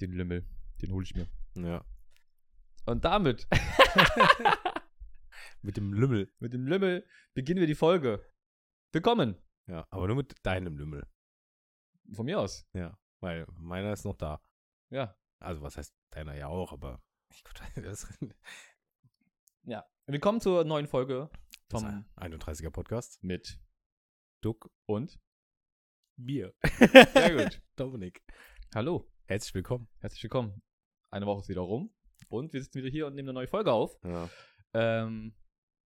den Lümmel. Den hole ich mir. Ja. Und damit, Mit dem Lümmel. mit dem Lümmel, beginnen wir die Folge. Willkommen. Ja, aber nur mit deinem Lümmel. Von mir aus. Ja. Weil meiner ist noch da. Ja. Also, was heißt deiner ja auch, aber. Gott, das Willkommen zur neuen Folge das vom 31er Podcast. Mit Duck. und Bier. Sehr gut. Dominik. Hallo. Herzlich willkommen. Herzlich willkommen. Eine Woche ist wieder rum und wir sitzen wieder hier und nehmen eine neue Folge auf. Ja. Ähm,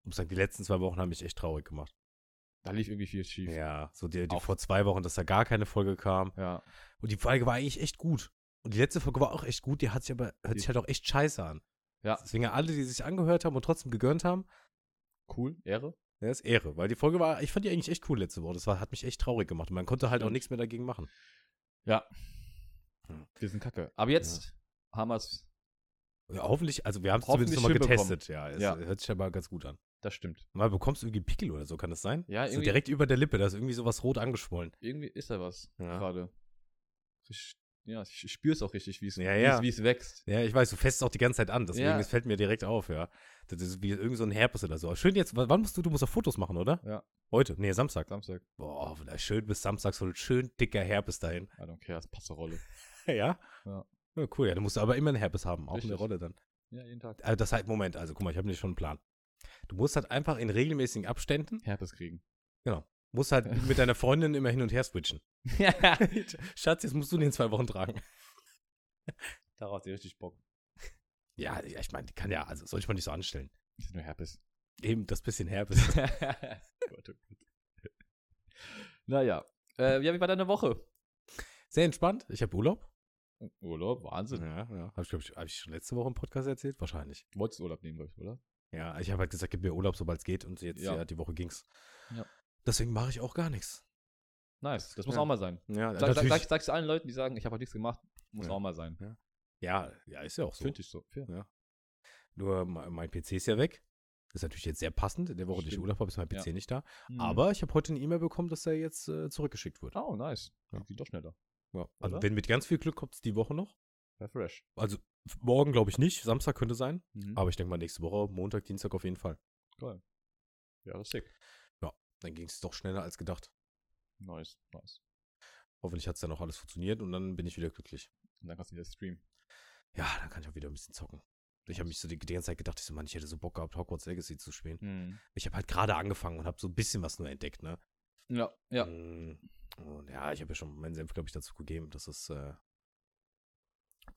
Ich muss sagen, die letzten zwei Wochen haben mich echt traurig gemacht. da lief irgendwie viel schief. Ja. So, die, die Auch. vor zwei Wochen, dass da gar keine Folge kam. Ja. Und die Folge war eigentlich echt gut. Und die letzte Folge war auch echt gut, die hat sich aber, hört Die- sich halt auch echt scheiße an. Ja. Deswegen an alle, die sich angehört haben und trotzdem gegönnt haben, Cool. Ehre. ja, ist Ehre. Weil die Folge war, ich fand die eigentlich echt cool letzte Woche. Das war, hat mich echt traurig gemacht. Und man konnte halt auch Stimmt. nichts mehr dagegen machen. Wir sind kacke. Aber jetzt haben wir es. Ja, hoffentlich, also wir haben es Hoffentlich zumindest nochmal hinbekommen. getestet. Ja, es Ja. hört sich aber ganz gut an. Das stimmt. Mal bekommst du irgendwie Pickel oder so, kann das sein? Ja, so irgendwie- direkt über der Lippe, da ist irgendwie sowas rot angeschwollen. Irgendwie ist da was Ja. gerade. Ich, ja, ich spüre es auch richtig, wie es Ja, wie ja. es- wie es wächst. Ja, ich weiß, du fässt auch die ganze Zeit an, deswegen, Ja. das fällt mir direkt auf, ja. Das ist wie irgend so ein Herpes oder so. Aber Schön jetzt, wann musst du, du musst doch Fotos machen, oder? Ja. Heute, nee, Samstag. Samstag. Boah, wenn das schön bis Samstag so ein schön dicker Herpes dahin. I don't care, das passt zur Rolle. Ja? Ja. ja cool, ja, du musst aber immer einen Herpes haben, auch Richtig. eine Rolle dann. Ja, jeden Tag. Also das heißt, Moment, also guck mal, ich habe nicht schon einen Plan. Du musst halt einfach in regelmäßigen Abständen, Herpes kriegen. musst halt mit deiner Freundin immer hin und her switchen. Schatz, jetzt musst du den zwei Wochen tragen. Darauf hat sie richtig Bock. Ja, ja, ich meine, die kann ja, also soll ich mal nicht so anstellen. Das ist nur Herpes. Eben das bisschen Herpes. Gott, oh Gott. Naja. Äh, ja, wie war deine Woche? Sehr entspannt, ich habe Urlaub. Urlaub, Wahnsinn. Ja, ja. Habe ich, glaub ich, hab ich schon letzte Woche im Podcast erzählt? Wahrscheinlich. Du wolltest Urlaub nehmen, glaube ich, oder? Ja, ich habe halt gesagt, gib mir Urlaub, sobald es geht. Und jetzt, Ja. ja, die Woche ging's. Ja. Deswegen mache ich auch gar nichts. Nice, das muss Ja. auch mal sein. Ja, Sag, sag, sag, sag's allen Leuten, die sagen, ich habe heute nichts gemacht, muss Ja. auch mal sein. Ja, ja, ist ja auch so. Finde ich so. Ja. Nur me- mein PC ist ja weg. Ist natürlich jetzt sehr passend. In der Woche, die ich Stimmt. Urlaub habe, ist mein PC Ja. nicht da. Mhm. Aber ich habe heute eine E-Mail bekommen, dass er jetzt äh, zurückgeschickt wird. Oh, nice. Ja. Geht doch schneller. Ja. Also Oh, Oder? wenn mit ganz viel Glück kommt es die Woche noch. War fresh. Also f- morgen glaube ich nicht. Samstag könnte sein. Mhm. Aber ich denke mal nächste Woche, Montag, Dienstag auf jeden Fall. Ja, das ist sick. Dann ging es doch schneller als gedacht. Nice, nice. Hoffentlich hat es dann auch alles funktioniert und dann bin ich wieder glücklich. Und dann kannst du wieder streamen. Ja, dann kann ich auch wieder ein bisschen zocken. Ich habe mich so die, die ganze Zeit gedacht, ich so, Mann, ich hätte so Bock gehabt, Hogwarts Legacy zu Mhm. spielen. Ich habe halt gerade angefangen und habe so ein bisschen was nur entdeckt, ne? Ja, ja. Mm, Und ja, ich habe ja schon meinen Senf, glaube ich, dazu gegeben, dass es äh,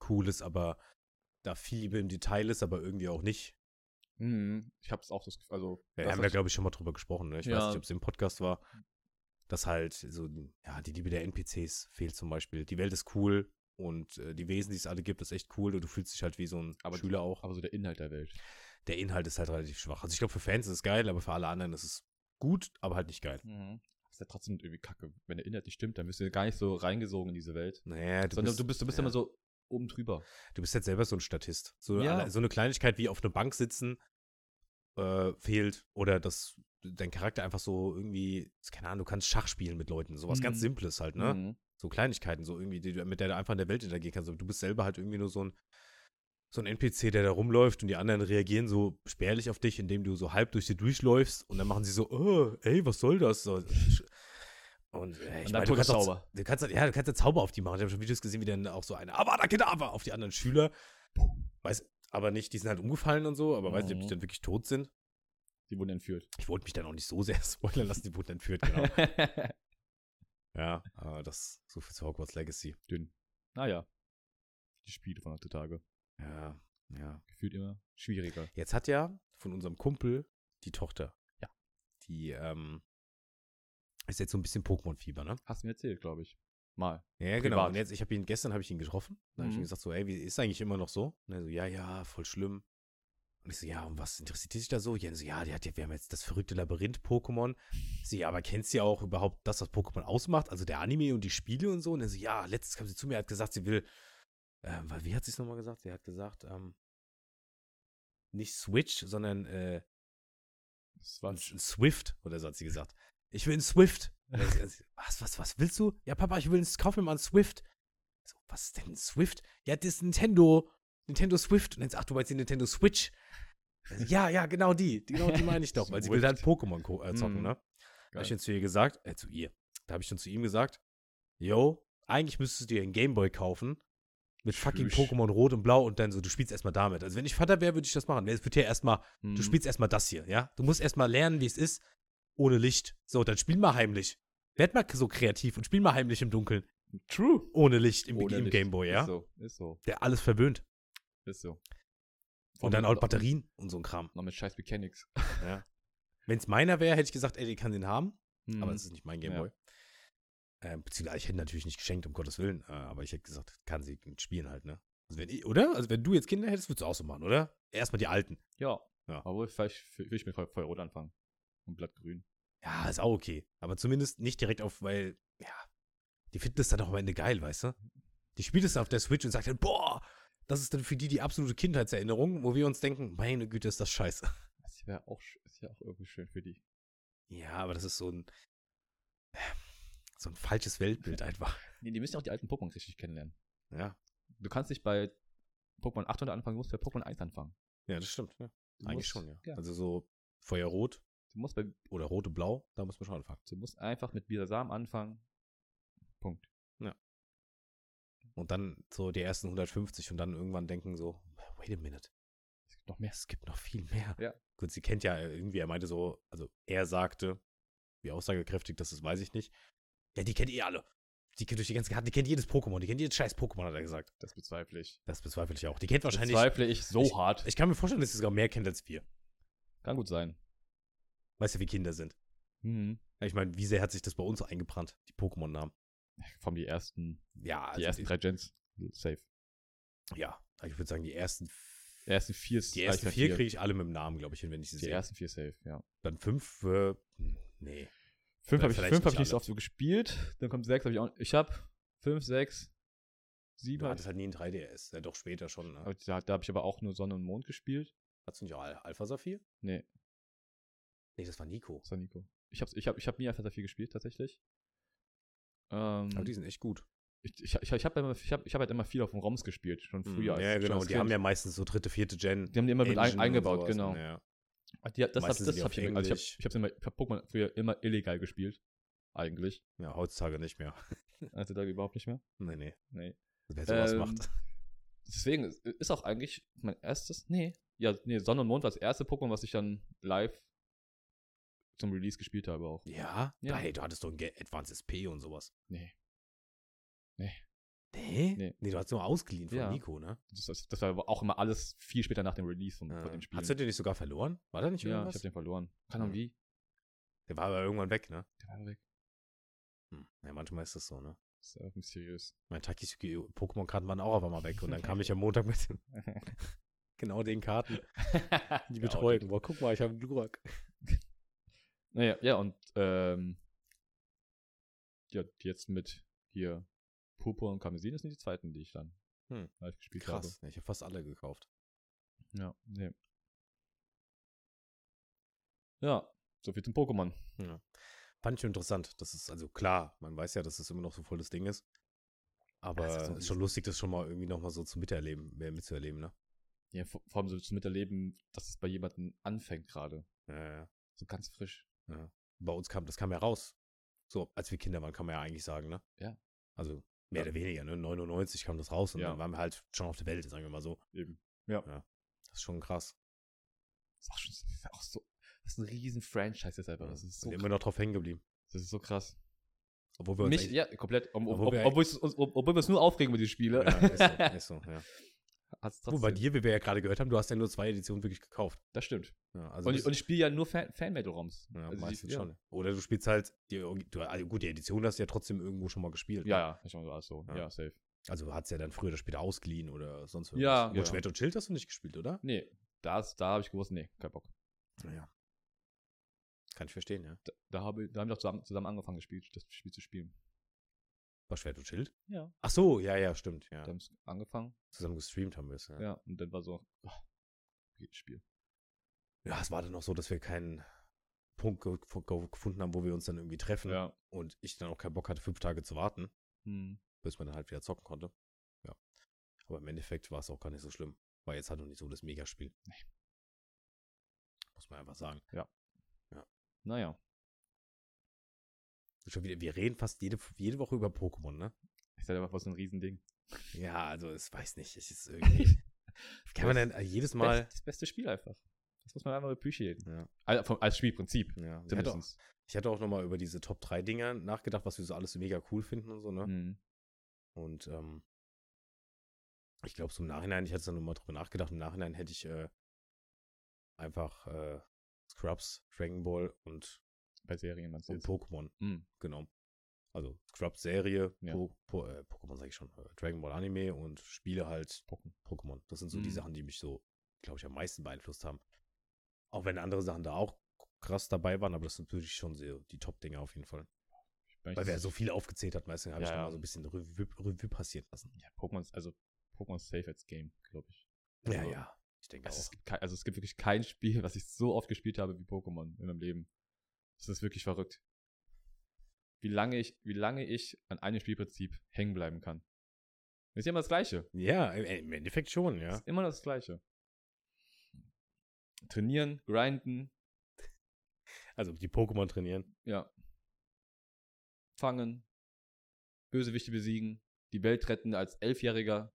cool ist, aber da viel im Detail ist, aber irgendwie auch nicht. Mhm. Ich hab's auch das Gefühl, also. Wir das haben ja, hat- glaube ich, schon mal drüber gesprochen. Ne? Ich weiß Ja. nicht, ob es im Podcast war, dass halt so, ja, die Liebe der NPCs fehlt zum Beispiel. Die Welt ist cool und äh, die Wesen, die es alle gibt, ist echt cool und du fühlst dich halt wie so ein Aber- Schüler auch. aber so der Inhalt der Welt. Der Inhalt ist halt relativ schwach. Also ich glaube, für Fans ist es geil, aber für alle anderen ist es gut, aber halt nicht geil. Mhm. Ist ja trotzdem irgendwie kacke. Wenn der Inhalt nicht stimmt, dann bist du gar nicht so reingesogen in diese Welt. Naja, du Sondern bist- du bist, du bist ja. immer so oben drüber. Du bist jetzt selber so ein Statist. So, Ja. alle- so eine Kleinigkeit wie auf einer Bank sitzen äh, fehlt oder dass dein Charakter einfach so irgendwie, keine Ahnung, du kannst Schach spielen mit Leuten. Sowas ganz Mhm. Simples halt, ne? Mhm. So Kleinigkeiten, so irgendwie, die, du- mit der du einfach in der Welt interagieren kannst. Aber Du bist selber halt irgendwie nur so ein, so ein NPC, der da rumläuft und die anderen reagieren so spärlich auf dich, indem du so halb durch sie durchläufst und dann machen sie so, oh, ey, was soll das? So, und äh, ich Und dann meine, du kommt der kannst auch Zauber. Du kannst, halt- ja, du kannst ja Zauber auf die machen. Ich habe schon Videos gesehen, wie dann auch so eine Avada Kedavra auf die anderen Schüler. Weiß aber nicht, die sind halt umgefallen und so, aber weiß nicht, ob die Mhm. dann wirklich tot sind. Die wurden entführt. Ich wollte mich dann auch nicht so sehr spoilern lassen, die wurden entführt, genau. ja, aber das so viel zu Hogwarts Legacy. Dünn. Naja. Die Spiele von heutzutage. Ja, ja. Gefühlt immer schwieriger. Jetzt hat ja von unserem Kumpel die Tochter. Ja. Die, ähm, ist jetzt so ein bisschen Pokémon-Fieber, ne? Hast du mir erzählt, glaube ich. Mal. Ja, genau. Und Privat. jetzt, ich habe ihn, gestern habe ich ihn getroffen. Dann habe ich Mhm. ihm gesagt, so, ey, wie ist eigentlich immer noch so? Und er so, ja, ja, voll schlimm. Und ich so, ja, und was interessiert die sich da so? Ja, und so, ja, die hat ja, wir haben jetzt das verrückte Labyrinth-Pokémon. Ich So, ja, aber kennst du ja auch überhaupt das, was Pokémon ausmacht? Also der Anime und die Spiele und so? Und er so, ja, letztens kam sie zu mir, hat gesagt, sie will, ähm, weil, wie hat sie es nochmal gesagt? Sie hat gesagt, ähm, nicht Switch, sondern, äh, Das war ein Swift, oder so hat sie gesagt. Ich will einen Swift. Und dann sie- sie- was, was, was willst du? Ja, Papa, ich will einen, kauf mir mal einen Swift. So, was ist denn Swift? Ja, das ist Nintendo. Nintendo Swift. Und dann, ach, du meinst die Nintendo Switch? Also, ja, ja, genau die. die- Genau die meine ich doch, weil sie will halt Pokémon ko- äh, zocken, Mhm. ne? Da Geil. habe ich dann zu ihr gesagt, äh, zu ihr. Da habe ich dann zu ihm gesagt, yo, eigentlich müsstest du dir einen Gameboy kaufen. Mit fucking Tschüss. Pokémon Rot und Blau und dann so, du spielst erstmal damit. Also wenn ich Vater wäre, würde ich das machen. Es wird ja erstmal hm. Mhm. Du spielst erstmal das hier, ja? Du musst erstmal lernen, wie es ist, ohne Licht. So, dann spiel mal heimlich. Werd mal so kreativ und spiel mal heimlich im Dunkeln. True. Ohne Licht im, Ohne im Licht. Gameboy, ja? Ist so, ist so, Der alles verwöhnt. ist so. Und dann auch halt Batterien und so ein Kram. Noch mit scheiß Mechanics. Wenn's meiner wäre, hätte ich gesagt, ey, die kann den haben. Mhm. Aber es ist nicht mein Gameboy. Ähm, beziehungsweise, ich hätte natürlich nicht geschenkt, um Gottes Willen. Äh, aber ich hätte gesagt, kann sie mit spielen halt, ne? Also wenn ich, oder? Also wenn du jetzt Kinder hättest, würdest du auch so machen, oder? Erstmal die alten. ja. Ja. Obwohl, vielleicht will ich mit Feu- Feuerrot anfangen. Und Blattgrün. Ja, ist auch okay. Aber zumindest nicht direkt auf, weil, ja, die finden das dann auch am Ende geil, weißt du? Die spielt es dann auf der Switch und sagt dann, boah, das ist dann für die die absolute Kindheitserinnerung, wo wir uns denken, meine Güte, ist das scheiße. Das wäre auch, sch- ist ja auch irgendwie schön für die. Ja, aber das ist so ein, äh, so ein falsches Weltbild einfach. Nee, die müssen ja auch die alten Pokémon richtig kennenlernen. Ja, Du kannst nicht bei Pokémon 800 anfangen, du musst bei Pokémon 1 anfangen. ja, das stimmt. Ja. Du Eigentlich musst, schon, ja. ja. Also so Feuerrot Du musst, bei, oder Rote-Blau, da muss man schon anfangen. du musst einfach mit Bisasam anfangen. Punkt. Und dann so die ersten 150 und dann irgendwann denken so, wait a minute. Es gibt noch mehr. es gibt noch viel mehr. Ja. Gut, sie kennt ja irgendwie, er meinte so, also er sagte, wie aussagekräftig das ist, weiß ich nicht. Ja, die kennt eh alle. Die kennt durch die ganze Karte, die kennt jedes Pokémon, die kennt jedes scheiß Pokémon, hat er gesagt. Das bezweifle ich. Das bezweifle ich auch. Die kennt wahrscheinlich. Bezweifle ich so Ich- hart. Ich kann mir vorstellen, dass sie sogar mehr kennt als wir. Kann gut sein. Weißt du, wie Kinder sind. Mhm. Ich meine, wie sehr hat sich das bei uns eingebrannt, die Pokémon-Namen? Vom die ersten, Ja, also die ersten drei Gens. Safe. ja, ich würde sagen, die ersten, f- Die ersten vier ist- die ersten reicht vier ja kriege ich alle mit dem Namen, glaube ich, hin, wenn ich sie Die sehe. ersten vier safe, ja. Dann fünf, äh, nee. Fünf Oder habe ich, vielleicht fünf hab nicht ich nicht so alle. oft so gespielt. Dann kommt sechs, habe ich auch. Ich habe fünf, sechs, sieben. Du hab ich- hattest halt nie ein 3DS, ja, doch später schon. Ne? aber da da habe ich aber auch nur Sonne und Mond gespielt. Hast du nicht auch Al- Alpha Saphir? Nee. Nee, das war Nico. Das war Nico. Ich habe ich hab, ich hab nie einfach sehr viel gespielt, tatsächlich. Ähm, Aber die sind echt gut. ich ich, ich, ich habe immer- ich hab, ich hab halt immer viel auf dem ROMs gespielt, schon früher. ja, als- schon genau. als Die haben Kind. ja meistens so dritte, vierte Gen. die haben die immer mit ein, Engine und eingebaut, sowas. ne, genau. Ja. Ah, Die, das habe Meistens sind die das hab auf ich immer, also ich Englisch. habe ich hab's immer, ich hab Pokémon früher immer illegal gespielt. Eigentlich. ja, heutzutage nicht mehr. Also da überhaupt nicht mehr. Nee, nee. Nee. Wer sowas Ähm, macht. Deswegen ist- ist auch eigentlich mein erstes, nee, ja, nee, Sonne und Mond war das erste Pokémon, was ich dann live zum Release gespielt habe auch. Ja? Ja. Hey, du hattest doch ein Ge- Advanced SP und sowas. Nee. Nee? Nee. du hast nur ausgeliehen von Ja. Nico, ne? Das, das, das war aber auch immer alles viel später nach dem Release von, Ja. von dem Spiel. Äh, Hast du den nicht sogar verloren? War da nicht ja, ich irgendwas? habe den verloren. Keine Ahnung Ja. wie. Der war aber irgendwann weg, ne? Der war weg. Hm. Ja, manchmal ist das so, ne? Das ist einfach mysteriös. Mein Takisuki Pokémon-Karten waren auch einfach mal weg. Und dann kam ich am Montag mit genau den Karten. Die Ja, Betreuung. Boah, guck mal, ich habe einen Glurak. Naja, ja, und ähm, ja, jetzt mit hier Purpur und Karmesin, das sind die zweiten, die ich dann Hm. live gespielt habe. Krass. Ich habe fast alle gekauft. Ja, nee. Ja, soviel zum Pokémon. Fand ich interessant. Das ist also klar, man weiß ja, dass es immer noch so voll das Ding ist. Aber Das ist es so- ist schon lustig, das schon mal irgendwie nochmal so zu miterleben, mehr mitzuerleben, ne? Ja, vor, vor allem so zu miterleben, dass es bei jemandem anfängt gerade. Ja, ja. So ganz frisch. Bei uns kam, das kam ja raus. So, als wir Kinder waren, kann man ja eigentlich sagen, ne? Ja. Also Ja. mehr oder weniger, ne? 99 kam das raus und Ja. dann waren wir halt schon auf der Welt, sagen wir mal so. Eben. Das ist schon krass. Das ist auch, schon, das ist auch so. Das ist ein riesen Franchise jetzt einfach. Das ist so, und immer noch drauf hängen geblieben. krass. das ist so krass. Obwohl wir uns Mich, eigentlich- ja, komplett. Ob, ob, Obwohl ob, wir- obwohl es uns- ob- obwohl wir es nur aufregen über die Spiele. ja, ist so, ist so, ja. Hat's Wo, bei trotzdem- dir, wie wir ja gerade gehört haben, du hast ja nur zwei Editionen wirklich gekauft. Das stimmt. Ja, also und, bist- ich, und ich spiele ja nur Fan- Fan-Metal-ROMs. Ja, Also die- meistens ja. schon. Oder du spielst halt, die, Orgi- du, also gut, die Edition hast du ja trotzdem irgendwo schon mal gespielt. Ja, Ne? ja, ich war so. Ja. Ja, safe. Also du hast ja dann früher oder später ausgeliehen oder sonst irgendwas. Ja, Gut, genau. Schwert und Schild hast du nicht gespielt, oder? Nee, das, da habe ich gewusst, nee, kein Bock. Naja. Kann ich verstehen, ja. Da, da, habe, da haben wir doch zusammen, zusammen angefangen, gespielt, das Spiel zu spielen. War Schwert und Schild? Ja. Ach so, ja, ja, stimmt. Ja. Da haben wir angefangen. Zusammen gestreamt haben wir es. Ja. Ja, und dann war so, ach, geht Spiel. Ja, es war dann auch so, dass wir keinen Punkt ge ge gefunden haben, wo wir uns dann irgendwie treffen. Ja. Und ich dann auch keinen Bock hatte, fünf Tage zu warten, Hm. bis man dann halt wieder zocken konnte. Endeffekt war es auch gar nicht so schlimm. War jetzt halt noch nicht so das Megaspiel. Nee. Muss man einfach sagen. Naja, Schon wieder, wir reden fast jede, jede Woche über Pokémon, ne? ich sage halt einfach, was ein Riesending. Ja, also ich weiß nicht. Es ist irgendwie. kann man denn äh, jedes Mal. Best, das beste Spiel einfach. Das muss man einfach appreciaten. Ja. Also vom, als Spielprinzip. Ja, ich hatte, auch, Zumindest. ich hatte auch nochmal über diese Top 3 Dinger nachgedacht, was wir so alles so mega cool finden und so, ne? Mhm. Und ähm, ich glaube, so im Nachhinein, ich hatte dann nochmal drüber nachgedacht, im Nachhinein hätte ich äh, einfach äh, Scrubs, Dragon Ball und, Bei Serien meinst du und jetzt. Pokémon Mhm. genommen. Also Scrubs-Serie, Ja. po, po, äh, Pokémon sage ich schon, äh, Dragon Ball Anime und Spiele halt Pokémon. Das sind so die Mhm. Sachen, die mich so, glaube ich, am meisten beeinflusst haben. Auch wenn andere Sachen da auch krass dabei waren, aber das sind natürlich schon so die Top-Dinger auf jeden Fall. Weil Weil ich- wer so viel aufgezählt hat, meistens habe Ja, ich dann ja. mal so ein bisschen Revue, Revue passieren lassen. Ja, Pokémon ist, also Pokémon ist safe als Game, glaube ich. Ja, Also, ja. Ich denke Also auch. es, gibt kein, also es gibt wirklich kein Spiel, was ich so oft gespielt habe wie Pokémon in meinem Leben. Das ist wirklich verrückt. Wie lange ich, wie lange ich an einem Spielprinzip hängen bleiben kann. Ist ja immer das Gleiche. Ja, im- im Endeffekt schon, ja. Ist immer das Gleiche. Trainieren, grinden, Also die Pokémon trainieren. ja. Fangen, Bösewichte besiegen, die Welt retten als Elfjähriger,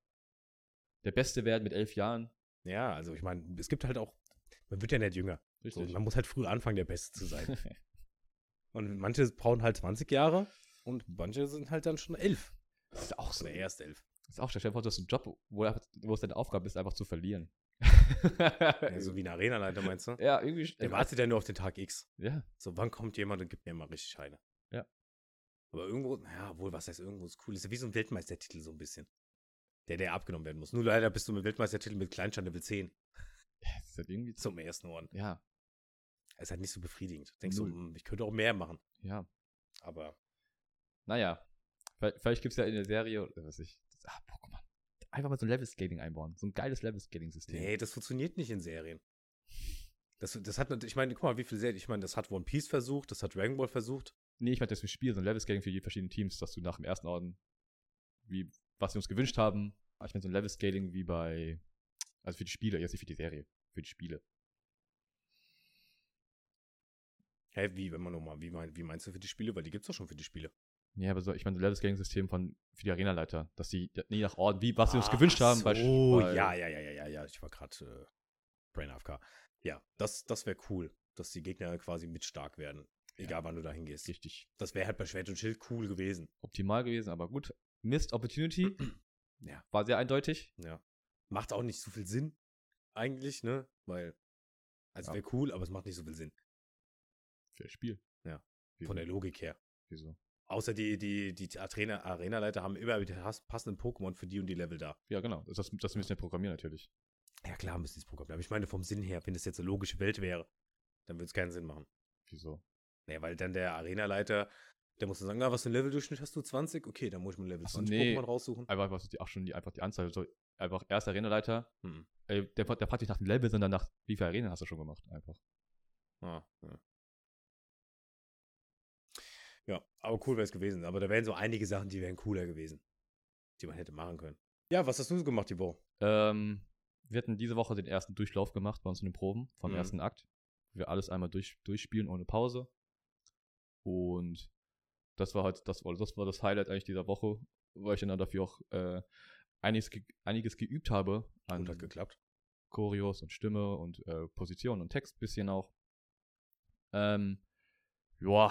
der Beste werden mit elf Jahren. Ja, also ich meine, es gibt halt auch, man wird ja nicht jünger. So, Richtig. man muss halt früh anfangen, der Beste zu sein. Und manche brauchen halt 20 Jahre und manche sind halt dann schon elf. das ist auch so. Oder erst elf. Ist auch schlecht. Stell dir vor, du hast einen Job, wo, wo es deine Aufgabe ist, einfach zu verlieren. Ja, so wie ein Arenaleiter, meinst du? ja, irgendwie. Der wartet ja nur auf den Tag X. ja, So, wann kommt jemand und gibt mir mal richtig Scheine? Ja. Aber irgendwo, naja, wohl, was heißt irgendwo ist cool. Ist ja wie so ein Weltmeistertitel so ein bisschen. Der, der abgenommen werden muss. Nur leider bist du mit Weltmeistertitel mit Kleinstein Level 10 das ist halt irgendwie. Zu, zum ersten Ohren. ja, Es ist halt nicht so befriedigend. Denkst du, Null. hm, ich könnte auch mehr machen. ja. Aber Naja. Vielleicht, vielleicht gibt es ja in der Serie, oder was weiß ich. Das, ah, Pokémon. Einfach mal so ein Level-Scaling einbauen. So ein geiles Level-Scaling-System. Nee, das funktioniert nicht in Serien. Das, das hat, ich meine, guck mal, wie viele Serien, ich meine, das hat One Piece versucht, das hat Dragon Ball versucht. Nee, ich meine, das ist ein Spiel, so ein Level-Scaling für die verschiedenen Teams, dass du nach dem ersten Orden, wie, was wir uns gewünscht haben. Aber Ich meine, so ein Level-Scaling wie bei, also für die Spiele, jetzt nicht für die Serie, für die Spiele. Hä, wie, wenn man nochmal, wie, mein, wie meinst du für die Spiele? Weil die gibt's doch schon für die Spiele. Ja, aber so, ich meine, so ein Level-Scaling-System von, für die Arenaleiter, dass die nie nach Orden, wie, was sie uns Ah, gewünscht haben. ach bei- so, bei- ja, ja, ja, ja, ja, ja, ich war gerade äh, Brain AFK. Ja, das, das wäre cool, dass die Gegner quasi mit stark werden. Egal, wann du da hingehst. Richtig Das wäre halt bei Schwert und Schild cool gewesen. optimal gewesen, aber gut. Missed Opportunity. Ja. War sehr eindeutig. Ja. Macht auch nicht so viel Sinn, eigentlich, ne? Weil, also Ja. wäre cool, aber es macht nicht so viel Sinn. Für das Spiel. Ja. Wieso? Von der Logik her. Wieso? Außer die, die, die Arena, Arenaleiter haben immer die has- passenden Pokémon für die und die Level da. Ja, genau. Das, das das müssen wir programmieren natürlich. Ja, klar müssen die es programmieren. Aber ich meine, vom Sinn her, wenn das jetzt eine logische Welt wäre, dann würde es keinen Sinn machen. Wieso? Naja, weil dann der Arenaleiter, der muss dann sagen, ah, was für ein Leveldurchschnitt hast du? 20? Okay, dann muss ich mir Level Ach so, 20 nee. Pokémon raussuchen. Einfach, was die, auch schon die, einfach die Anzahl. So, einfach erst Arenaleiter. Hm. Äh, der, der fragt nicht nach dem Level, sondern nach, wie viele Arenen hast du schon gemacht? Einfach. Ah, ja. ja, aber cool wäre es gewesen. Aber da wären so einige Sachen, die wären cooler gewesen, die man hätte machen können. Ja, was hast du so gemacht, die Woche? Ähm, wir hatten diese Woche den ersten Durchlauf gemacht bei uns in den Proben vom Mhm. ersten Akt. Wir alles einmal durch, durchspielen ohne Pause. Und das war halt, das war, das war das Highlight eigentlich dieser Woche, weil ich dann dafür auch äh, einiges, ge einiges geübt habe Und an hat geklappt. Choreos und Stimme und äh, Position und Text bisschen auch. Ähm, ja,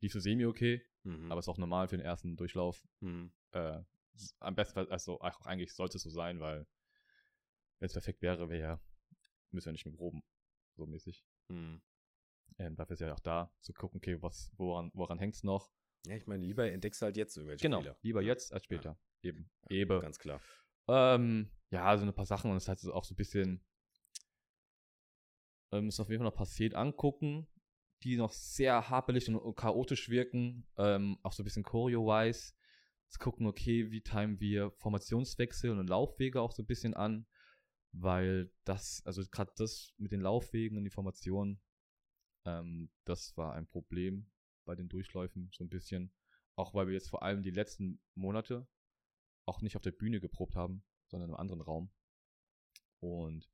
lief so semi okay, Mhm. aber ist auch normal für den ersten Durchlauf mhm. äh, s- am besten, also auch eigentlich sollte es so sein, weil wenn es perfekt wäre, wäre ja, müssen wir nicht mehr proben, so mäßig. Mhm. Ähm, dafür ist ja auch da, zu gucken, okay, was, woran, woran hängt's noch? Ja, ich meine, lieber entdeckst du halt jetzt irgendwelche Genau, Fehler. lieber Ja. jetzt äh, als später. Eben, eben. Ganz klar. Ähm, ja, so ein paar Sachen und es hat so auch so ein bisschen, ähm, ist auf jeden Fall noch passiert angucken, die noch sehr hapelig und chaotisch wirken, ähm, auch so ein bisschen Choreo-wise, zu gucken, okay, wie timen wir Formationswechsel und Laufwege auch so ein bisschen an, weil das, also gerade das mit den Laufwegen und die Formationen, ähm, das war ein Problem bei den Durchläufen so ein bisschen, auch weil wir jetzt vor allem die letzten Monate auch nicht auf der Bühne geprobt haben, sondern in einem anderen Raum. Und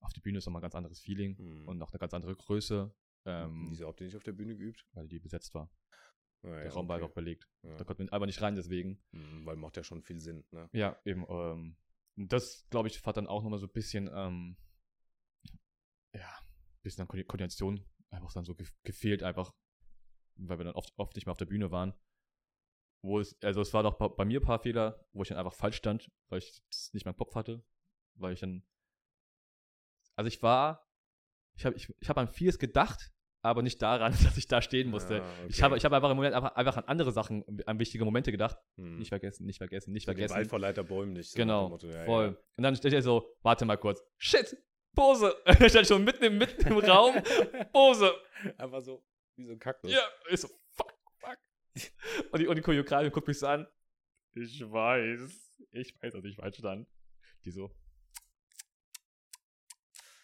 auf der Bühne ist nochmal ein ganz anderes Feeling Mhm. Hm, und auch eine ganz andere Größe, ähm, Wieso habt ihr nicht auf der Bühne geübt? weil die besetzt war. Naja, der Raum war okay. einfach belegt. Ja. Da konnte man aber nicht rein, deswegen. Mhm, Weil macht ja schon viel Sinn, ne? Ja, eben. Ähm, und das, glaube ich, hat dann auch nochmal so ein bisschen, ähm, ja, ein bisschen an Ko- Koordination einfach dann so ge gefehlt, einfach, weil wir dann oft, oft nicht mehr auf der Bühne waren. Wo es, also es war doch bei, bei mir ein paar Fehler, wo ich dann einfach falsch stand, weil ich es nicht mehr im Kopf hatte, weil ich dann, also ich war, ich habe ich, ich hab an vieles gedacht, aber nicht daran, dass ich da stehen musste. Ah, okay. Ich habe ich hab einfach im Moment einfach, einfach an andere Sachen, an wichtige Momente gedacht. Mhm. Nicht vergessen, nicht vergessen, nicht So den vergessen. Wald vor lauter Bäumen nicht. so nach Genau, dem Motto, ja, voll. Und dann steht er so, warte mal kurz, shit, Pose. Er stand schon mitten im, mitten im Raum, Pose. Ja. Einfach so, wie so ein Kaktus. Ja, ich so, fuck, fuck. Und die, und die Choreografin guckt mich so an, ich weiß, ich weiß, dass ich falsch stand. Die so,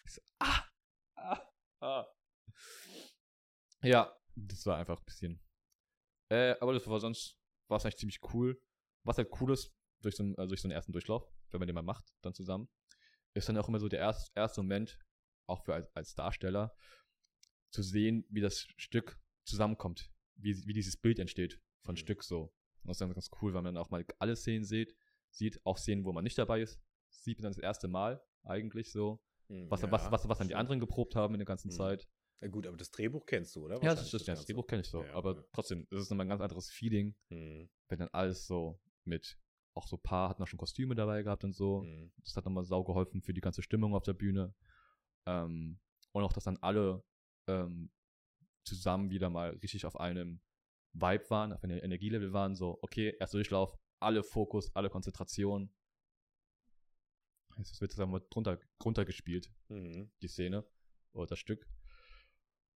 ich so ah, ah, ah. Ja, das war einfach ein bisschen. Äh, aber das war sonst, war es eigentlich ziemlich cool. Was halt cool ist, durch so, einen, also durch so einen ersten Durchlauf, wenn man den mal macht, dann zusammen, ist dann auch immer so der erst, erste Moment, auch für als, als Darsteller, zu sehen, wie das Stück zusammenkommt, wie, wie dieses Bild entsteht von Mhm. Stück so. Und das ist dann ganz cool, weil man dann auch mal alle Szenen sieht, sieht auch Szenen, wo man nicht dabei ist, sieht man dann das erste Mal eigentlich so, Mhm, was, ja, was, was, was dann die stimmt. anderen geprobt haben in der ganzen Mhm. Zeit. Ja, gut, aber das Drehbuch kennst du, oder? Ja, das Wahrscheinlich ist das, das Ganze. Drehbuch kenne ich so, Ja, aber ja. trotzdem, es ist nochmal ein ganz anderes Feeling, Mhm. wenn dann alles so mit, auch so Paar hatten auch schon Kostüme dabei gehabt und so. Mhm. Das hat nochmal sau geholfen für die ganze Stimmung auf der Bühne. Ähm, und auch, dass dann alle ähm, zusammen wieder mal richtig auf einem Vibe waren, auf einem Energielevel waren, so, okay, erster Durchlauf, alle Fokus, alle Konzentration. Es wird zusammen drunter, drunter gespielt Mhm. die Szene oder das Stück.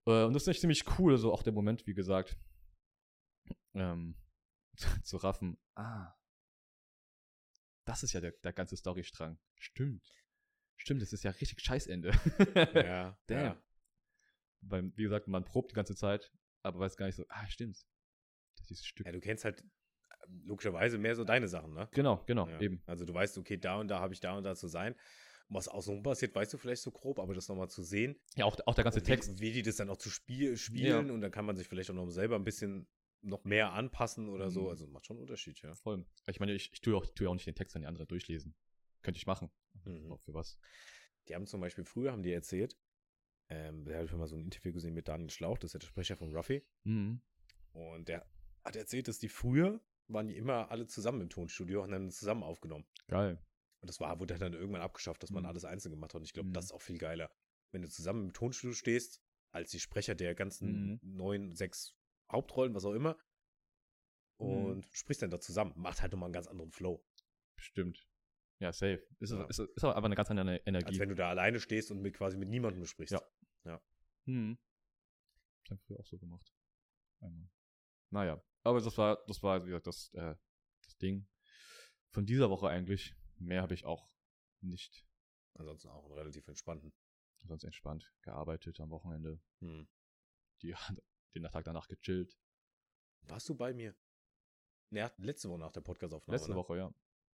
Äh, und das ist echt ziemlich cool, so auch der Moment, wie gesagt, ähm, zu raffen. Ah, das ist ja der, der ganze Storystrang. Stimmt. Stimmt, das ist ja richtig Scheißende. Ja, Damn. ja. Weil, wie gesagt, man probt die ganze Zeit, aber weiß gar nicht so, ah, stimmt. Das ist dieses Stück. ja, du kennst halt logischerweise mehr so deine Sachen, ne? Genau, genau, Ja. eben. Also du weißt, okay, da und da habe ich da und da zu sein. Und was außenrum passiert, weißt du vielleicht so grob, aber das nochmal zu sehen. Ja, auch, auch der ganze und Text. Wie, wie die das dann auch zu spiel, spielen und dann kann man sich vielleicht auch noch selber ein bisschen noch mehr anpassen oder so. Mhm. Also macht schon einen Unterschied, ja. Voll. Ich meine, ich, ich tue ja auch, tue ja auch nicht den Text an die anderen durchlesen. Könnte ich machen. Mhm. Aber Für was? Die haben zum Beispiel, früher haben die erzählt, ähm, da habe ich mal so ein Interview gesehen mit Daniel Schlauch, das ist ja der Sprecher von Ruffy. Mhm. Und der hat erzählt, dass die früher waren die immer alle zusammen im Tonstudio und haben zusammen aufgenommen. Geil. Und das war, wurde dann irgendwann abgeschafft, dass man Mhm. alles einzeln gemacht hat. Und ich glaube, Mhm. das ist auch viel geiler. Wenn du zusammen im Tonstudio stehst, als die Sprecher der ganzen Mhm. neun, sechs Hauptrollen, was auch immer, Mhm. und sprichst dann da zusammen. Macht halt nochmal einen ganz anderen Flow. Bestimmt. Ja, safe. Ist, Ja. Ist, ist aber eine ganz andere Als Energie. wenn du da alleine stehst und mit, quasi mit niemandem sprichst. Ja. hm. Das haben wir auch so gemacht. Einmal. Naja, aber das war, das war, wie gesagt, das, äh, das Ding von dieser Woche eigentlich. Mehr habe ich auch nicht Ansonsten auch einen relativ entspannten. sonst entspannt gearbeitet am Wochenende. Hm. Die, den Tag danach gechillt. Warst du bei mir? Ne, ach, letzte Woche nach der Podcastaufnahme. Letzte ne? Woche, ja.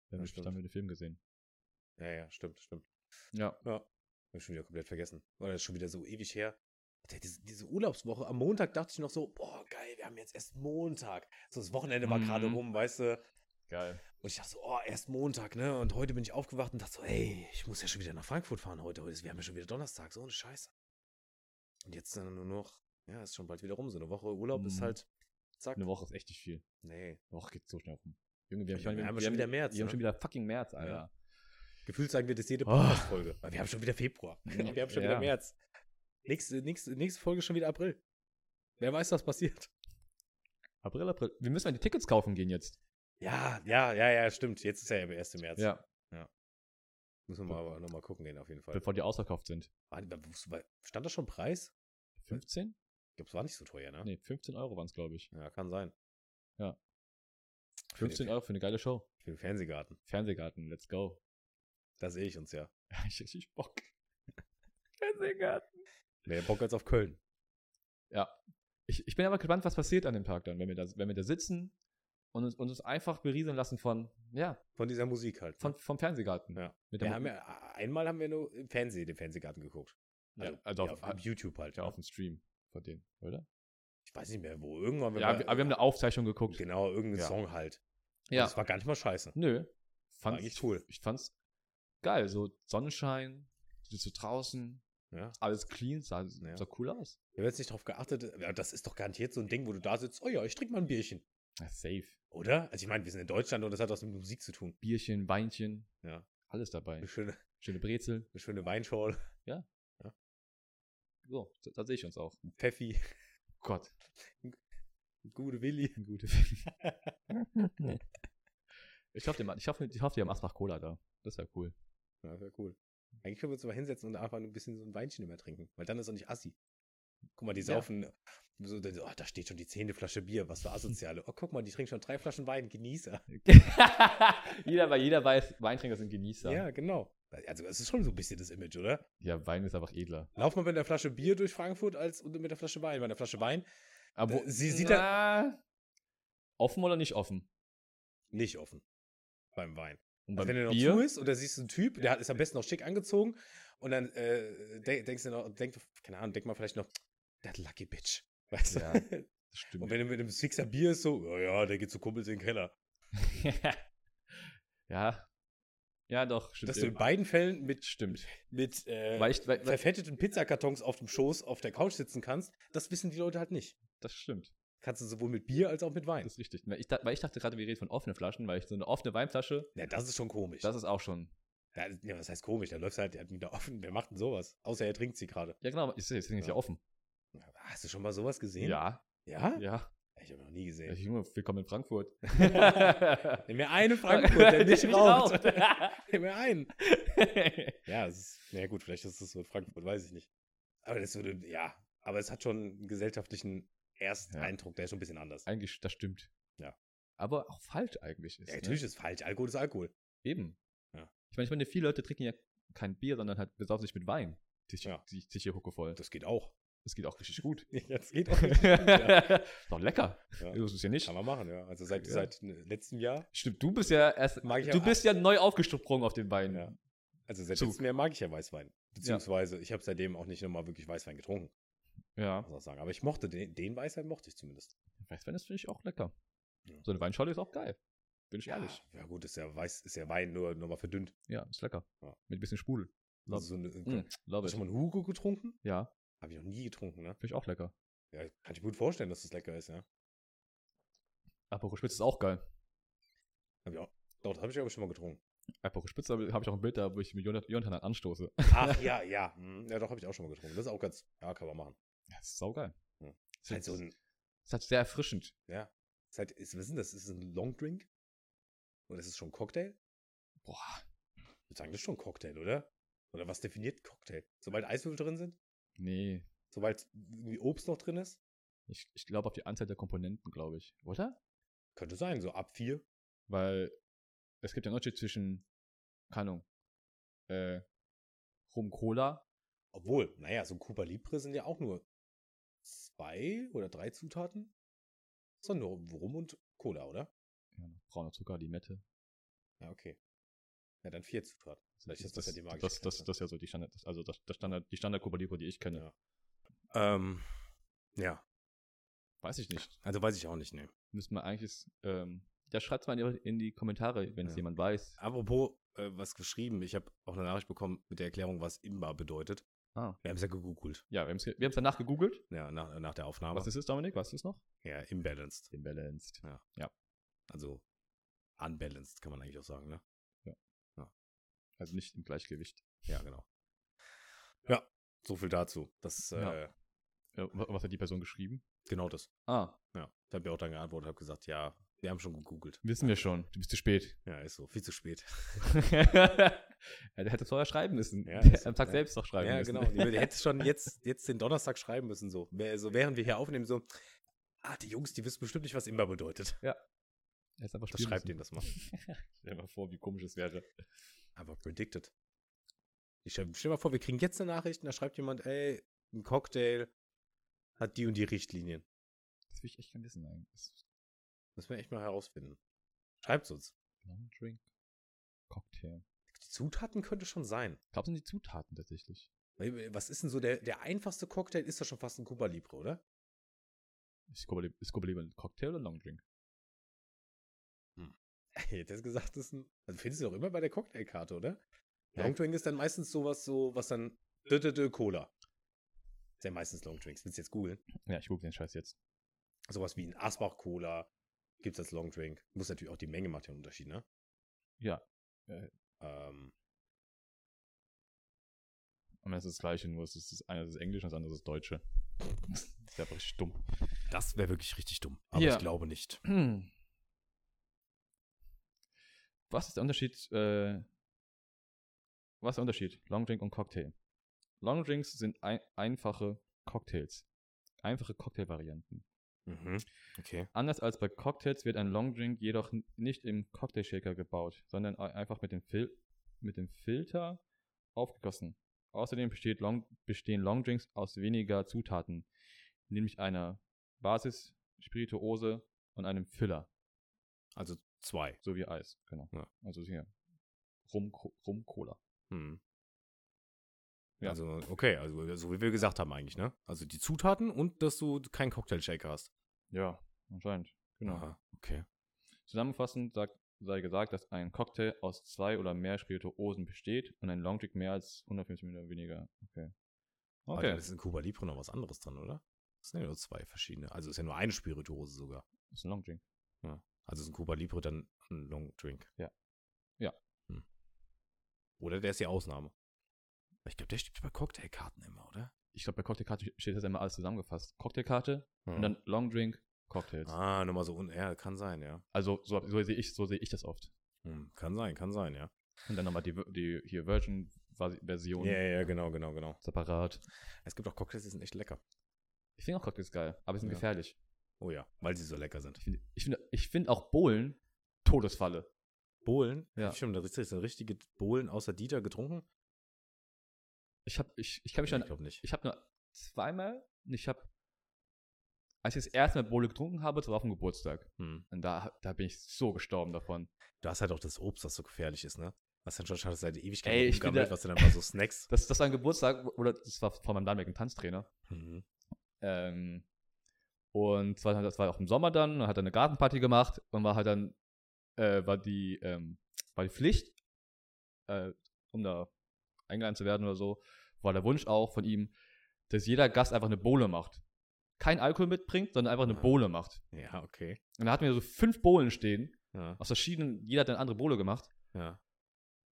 Da haben wir- stimmt. da haben wir den Film gesehen. Ja, ja, stimmt, stimmt. Ja. Ja. Hab ich schon wieder komplett vergessen. Weil das ist schon wieder so ewig her. Alter, Diese, diese Urlaubswoche, am Montag dachte ich noch so, boah, geil, wir haben jetzt erst Montag. So, das Wochenende war Mhm. gerade rum, weißt du. Geil. Und ich dachte so, oh, erst Montag, ne? Und heute bin ich aufgewacht und dachte so, ey, ich muss ja schon wieder nach Frankfurt fahren heute. heute ist, wir haben ja schon wieder Donnerstag, so eine Scheiße. Und jetzt dann nur noch, ja, ist schon bald wieder rum. So eine Woche Urlaub ist Mhm. halt, zack. Eine Woche ist echt nicht viel. Nee. Eine Woche geht so schnell rum. Junge, wir, Wir haben schon wieder März, Wir haben ne? schon wieder fucking März, Alter. Gefühlt sagen wir das jede Oh. Podcast-Folge. Weil Wir haben schon wieder Februar. Ja. Wir haben schon Ja. wieder März. Nächste, nächste, nächste Folge schon wieder April. Wer weiß, was passiert. April, April. Wir müssen mal die Tickets kaufen gehen jetzt. Ja, ja, ja, ja, stimmt. Jetzt ist ja der 1. März. Ja. Müssen wir mal, noch mal gucken gehen, auf jeden Fall. Bevor die ausverkauft sind. War- war- Stand da schon Preis? 15? Ich glaube, es war nicht so teuer, ne? Nee, 15 Euro waren es, glaube ich. Ja, kann sein. Ja. Für den, 15 Euro für eine geile Show. Für den Fernsehgarten. Fernsehgarten, let's go. Da sehe ich uns ja. ich richtig Bock. Fernsehgarten. Mehr Bock als auf Köln. Ich, ich bin aber gespannt, was passiert an dem Tag dann, wenn wir da, wenn wir da sitzen und uns, und uns einfach berieseln lassen von, ja, Von dieser Musik halt. von, vom Fernsehgarten. Ja. Mit der wir Mu- haben ja, einmal haben wir nur im Fernsehen, den Fernsehgarten geguckt. Ja, also ja, auf- auf YouTube halt. ja, ne? auf dem Stream von denen, oder? Ich weiß nicht mehr, wo. Irgendwann Ja, wir, aber wir haben eine Aufzeichnung geguckt. Genau, irgendeinen Ja. Song halt. Ja. Das war gar nicht mal scheiße. ne? Nö. War Fand eigentlich ich, cool. ich fand's geil. So Sonnenschein, du sitzt so draußen, Ja. alles clean, sah, Ja. sah cool aus. Ich habe jetzt nicht drauf geachtet. äh, Ja, das ist doch garantiert so ein Ding, wo du da sitzt. Oh ja, ich trinke mal ein Bierchen. Ja, safe. Oder? Also ich meine, wir sind in Deutschland und das hat was mit Musik zu tun. Bierchen, Weinchen. Ja. Alles dabei. Eine schöne, Schöne Brezel. eine schöne Weinschorle, So, da, da sehe ich uns auch. ein Pfeffi, Oh Gott. ein gute Willi. Ein gute Ich hoffe, die- ich hoffe, ich hoffe, die haben Asbach Cola da. Das wäre cool. Ja, wäre cool. Eigentlich können wir uns mal hinsetzen und einfach ein bisschen so ein Weinchen immer trinken, weil dann ist auch nicht assi. Guck mal, die Ja. saufen. äh, So, dann so, oh, da steht schon die zehnte Flasche Bier, was für Asoziale. Oh, guck mal, die trinken schon drei Flaschen Wein, Genießer. jeder, weil jeder weiß, Weintrinker sind Genießer. Ja, genau. Also, es ist schon so ein bisschen das Image, oder? ja, Wein ist einfach edler. Lauf mal mit einer Flasche Bier durch Frankfurt als und mit der Flasche Wein. Bei einer Flasche Wein Aber Äh, sie sieht da offen oder nicht offen? nicht offen. Beim Wein. Und Also wenn du noch zu ist und da siehst du einen Typ, der hat, ist am besten noch schick angezogen und dann äh, de denkst du noch, denk, keine Ahnung, denk mal vielleicht noch, that lucky bitch. Weißt Ja, du? das Und stimmt. wenn du mit einem Sixer Bier ist, so, ja, ja, der geht zu Kumpels in den Keller. ja. Ja, doch, stimmt. Dass du in beiden Fällen mit, stimmt. mit äh, Weil ich, weil, weil, verfetteten Pizzakartons auf dem Schoß auf der Couch sitzen kannst, das wissen die Leute halt nicht. das stimmt. Kannst du sowohl mit Bier als auch mit Wein. Das ist richtig. Weil ich, da- weil ich dachte gerade, wir reden von offenen Flaschen, weil ich so eine offene Weinflasche, ja, das ist schon komisch. das ist auch schon. ja, also, ja, was heißt komisch? Da läuft halt, der hat wieder offen. Wer macht denn sowas? Außer er trinkt sie gerade. Ja, genau. Ich, deswegen ist ja Ja. offen. Ja, Hast du schon mal sowas gesehen? Ja. Ja? Ja. Ich habe noch nie ja. gesehen. Junge, willkommen in Frankfurt. Nimm mir einen Frankfurt, der nicht raucht. raucht. Nimm mir einen. Ja, es ist, na ja gut, vielleicht ist es so in Frankfurt, weiß ich nicht. Aber das würde, ja, aber es hat schon einen gesellschaftlichen Ersteindruck, der ist schon ein bisschen anders. Eigentlich, das stimmt. Ja. Aber auch falsch eigentlich ist. Ja, natürlich ist es falsch. Alkohol ist Alkohol. Ne? Eben. Ja. Ich meine, ich meine, viele Leute trinken ja kein Bier, sondern halt besaufen sich mit Wein. Sich, Ja. sich, sich hier huckevoll. Das geht auch. Das geht auch richtig gut. Ja, Das geht auch. Nicht. ja. Ist Doch lecker. Ja. Das ist ja nicht. Kann man machen, ja. Also seit, Ja. seit ne, letztem Jahr, Stimmt, du bist ja erst. Mag ich du ja- bist ja neu aufgesprungen auf den Beinen. Ja. also seit Zug. letztem Jahr mag ich ja Weißwein. Beziehungsweise ich habe seitdem auch nicht nochmal wirklich Weißwein getrunken, ja. muss ich sagen. Aber ich mochte den, den Weißwein, mochte ich zumindest. Weißwein ist, finde ich, auch lecker. Ja. So eine Weinschale ist auch geil. Bin ich ehrlich. Ja, ja gut, ist ja, Weiß, ist ja Wein, nur nochmal verdünnt. Ja, ist lecker. Ja. Mit ein bisschen Sprudel. Also so eine, Mm, love Hast du it. schon mal einen Hugo getrunken? Ja, Habe ich noch nie getrunken, ne? finde ich auch lecker. Ja, kann ich mir gut vorstellen, dass das lecker ist, ja. Aperol Spitz ist auch geil. Hab ich auch. Doch, das habe ich aber schon mal getrunken. Aperol Spitz habe hab ich auch ein Bild da, wo ich mit Jonathan, Jonathan anstoße. Ach ja, ja. hm, Ja, doch, habe ich auch schon mal getrunken. Das ist auch ganz, ja, kann man machen. Ja, das ist saugeil. Ja. Ist Ist halt so ist ein, halt sehr erfrischend. ist halt, ist, was ist denn das? Ist es ein Longdrink? Oder ist es schon ein Cocktail? Boah, Ich würde sagen, das ist schon ein Cocktail, oder? Oder was definiert Cocktail? Sobald Eiswürfel drin sind? nee. Sobald irgendwie Obst noch drin ist? Ich, ich glaube auf die Anzahl der Komponenten, glaube ich. Oder? Könnte sein, so ab vier. Weil es gibt ja einen Unterschied zwischen, keine Ahnung, äh, Rum Cola Obwohl, naja, so ein Cuba Libre sind ja auch nur zwei oder drei Zutaten. Sondern nur Rum und Cola, oder? Ja, noch brauner Zucker, Limette. Ja, okay. Ja, dann vier Zutaten. Vielleicht ist das, ja die magische das, das, das ist ja so die Standard, das, also das, das Standard, die Standard Cuba Libre, die ich kenne. Ja. Ähm, ja, Weiß ich nicht. also weiß ich auch nicht, ne. Müsste man eigentlich, ähm, ja, schreibt mal in die- in die Kommentare, wenn es Ja. jemand weiß. Apropos, äh, was geschrieben, ich habe auch eine Nachricht bekommen mit der Erklärung, was Imba bedeutet. Ah. Wir haben es ja gegoogelt, Ja, wir haben es wir haben's danach gegoogelt. ja, nach, nach der Aufnahme. Was ist es, Dominik? Weißt du es noch? Ja, imbalanced. Imbalanced. Also unbalanced kann man eigentlich auch sagen, ne? Also nicht im Gleichgewicht. Ja, genau. Ja, so viel dazu. Das, äh, Ja. Äh, wa- was hat die Person geschrieben? genau das. Ah, Ja, ich habe ja auch dann geantwortet, habe gesagt, ja, wir haben schon gegoogelt. wissen wir schon. Du bist zu spät. Ja, ist so, viel zu spät. ja, der hätte vorher schreiben müssen. Ja, Der ist hätte Am so, Tag ja. selbst noch schreiben Ja, müssen. genau. Die hätte schon jetzt, jetzt den Donnerstag schreiben müssen, so. Wär- so während wir hier aufnehmen, so. Ah, die Jungs, die wissen bestimmt nicht, was immer bedeutet. Er hätte einfach Das spielen schreibt müssen. denen das mal. Stell dir mal vor, wie komisch es wäre. Aber predicted. Ich stell, stell mal vor, wir kriegen jetzt eine Nachricht und da schreibt jemand, ey, ein Cocktail hat die und die Richtlinien. Das will ich echt gerne wissen eigentlich. Das Müssen wir echt mal herausfinden. Schreibt's uns. Long Drink. Cocktail. Die Zutaten könnte schon sein. äh, Glaubst du, sind die Zutaten tatsächlich? Was ist denn so der, der einfachste Cocktail? Ist doch schon fast ein Cuba Libre, oder? Ist Cuba Libre- ist Cuba Libre ein Cocktail oder ein Long Drink? Ich hätte jetzt gesagt, das ist ein. Also findest du doch immer bei der Cocktailkarte, oder? Ja. Longdrink ist dann meistens sowas, so, was dann. Dö, dö, dö, Cola. Ist ja meistens Longdrinks. Willst du jetzt googeln? Ja, ich gucke den Scheiß jetzt. Sowas wie ein Asbach-Cola gibt's als Longdrink. Muss natürlich auch die Menge macht ja einen Unterschied, ne? Ja. Ähm, Und das ist das Gleiche, nur es ist das eine ist Englisch und das andere ist Deutsche. Das wäre richtig dumm. das wäre wirklich richtig dumm. aber Ja. ich glaube nicht. Was ist der Unterschied? Äh, was ist der Unterschied? Long Drink und Cocktail. Long Drinks sind ein, einfache Cocktails. Einfache Cocktailvarianten. Mhm. Okay. Anders als bei Cocktails wird ein Long Drink jedoch n- nicht im Cocktailshaker gebaut, sondern ei- einfach mit dem, Fil mit dem Filter aufgegossen. Außerdem besteht Long bestehen Long Drinks aus weniger Zutaten, nämlich einer Basis, Spirituose und einem Filler, Also zwei. sowie Eis. Genau. Ja. Also hier Rum, Co- Rum Cola. Hm. Ja. Also, okay, also so wie wir gesagt haben eigentlich, ne? Also die Zutaten und dass du keinen Cocktail-Shaker hast. Ja, anscheinend. Genau. Aha, okay. Zusammenfassend sagt, sei gesagt, dass ein Cocktail aus zwei oder mehr Spirituosen besteht und ein Longdrink mehr als 150 Milliliter weniger. Okay. Also Okay. Oh, Okay. Aber da ist in Cuba Libre noch was anderes dran, oder? Das sind ja nur zwei verschiedene. Also ist ja nur eine Spirituose sogar. ist ein Longdrink. Also ist in Cuba Libre dann ein Long Drink. Ja. Ja. Hm. Oder der ist die Ausnahme. Ich glaube, der steht bei Cocktailkarten immer, oder? Ich glaube, bei Cocktailkarte steht das immer alles zusammengefasst. Cocktailkarte Hm. und dann Longdrink, Cocktails. ah, nochmal so, un ja, kann sein, ja. Also so, so sehe ich, so sehe ich das oft. Hm, kann sein, kann sein, ja. Und dann nochmal die, die hier Virgin-Version Ja, ja, genau, genau, genau. separat. Es gibt auch Cocktails, die sind echt lecker. Ich finde auch Cocktails geil, aber sie sind Ja. gefährlich. Oh ja, weil sie so lecker sind. Ich finde ich finde- ich finde auch Bohlen Todesfalle. Bohlen? Ja. Ja. Stimmt, da ist das eine richtige Bohlen außer Dieter getrunken? Ich, hab, ich, ich kann mich Nee, an ich glaube nicht. Ich habe nur zweimal, nee, ich habe, als ich das erste Mal Bowle getrunken habe, das war auf dem Geburtstag. Hm. Und da, da bin ich so gestorben davon. Du hast halt auch das Obst, das so gefährlich ist, ne? Was dann schon schade seit Ewigkeit Ey, noch ich bin rumgammelt, da- was du dann mal so Snacks. Das, das war ein Geburtstag, wo- oder das war von meinem Damenberg, ein Tanztrainer. Mhm. Ähm, und zwar, das war auch im Sommer dann, hat er eine Gartenparty gemacht und war halt dann, äh, war die, ähm, war die Pflicht, äh, um da eingeladen zu werden oder so, war der Wunsch auch von ihm, dass jeder Gast einfach eine Bohle macht. Kein Alkohol mitbringt, sondern einfach eine Ah. Bohle macht. Ja, okay. Und da hatten wir so fünf Bohlen stehen, Ja, aus verschiedenen, jeder hat eine andere Bohle gemacht. ja.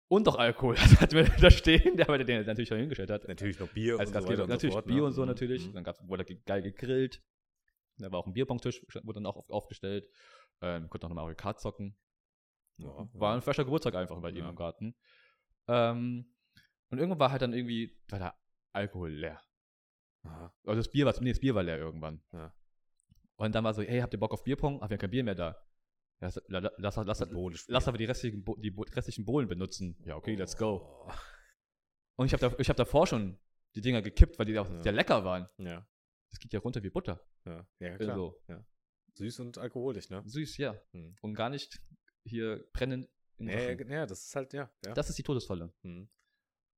Und noch Alkohol, das hatten wir da stehen, der, weil den natürlich schon hingestellt hat. Natürlich noch Bier Als und so Gastgeber, weiter und natürlich so fort, Bier ne? und so Mhm, natürlich. mhm. Dann gab's, wurde ge- geil gegrillt. Da war auch ein Bierpunktisch, wurde dann auch auf- aufgestellt. Ähm, konnte auch nochmal Mario Kart zocken. Ja, War ein frischer Geburtstag einfach bei ihm Oh, Ja. im Garten. Ähm, und irgendwann war halt dann irgendwie, war der Alkohol leer. Aha. Also das Bier war, nee, das Bier war leer irgendwann. Ja. Und dann war so, hey, habt ihr Bock auf Bierpong? Ach, wir haben kein Bier mehr da. Lass, la- la- lass, lass, lass, Bohlen spielen. lass aber die restlichen, Bo- die Bo- restlichen Bohlen benutzen. Ja, okay, let's go. Oh. Und ich habe da, ich hab davor schon die Dinger gekippt, weil die auch Ja. sehr lecker waren. Ja, Das geht ja runter wie Butter. ja, ja, klar. Also, Süß und alkoholisch, ne? süß, ja. Mhm. Und gar nicht hier brennend. in Ja, ja, Rachen. ja, das ist halt, ja. ja. Das ist die Todesfalle. Mhm.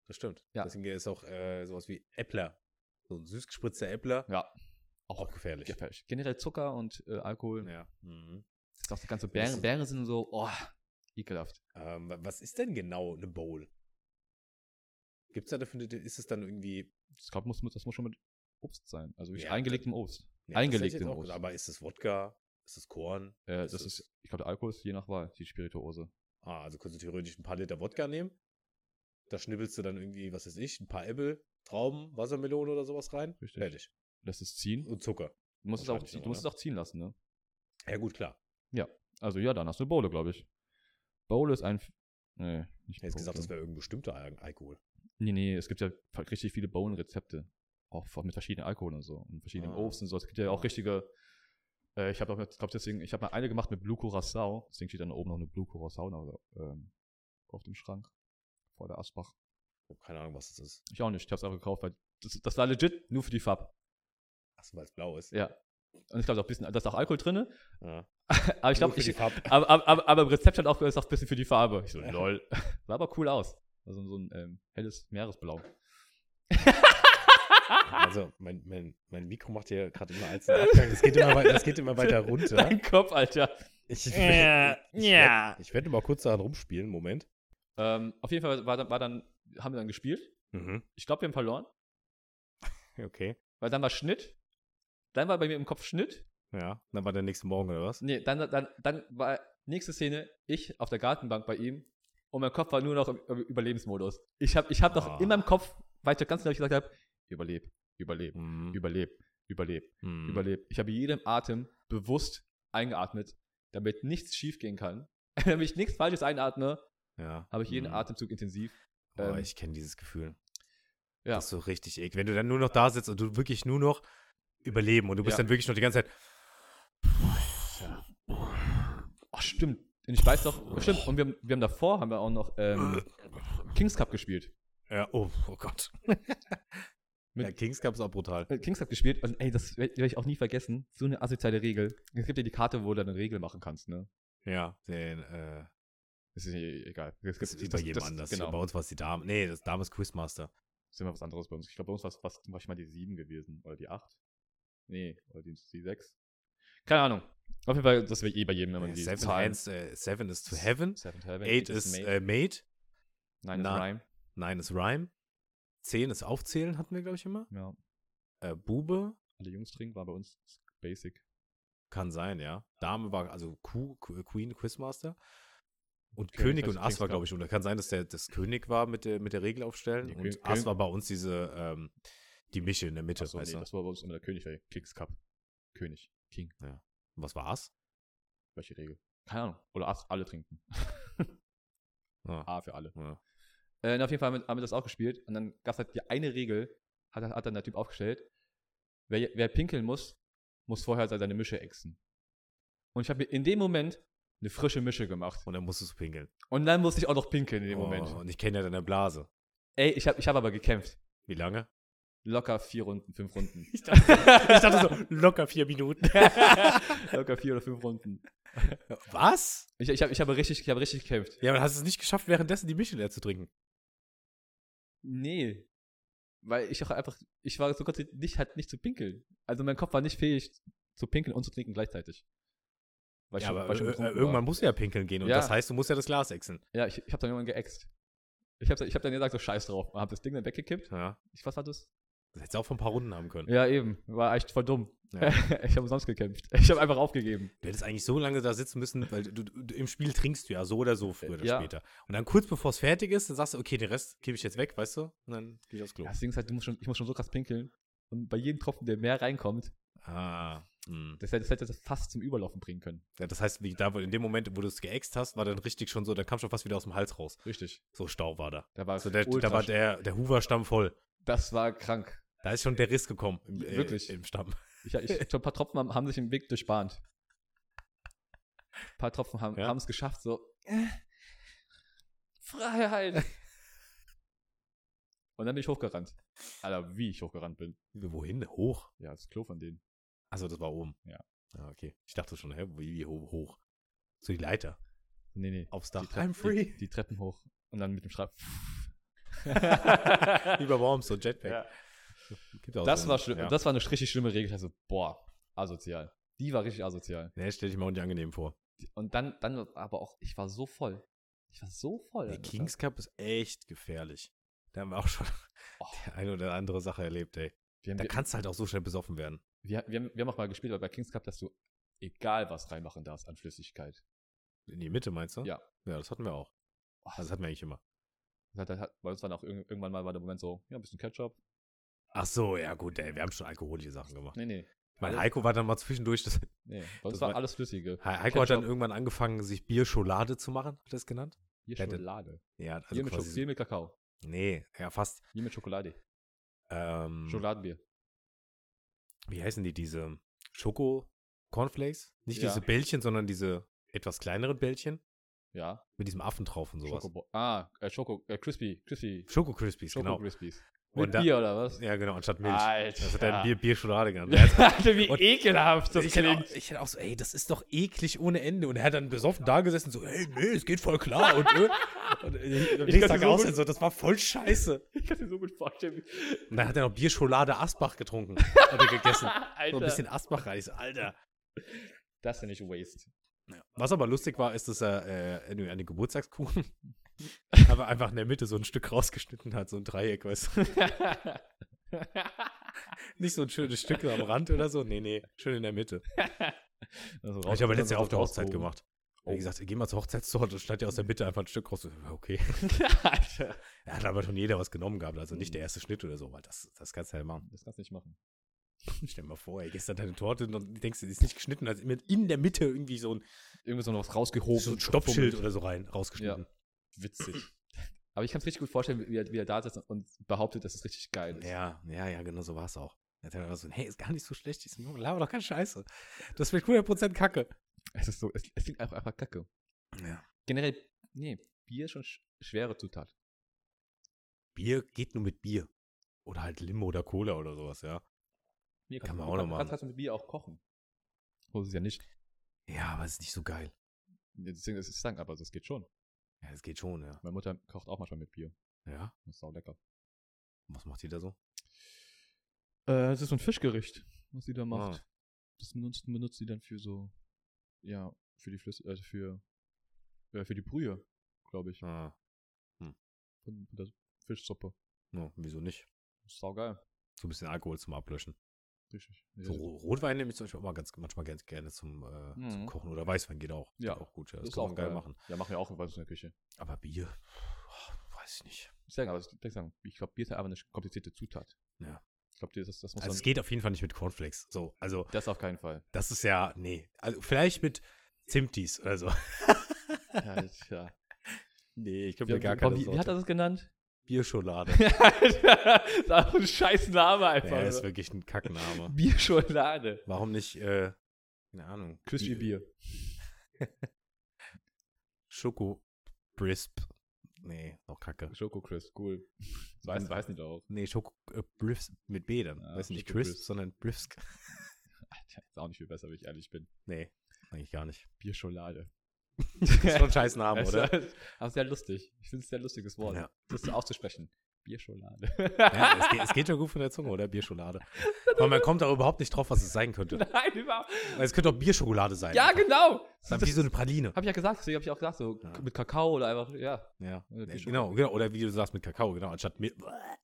Das stimmt. Ja. Deswegen ist auch äh, sowas wie Äppler. So ein süß gespritzter Äppler. Ja. Auch gefährlich. Gefährlich. Generell Zucker und äh, Alkohol. Ja. Mhm. Das ist auch das ganze Das Bären, ist- Bären sind so, oh, ekelhaft. Ähm, wa- was ist denn genau eine Bowl? Gibt's da dafür, eine- ist es dann irgendwie. ne, Ich glaube, muss, muss, das muss schon mit Obst sein. Also wirklich Ja, eingelegtem Obst. das hätte ich Eingelegt jetzt im auch Obst. gesagt, Aber ist es Wodka? Ist es Korn? Äh, das, Das ist, ist- ich glaube, der Alkohol ist je nach Wahl, die Spirituose. Ah, also kannst du theoretisch ein paar Liter Wodka nehmen. Da schnibbelst du dann irgendwie, was weiß ich, ein paar Äpfel, Trauben, Wassermelone oder sowas rein. Richtig. Fertig. Lässt es ziehen. Und Zucker. Du musst, es auch, wahrscheinlich ziehen- du so, musst es ne? auch ziehen lassen, ne? Ja, gut, klar. Also ja, dann hast du eine Bowle, glaube ich. Bowle ist ein. Nee, nicht Ich hätte jetzt gesagt, Bowle. das wäre irgendein bestimmter Al- Alkohol. Nee, nee, es gibt ja richtig viele Bowen-Rezepte. Auch von- mit verschiedenen Alkoholen und so. Und verschiedenen Ah. Obst und so. Es gibt ja auch richtige. Äh, ich habe auch, ich glaube deswegen, ich habe mal eine gemacht mit Blue Curacao. Deswegen steht dann oben noch eine Blue Curacao noch, ähm, auf dem Schrank. Vor der Asbach. Ich hab Oh, keine Ahnung, was das ist. Ich auch nicht. Ich habe es einfach gekauft, weil das, das war legit nur für die Farb. Achso, weil es blau ist. Ja. Und ich glaube, da ist auch ein bisschen, da ist auch Alkohol drin, Ja. aber ich glaube, Nur für ich, die Farb- aber, aber, aber, aber im Rezept stand auch gesagt, ein bisschen für die Farbe. Ich so, lol. Sah aber cool aus. Also so ein ähm, helles Meeresblau. Also, mein, mein, mein Mikro macht hier gerade immer einzelne Abgang. Das geht immer, wei- das geht immer weiter runter. Dein Kopf, Alter. Ich, ich, Äh, Ja, Äh, ja. werde ich werd mal kurz daran rumspielen. Moment. Ähm, auf jeden Fall war dann, war dann, haben wir dann gespielt. Mhm. Ich glaube, wir haben verloren. Okay. Weil dann war Schnitt. Dann war bei mir im Kopf Schnitt. Ja. Dann war der nächste Morgen oder was? Nee, dann, dann, dann war nächste Szene, ich auf der Gartenbank bei ihm und mein Kopf war nur noch im Über- Überlebensmodus. Ich habe ich hab noch Ah. in meinem Kopf, weil ich doch ganz genau gesagt habe, überleb, überleb, Mhm. überleb, überleb, Mhm. überleb. Ich habe jedem Atem bewusst eingeatmet, damit nichts schief gehen kann. Damit ich nichts Falsches einatme, Ja. habe ich jeden Mhm. Atemzug intensiv. Boah, ähm, Oh, ich kenne dieses Gefühl. Ja. Das ist so richtig eklig. Wenn du dann nur noch da sitzt und du wirklich nur noch überleben und du bist Ja. dann wirklich noch die ganze Zeit. Ach, oh, stimmt. Und ich weiß Oh. doch, stimmt. Und wir, haben- wir haben davor, haben wir auch noch ähm, Äh. Kings Cup gespielt. Ja, oh, oh Gott. Mit- ja, Kings Cup ist auch brutal. Äh, Kings Cup gespielt und ey, das werde ich auch nie vergessen. So eine asoziale Regel. Es gibt ja die Karte, wo du eine Regel machen kannst, ne? Ja, den, äh, Das ist e- egal. Es das ist wie bei jedem anders. Genau. Bei uns war es die Dame. Nee, das Dame ist Quizmaster. Das ist immer was anderes bei uns. Ich glaube, bei uns war es was, war ich mal die 7 gewesen. Oder die 8. Nee, oder die, die 6. Keine Ahnung. Auf jeden Fall, das wäre eh bei jedem immer Äh, die seven, Zahlen. hands, äh, seven is to heaven. Seven to Heaven. 8 ist Made. äh, made. Nine is na- Rhyme. 9 ist rhyme. 10 ist aufzählen, hatten wir, glaube ich, immer. Ja. Äh, Bube. Alle Jungs trinken war bei uns basic. Kann sein, ja. Dame war, also Q, Q- Queen, Quizmaster. Und König, König, und also Ass war, Kings glaube ich, oder kann sein, dass der das König war mit der, mit der Regel aufstellen. Nee, und Kö- Ass Kö- war bei uns diese, ähm, die Mische in der Mitte. Achso, nee, weißt du? das war bei uns immer der König, weil Kings Cup. König. King. Und Was war Ass? Welche Regel? Keine Ahnung. Oder Ass, alle trinken. Ja. A für alle. Ja. Äh, na, auf jeden Fall haben wir- haben wir das auch gespielt. Und dann gab es halt die eine Regel, hat, hat dann der Typ aufgestellt. Wer, wer pinkeln muss, muss vorher seine Mische exen. Und ich habe mir in dem Moment eine frische Mische gemacht. Und dann musstest du pinkeln. Und dann musste ich auch noch pinkeln in dem Oh, Moment. Und ich kenne ja deine Blase. Ey, ich habe ich hab aber gekämpft. Wie lange? Locker vier Runden, fünf Runden. Ich dachte, ich dachte so, locker vier Minuten. Locker vier oder fünf Runden. Was? Ich, ich habe ich hab richtig, ich hab richtig gekämpft. Ja, aber hast du es nicht geschafft, währenddessen die Mische leer zu trinken? Nee. Weil ich auch einfach, ich war so konzentriert, nicht halt nicht zu pinkeln. Also mein Kopf war nicht fähig zu pinkeln und zu trinken gleichzeitig. Weil Ja, schon- aber weil schon äh, betrunken war. irgendwann musst du ja pinkeln gehen. Und Ja. das heißt, du musst ja das Glas exen. Ja, ich, ich habe dann irgendwann geäxt. Ich habe ich hab dann gesagt, so scheiß drauf. Und hab das Ding dann weggekippt. Ja. Ich, was war das? Das hättest du auch vor ein paar Runden haben können. Ja, eben. War echt voll dumm. Ja. ich habe umsonst gekämpft. Ich habe einfach aufgegeben. Du hättest eigentlich so lange da sitzen müssen, weil du, du, du im Spiel trinkst du ja so oder so früher oder Ja. später. Und dann kurz bevor es fertig ist, dann sagst du, okay, den Rest gebe ich jetzt weg, weißt du? Und dann gehe ich aufs Klo. Ja, das Ding ist halt, du musst schon, ich muss schon so krass pinkeln. Und bei jedem Tropfen, der mehr reinkommt, Ah. hm. das hätte das hätte das fast zum Überlaufen bringen können. Ja, das heißt, wie da, wo- in dem Moment, wo du es geäxt hast, war dann richtig schon so, da kam schon fast wieder aus dem Hals raus. Richtig. So Stau war da. Da war, Also der, ultra- da war der, der Hoover-Stamm voll. das war krank. Da ist schon der Riss gekommen. Im, äh, Wirklich? Im Stamm. Ich, ich, schon ein paar Tropfen haben, haben sich im Weg durchbahnt. Ein paar Tropfen haben Ja. haben es geschafft, so. äh, Freiheit! Und dann bin ich hochgerannt. Alter, wie ich hochgerannt bin. Wohin? Hoch? Ja, das Klo von denen. Also das war oben. Ja. Ah, okay. Ich dachte schon, hä, wie, wie ho- hoch? So die Leiter. Nee, nee. Aufs Dach. Die, Treppen- Die, die Treppen hoch. Und dann mit dem Schreib. Über Worms, so ein Jetpack. Ja. Gibt auch Das so war einen- schlimm. ja. Das war eine richtig schlimme Regel. Ich dachte so, boah, asozial. Die war richtig asozial. Nee, stell dich mal unangenehm vor. Und dann, dann aber auch, ich war so voll. Ich war so voll. Der Alter. Kings Cup ist echt gefährlich. Da haben wir auch schon Oh. die eine oder andere Sache erlebt, ey. Wir haben, Da wir, kannst du halt auch so schnell besoffen werden. wir, wir, haben, wir haben auch mal gespielt, weil bei Kings Cup, dass du egal was reinmachen darfst an Flüssigkeit. In die Mitte, meinst du? Ja. Ja, das hatten wir auch. Also, das hatten wir eigentlich immer. Das hat, das hat, bei uns war auch irgend- irgendwann mal war der Moment so, ja, ein bisschen Ketchup. Ach so, ja gut, ey, wir haben schon alkoholische Sachen gemacht. Nee, nee. Mein Heiko war dann mal zwischendurch, das, He- nee. Bei uns Das war, war- alles Flüssige. Heiko hat dann Ketchup. irgendwann angefangen, sich Bierschokolade zu machen, hat er es genannt? Hier Ja, das- Schokolade. Ja, also Hier mit, Schoko- quasi, hier mit Kakao. Nee, ja fast. Hier mit Schokolade. Ähm, Schokoladenbier. wie heißen die, diese Schoko-Cornflakes? Nicht Ja. diese Bällchen, sondern diese etwas kleineren Bällchen Ja. mit diesem Affen drauf und sowas. Schokobo ah, äh, Schoko, äh, Crispy, Crispy. Schoko-Crispies, Schoko genau. Crispies. Mit Und da- Bier oder was? Ja, genau, anstatt Milch. Alter. Das hat er ein Bier, Bierschokolade genannt. Alter, wie Und- ekelhaft das ich, hätte klingt. auch, ich hätte auch so, ey, das ist doch eklig ohne Ende. Und er hat dann besoffen da gesessen, so, ey, nee, es geht voll klar. Und, äh, und äh, am Ich nächsten kann Tag so raus, gut- so, das war voll scheiße. Ich kann mir so gut vorstellen. wie- Und dann hat er noch Bierschokolade Asbach getrunken. hat er gegessen. So Alter, ein bisschen Asbach rein. Ich so, Alter. das ist ja nicht Waste. Was aber lustig war, ist, dass er äh, eine eine Geburtstagskuchen aber einfach in der Mitte so ein Stück rausgeschnitten hat, so ein Dreieck, weißt du? Nicht so ein schönes Stück am Rand oder so. Nee, nee, schön in der Mitte. Also Hab ich aber letztes Jahr auf der Hochzeit rausgehoben. gemacht. Wie gesagt, geh mal zur Hochzeitstorte und schneid dir aus der Mitte einfach ein Stück raus. Okay. Alter. Da hat aber schon jeder was genommen gehabt, also nicht der erste Schnitt oder so, weil das, das kannst du halt machen. Das kannst du nicht machen. Stell dir mal vor, ey, gestern deine Torte und denkst, die ist nicht geschnitten, also immer in der Mitte irgendwie so ein, Irgendwie so noch was rausgehoben. so ein und Stoppschild verfummelt. oder so rein, rausgeschnitten. Witzig. Aber ich kann es richtig gut vorstellen, wie er, wie er da sitzt und behauptet, dass es richtig geil ist. Ja, ja, ja, genau so war es auch. Er hat dann einfach so, hey, ist gar nicht so schlecht, ich so, Junge, laber doch keine Scheiße. Das wird 100% Kacke. Es ist so, es, es klingt einfach, einfach kacke. Ja. Generell, nee, Bier ist schon sch schwere Zutat. Bier geht nur mit Bier. Oder halt Limo oder Cola oder sowas, ja. Bier Kann kannst man du- auch noch kannst- machen. Kannst du mit Bier auch kochen. Muss es ja nicht. Ja, aber es ist nicht so geil. Deswegen ist es sagen, aber es geht schon. Ja, das geht schon, ja. Meine Mutter kocht auch manchmal mit Bier. Ja. Das ist auch lecker. Was macht ihr da so? Äh, es ist so ein Fischgericht, was sie da macht. Ah. Das benutzt, benutzt sie dann für so, ja, für die Flüsse, also für, äh, für die Brühe, glaube ich. Ah, Von der Fischsuppe. no, wieso nicht? Das ist saugeil. So ein bisschen Alkohol zum Ablöschen. Richtig. So Ja, Ro- Rotwein nehme ich zum Beispiel auch mal ganz, manchmal ganz gerne zum, äh, zum Mhm. Kochen. Oder Weißwein geht auch. Ja, Geht auch gut. Ja. Das, das ist kann auch man geil geil. machen. Ja, machen wir auch was in der Küche. Aber Bier, pff, weiß ich nicht. Ich sage aber, ich sagen, ich glaube, Bier ist einfach eine komplizierte Zutat. Ja. Ich glaube, das, das muss Also es man, geht auf jeden Fall nicht mit Cornflakes. So, also das auf keinen Fall. das ist ja, nee. Also vielleicht mit Zimtis oder so. Alter. Nee, ich Wie, wie, wie hat er das genannt? Bierschokolade. Alter, das ist auch ein scheiß Name einfach. ja, das ist oder? wirklich ein Kackname. Bierschokolade. Warum nicht, äh, keine Ahnung. Crispy Bier. Schoko Brisp. Nee, auch Kacke. Schoko Crisp, cool. Das weiß, weiß nicht auch. Nee, Schoko äh, Brisp mit B dann. Ah, weißt du nicht Schoko Crisp, Brisp. sondern Brisk. Alter, ist auch nicht viel besser, wenn ich ehrlich bin. Nee, eigentlich gar nicht. Bierschokolade. Das ist schon ein scheiß Name, Also, oder? Aber sehr lustig. Ich finde es ein sehr lustiges Wort. Ja. Das so auszusprechen. Bierschokolade. Ja, es, geht, es geht schon gut von der Zunge, oder? Bierschokolade. Aber man kommt auch überhaupt nicht drauf, was es sein könnte. Nein, überhaupt. Weil Es könnte auch Bierschokolade sein. Ja, einfach. genau. Dann Wie so eine Praline. Hab ich ja gesagt, deswegen hab ich auch gesagt, so Ja. mit Kakao oder einfach, ja. Ja, Oder Nee, Bierschokolade. genau, genau. Oder wie du sagst, mit Kakao, genau. Anstatt Milch.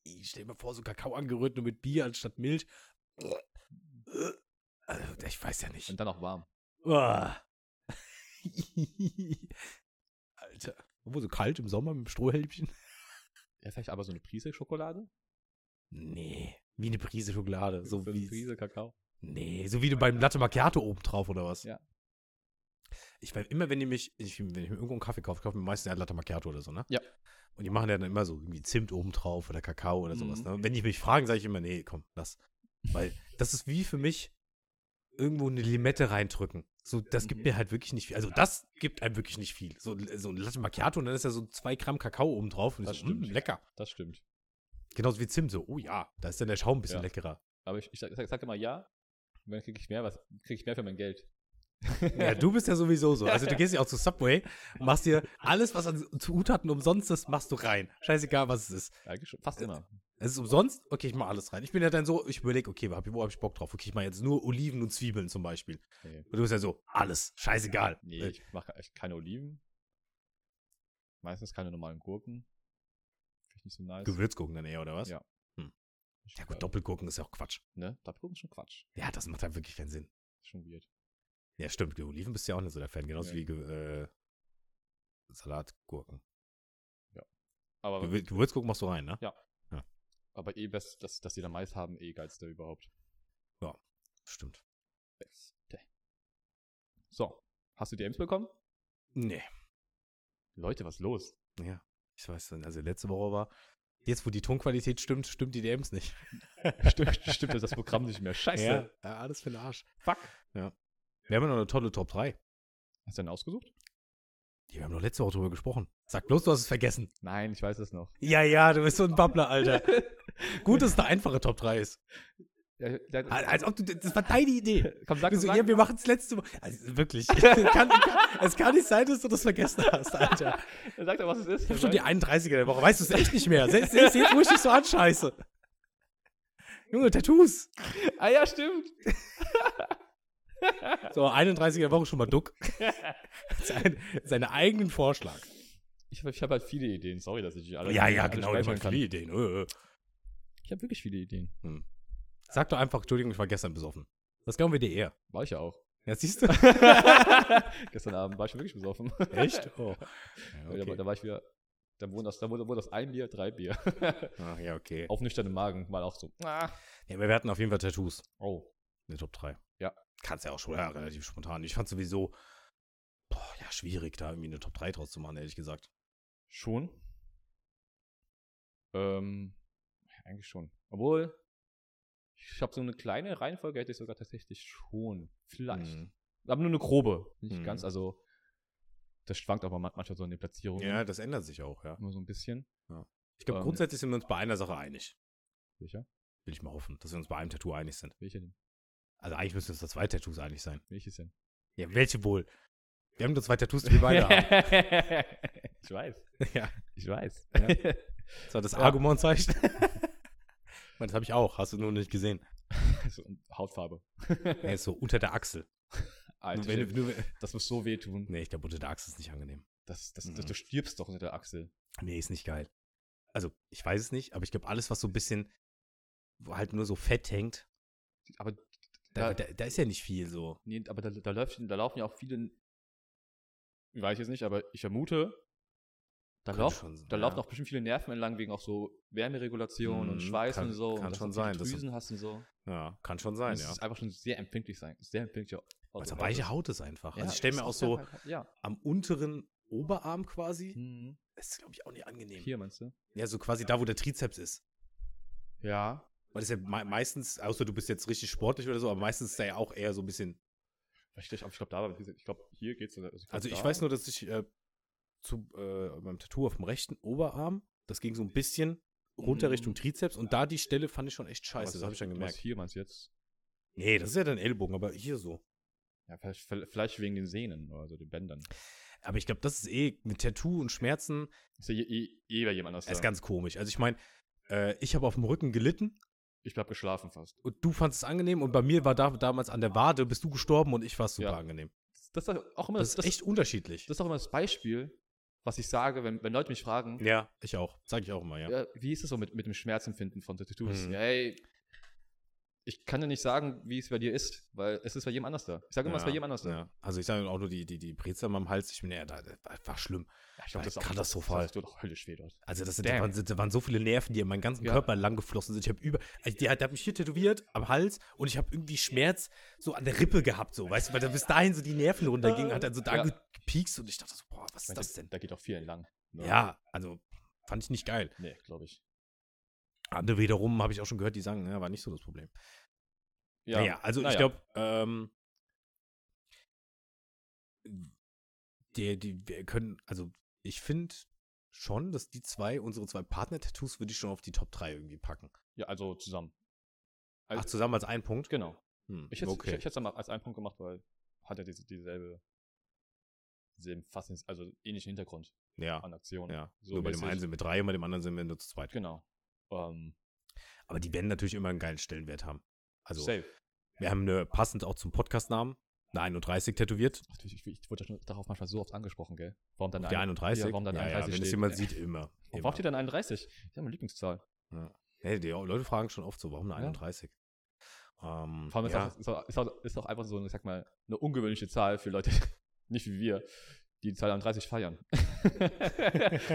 Ich stell mir vor, so Kakao angerührt, nur mit Bier anstatt Milch. Also, ich weiß ja nicht. Und dann auch warm. Uah. Alter. Obwohl so kalt im Sommer mit dem Strohhälbchen? Ja, vielleicht aber so eine Prise Schokolade? Nee. Wie eine Prise Schokolade. So so eine wie, Prise Kakao. nee, so wie du beim Latte Macchiato oben drauf oder was? Ja. Ich weiß immer, wenn die mich, ich, wenn ich mir irgendwo einen Kaffee kaufe, kaufe ich mir meistens ja Latte Macchiato oder so, ne? Ja. Und die machen ja dann immer so irgendwie Zimt oben drauf oder Kakao oder sowas. Mhm. Ne? Und wenn die mich fragen, sage ich immer, nee, komm, lass. Weil das ist wie für mich irgendwo eine Limette reindrücken. So, das gibt Mhm. mir halt wirklich nicht viel. Also das gibt einem wirklich nicht viel. So, so ein Latte Macchiato und dann ist ja so zwei Gramm Kakao oben drauf und Das ich so, mm, stimmt. lecker. Das stimmt. Genauso wie Zimt, so, oh ja, da ist dann der Schaum ein bisschen Ja. leckerer. Aber ich, ich, sag, ich sag- sag immer ja. Und dann krieg ich mehr, was, krieg ich mehr für mein Geld. Ja, du bist ja sowieso so. Also du gehst ja auch zu Subway und machst dir alles, was an Zutaten umsonst ist, machst du rein. Scheißegal, was es ist. Eigentlich schon, fast immer. Es ist umsonst? Okay, ich mach alles rein. Ich bin ja dann so, ich überlege, okay, wo hab ich, wo hab ich Bock drauf? Okay, ich mach jetzt nur Oliven und Zwiebeln zum Beispiel. Nee. Und du bist ja so, alles, scheißegal. Nee, Äh, ich mache echt keine Oliven. Meistens keine normalen Gurken. Finde ich nicht so nice. Gewürzgurken dann eher, oder was? Ja. Ich- ja gut, Doppelgurken ist ja auch Quatsch. Ne? Doppelgurken ist schon Quatsch. Ja, das macht halt wirklich keinen Sinn. Ist schon weird. Ja, stimmt, die Oliven bist du ja auch nicht so der Fan, genauso Nee. wie äh, Salatgurken. Aber, Gewür- Gewürzgurken machst du rein, ne? aber eh best, dass, dass die da Mais haben, eh geilste überhaupt. Stimmt. Beste. So. Hast du die Ems bekommen? Nee. Leute, was ist los? Ja, ich weiß dann, also letzte Woche war, jetzt wo die Tonqualität stimmt, stimmt die DMs nicht. stimmt, stimmt das Programm nicht mehr. Scheiße. Ja, ja, alles für den Arsch. Fuck. Ja. Wir haben ja noch eine tolle Top 3. Hast du einen ausgesucht? Ja, wir haben doch letzte Woche drüber gesprochen. Sag bloß, du hast es vergessen. Nein, ich weiß es noch. Ja, ja, du bist so ein Babbler, Alter. Gut, dass es eine einfache Top 3 ist. Ja, ja, Als ob du, das war deine Idee. komm, sag, Du so, sag, ja, Ah, wir machen das letzte Mal. Also wirklich. kann, kann, es kann nicht sein, dass du das vergessen hast, Alter. sag doch, was es ist. Ich hab schon die 31er der Woche. Weißt du es echt nicht mehr? Selbst, selbst jetzt, wo ich dich so anscheiße. Junge, Tattoos. ah ja, stimmt. So, 31er der Woche schon mal duck. Sein, seinen eigenen Vorschlag. Ich, hab- ich habe halt viele Ideen. Sorry, dass ich die alle Ja, ja, alle genau. Ich speichern meine, kann. viele Ideen. Äh, äh. Ich habe wirklich viele Ideen. Sag doch einfach, Entschuldigung, ich war gestern besoffen. Das glauben wir dir eher. War ich ja auch. Ja, siehst du? Gestern Abend war ich wirklich besoffen. Echt? Oh. Da, war- Ja, okay. da war ich wieder. Da wurden das, da wurde, wurde das ein Bier, drei Bier. Ah, ja, okay. Auf nüchternen Magen mal auch so. Ah. Ja, aber wir hatten auf jeden Fall Tattoos. Oh. In der Top 3. Ja. Kannst ja auch schon, ja, relativ spontan. Ich fand sowieso, boah, ja, schwierig, da irgendwie eine Top 3 draus zu machen, ehrlich gesagt. Schon. Ähm, ja, eigentlich schon. Obwohl, ich habe so eine kleine Reihenfolge, hätte ich sogar tatsächlich schon. Vielleicht. Mhm. Aber nur eine grobe. Nicht Mhm. ganz, ganz, also das schwankt aber manchmal so in den Platzierungen. Ja, das ändert sich auch, ja. Nur so ein bisschen. Ich glaube, Ähm. grundsätzlich sind wir uns bei einer Sache einig. Sicher? Will ich mal hoffen, dass wir uns bei einem Tattoo einig sind. Welche denn? Also eigentlich müssen wir uns da zwei Tattoos einig sein. Welches denn? Ja, welche wohl? Wir haben nur zwei Tattoos, die wir beide haben. ich weiß. Ja, Ich weiß. Ja. das war das Argumentzeichen. Ich meine, das habe ich auch, hast du nur nicht gesehen. so, Also, und Hautfarbe. Er ist so unter der Achsel. Alter, Nur wenn, Chef, nur wenn, das muss so wehtun. nee, ich glaube, unter der Achsel ist nicht angenehm. Das, das, das, Mhm. du stirbst doch unter der Achsel. Nee, ist nicht geil. Also, ich weiß es nicht, aber ich glaube, alles, was so ein bisschen, wo halt nur so fett hängt, Aber da, Ja. da, da ist ja nicht viel so. Nee, aber da, da, läuft, da laufen ja auch viele. Ich weiß jetzt nicht, aber ich vermute, da, Könnte lauf, schon sein, da ja. laufen auch bestimmt viele Nerven entlang wegen auch so Wärmeregulation Mhm, und Schweiß kann- und so. kann und dass schon du viele sein, dass du- Drüsen hast und so. Ja, kann schon sein, das ja. ist einfach schon sehr empfindlich sein. Sehr empfindlich. Also, weiche Haut ist einfach. Ja, also, ich stelle mir ist auch so sehr- halt, Ja. am unteren Oberarm quasi, Mhm. das ist, glaube ich, auch nicht angenehm. Hier meinst du? Ja, so quasi da, wo der Trizeps ist. Ja. Weil das ist ja me meistens, außer du bist jetzt richtig sportlich oder so, aber meistens ist der ja auch eher so ein bisschen. Ich glaube, ich glaub, da war. Ich glaube, hier geht's. Also, glaub, Also, ich da- weiß nur, dass ich äh, zu äh, meinem Tattoo auf dem rechten Oberarm, das ging so ein bisschen runter Mhm. Richtung Trizeps und da die Stelle fand ich schon echt scheiße. was- Mm. das habe ich dann was gemerkt. Hier meinst du jetzt? Nee, das ist ja dein Ellbogen, aber hier so. Ja, vielleicht, vielleicht wegen den Sehnen oder so den Bändern. Aber ich glaube, das ist eh mit Tattoo und Schmerzen, Ist ja je- eh, eh bei jemand anders. das ist ganz komisch. Also ich meine, äh, ich habe auf dem Rücken gelitten ich bleib geschlafen fast. und du fandest es angenehm und bei mir war da, damals an der Wade, bist du gestorben und ich war super Ja. angenehm. Das ist doch auch immer Das, das, ist echt unterschiedlich. das ist auch immer das Beispiel, was ich sage, wenn, wenn Leute mich fragen, ja, ich auch. Sag ich auch immer, ja. ja, wie ist es so mit, mit dem Schmerzempfinden von Tattoos? Mhm. Ja, Ey, ich kann dir nicht sagen, wie es bei dir ist, weil es ist bei jedem anders da. Ich sage immer, es ist bei jedem anders da. ja. Also ich sage auch nur die, die, die Brezel am Hals, ich bin ja, da, das war- war schlimm. Ja, ich Ja, katastrophal. Das tut auch höllisch weh dort. Also das sind, da, Damn. waren, da waren so viele Nerven, die in meinen ganzen Ja. Körper lang geflossen sind. Ich habe über, also der, hat- der hat mich hier tätowiert am Hals und ich habe irgendwie Schmerz so an der Rippe gehabt, so, weißt du, weil da bis dahin so die Nerven runtergingen, hat dann so da Ja. gepiekst und ich dachte so, boah, was Ich ist meine, das denn? Da geht auch viel entlang. ne? Ja, also fand ich nicht geil. Nee, glaube ich. Andere wiederum habe ich auch schon gehört, die sagen, ja, war nicht so das Problem. Ja. Naja, also ich Naja. glaube, ähm, die, die, wir können, also ich finde schon, dass die zwei, unsere zwei Partner-Tattoos würde ich schon auf die Top 3 irgendwie packen. Ja, also zusammen. Ach, Also- zusammen als ein Punkt? Genau. Hm, Ich hätte okay. ich, ich hätt's dann mal als einen Punkt gemacht, weil hat ja diese, dieselbe, dieselben fast, also ähnlichen Hintergrund ja, an Aktionen. ja. so nur bei dem mäßig. einen sind wir drei und bei dem anderen sind wir nur zu zweit. Genau. Ähm, Aber die werden natürlich immer einen geilen Stellenwert haben. Also, Safe. wir haben eine passend auch zum Podcast-Namen, eine 31 tätowiert. Ach, du, ich, ich wurde ja schon darauf manchmal so oft angesprochen, gell? Warum dann Auf die 31. Ja, warum dann 31 wenn das steht. jemand sieht, immer. Warum immer. braucht ihr dann 31? Ich habe eine Lieblingszahl. Hey, die Leute fragen schon oft so, warum eine Ja. 31? Ähm, Vor allem ist, ja. auch, ist, auch, ist, auch, ist auch einfach so, ich sag mal, eine ungewöhnliche Zahl für Leute, nicht wie wir, die die Zahl 31 feiern. ich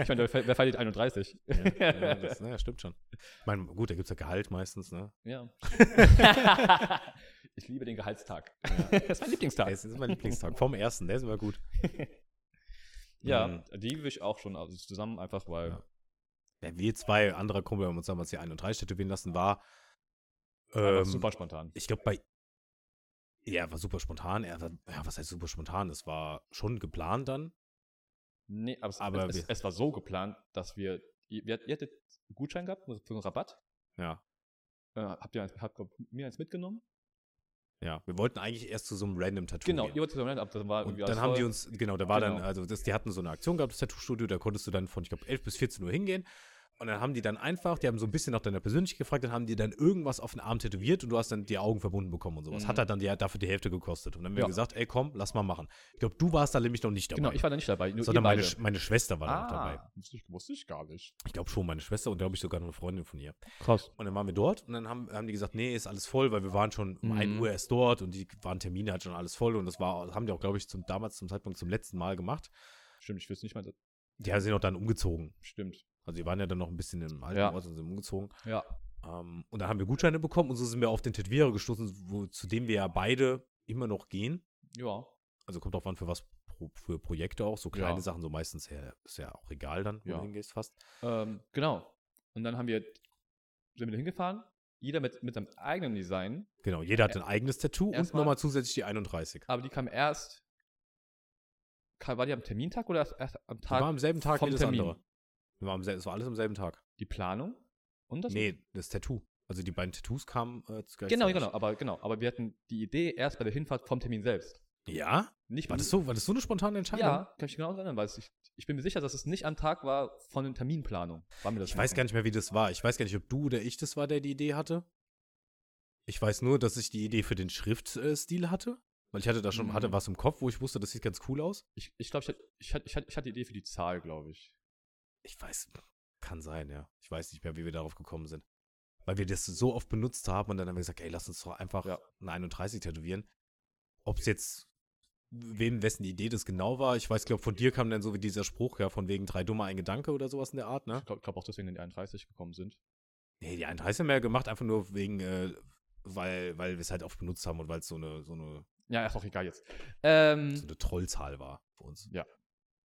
meine, wer fe- wer feiert 31? ja, ja, das, naja, stimmt schon. Ich meine, gut, da gibt es ja Gehalt meistens, ne? Ja. ich liebe den Gehaltstag. das ist mein Lieblingstag. Das ist mein Lieblingstag. Vom ersten, der ist immer gut. ja, Mhm. die will ich auch schon also zusammen einfach, weil Ja. Ja, wir zwei, anderer Kumpel haben uns damals die 31 tätowieren lassen, war. einfach Ähm, super spontan. Ich glaube, bei. Ja, war super spontan. Er war, ja, was heißt super spontan? Es war schon geplant dann. Nee, aber, es, Aber es, wir- es, es war so geplant, dass wir, ihr, wir ihr hattet einen Gutschein gehabt, für einen Rabatt. Ja. Äh, habt ihr eins, habt ihr mir eins mitgenommen? Ja, wir wollten eigentlich erst zu so einem random Tattoo Genau, gehen. ihr wollt zusammen ab, das war Und irgendwie dann alles haben die voll. uns, genau, da war dann, Genau. also das, die hatten so eine Aktion gehabt, das Tattoo-Studio, da konntest du dann von, ich glaube, 11 bis 14 Uhr hingehen. Und dann haben die dann einfach, die haben so ein bisschen nach deiner Persönlichkeit gefragt, dann haben die dann irgendwas auf den Arm tätowiert und du hast dann die Augen verbunden bekommen und sowas. Mhm. Hat halt dann die, dafür die Hälfte gekostet. Und dann haben wir Ja. gesagt, ey, komm, lass mal machen. Ich glaube, du warst da nämlich noch nicht dabei. Genau, ich war da nicht dabei, nur ihr sondern meine, beide. Ah, Sch- meine Schwester war da noch dabei. Wusste ich, wusste ich gar nicht. Ich glaube schon, meine Schwester und glaube ich sogar noch eine Freundin von ihr. Krass. Und dann waren wir dort und dann haben, haben die gesagt, nee, ist alles voll, weil wir waren schon um Mhm. 1 Uhr erst dort und die waren Termine halt schon alles voll und das war, haben die auch, glaube ich, zum, damals zum Zeitpunkt zum letzten Mal gemacht. Stimmt, ich wüsste nicht mal, das Die haben- sind auch dann umgezogen. stimmt. Also die waren ja dann noch ein bisschen im alten Ja. Ort und sind umgezogen. Ja. Ähm, und dann haben wir Gutscheine bekommen und so sind wir auf den Tätowierer gestoßen, wo, zu dem wir ja beide immer noch gehen. Ja. Also kommt drauf an, für was pro, für Projekte auch. So kleine Ja. Sachen, so meistens ja, ist ja auch egal dann, wo Ja. du hingehst fast. Ähm, genau. Und dann haben wir, sind wir da hingefahren, jeder mit, mit seinem eigenen Design, Genau, jeder hat ein eigenes Tattoo und Erstmal- nochmal zusätzlich die 31. aber die kam erst, kam, war die am Termintag oder erst, erst am Die war Tag am selben Tag vom wie das Termin. andere. Die war am sel- es war alles am selben Tag. die Planung? Und das? nee, das Tattoo. Also die beiden Tattoos kamen äh, zugleich. Genau, genau, aber genau, aber wir hatten die Idee erst bei der Hinfahrt vom Termin selbst. Ja? Nicht War das so, war das so eine spontane Entscheidung? Ja, kann ich mich genau erinnern, weil es- ich, ich bin mir sicher, dass es nicht am Tag war von der Terminplanung. War mir das Ich weiß gar nicht mehr, wie das war. Ich weiß gar nicht, ob du oder ich das war, der die Idee hatte. Ich weiß nur, dass ich die Idee für den Schriftstil hatte. Weil ich hatte da schon Mhm. hatte was im Kopf, wo ich wusste, das sieht ganz cool aus. Ich, ich glaube, ich, hatte- ich, hatte- ich, hatte- ich hatte die Idee für die Zahl, glaube ich. Ich weiß, kann sein, ja. Ich weiß nicht mehr, wie wir darauf gekommen sind. Weil wir das so oft benutzt haben und dann haben wir gesagt, ey, lass uns doch einfach Ja. eine 31 tätowieren. Ob es jetzt, wem, wessen Idee das genau war, ich weiß, glaube von dir kam dann so wie dieser Spruch, ja, von wegen drei Dumme, ein Gedanke oder sowas in der Art, ne? Ich glaube glaub auch deswegen in die 31 gekommen sind. Nee, die 31 haben wir ja gemacht, einfach nur wegen, äh, weil, weil wir es halt oft benutzt haben und weil es so eine, so eine, Ja, ist auch egal jetzt. so Ähm, eine Trollzahl war für uns.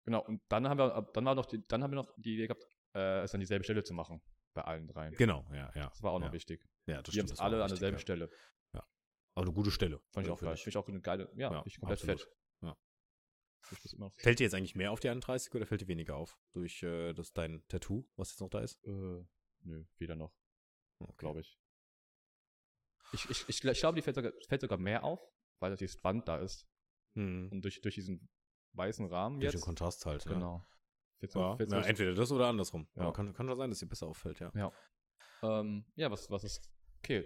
genau, und dann haben wir, dann war noch die, dann haben wir noch die Idee gehabt, äh, es an dieselbe Stelle zu machen. Bei allen dreien. Genau, ja, ja. Das war auch noch ja. wichtig. Ja, das wir haben stimmt, es das war alle auch an wichtig, derselben ja. Stelle. Aber eine gute Stelle. also Fand ich auch Finde geil. Finde ich auch eine geile, ja, Ja, finde ich komplett absolut. fett. Ja. Ich das immer noch, Fällt dir jetzt eigentlich mehr auf die 31 oder fällt dir weniger auf? Durch äh, das dein Tattoo, was jetzt noch da ist? äh, nö, weder noch, Glaub glaube ich. Ich, ich, ich, gl- ich glaube, die fällt sogar, fällt sogar mehr auf, weil das dieses Band da ist. ich. Hm. Und durch, durch diesen weißen Rahmen Durch jetzt. den Kontrast halt. Ne? genau. Fällt so- Ja, fällt so- na, entweder das oder andersrum. Ja. Aber kann, kann schon sein, dass dir besser auffällt, ja. ähm, ja, was, was ist. Okay,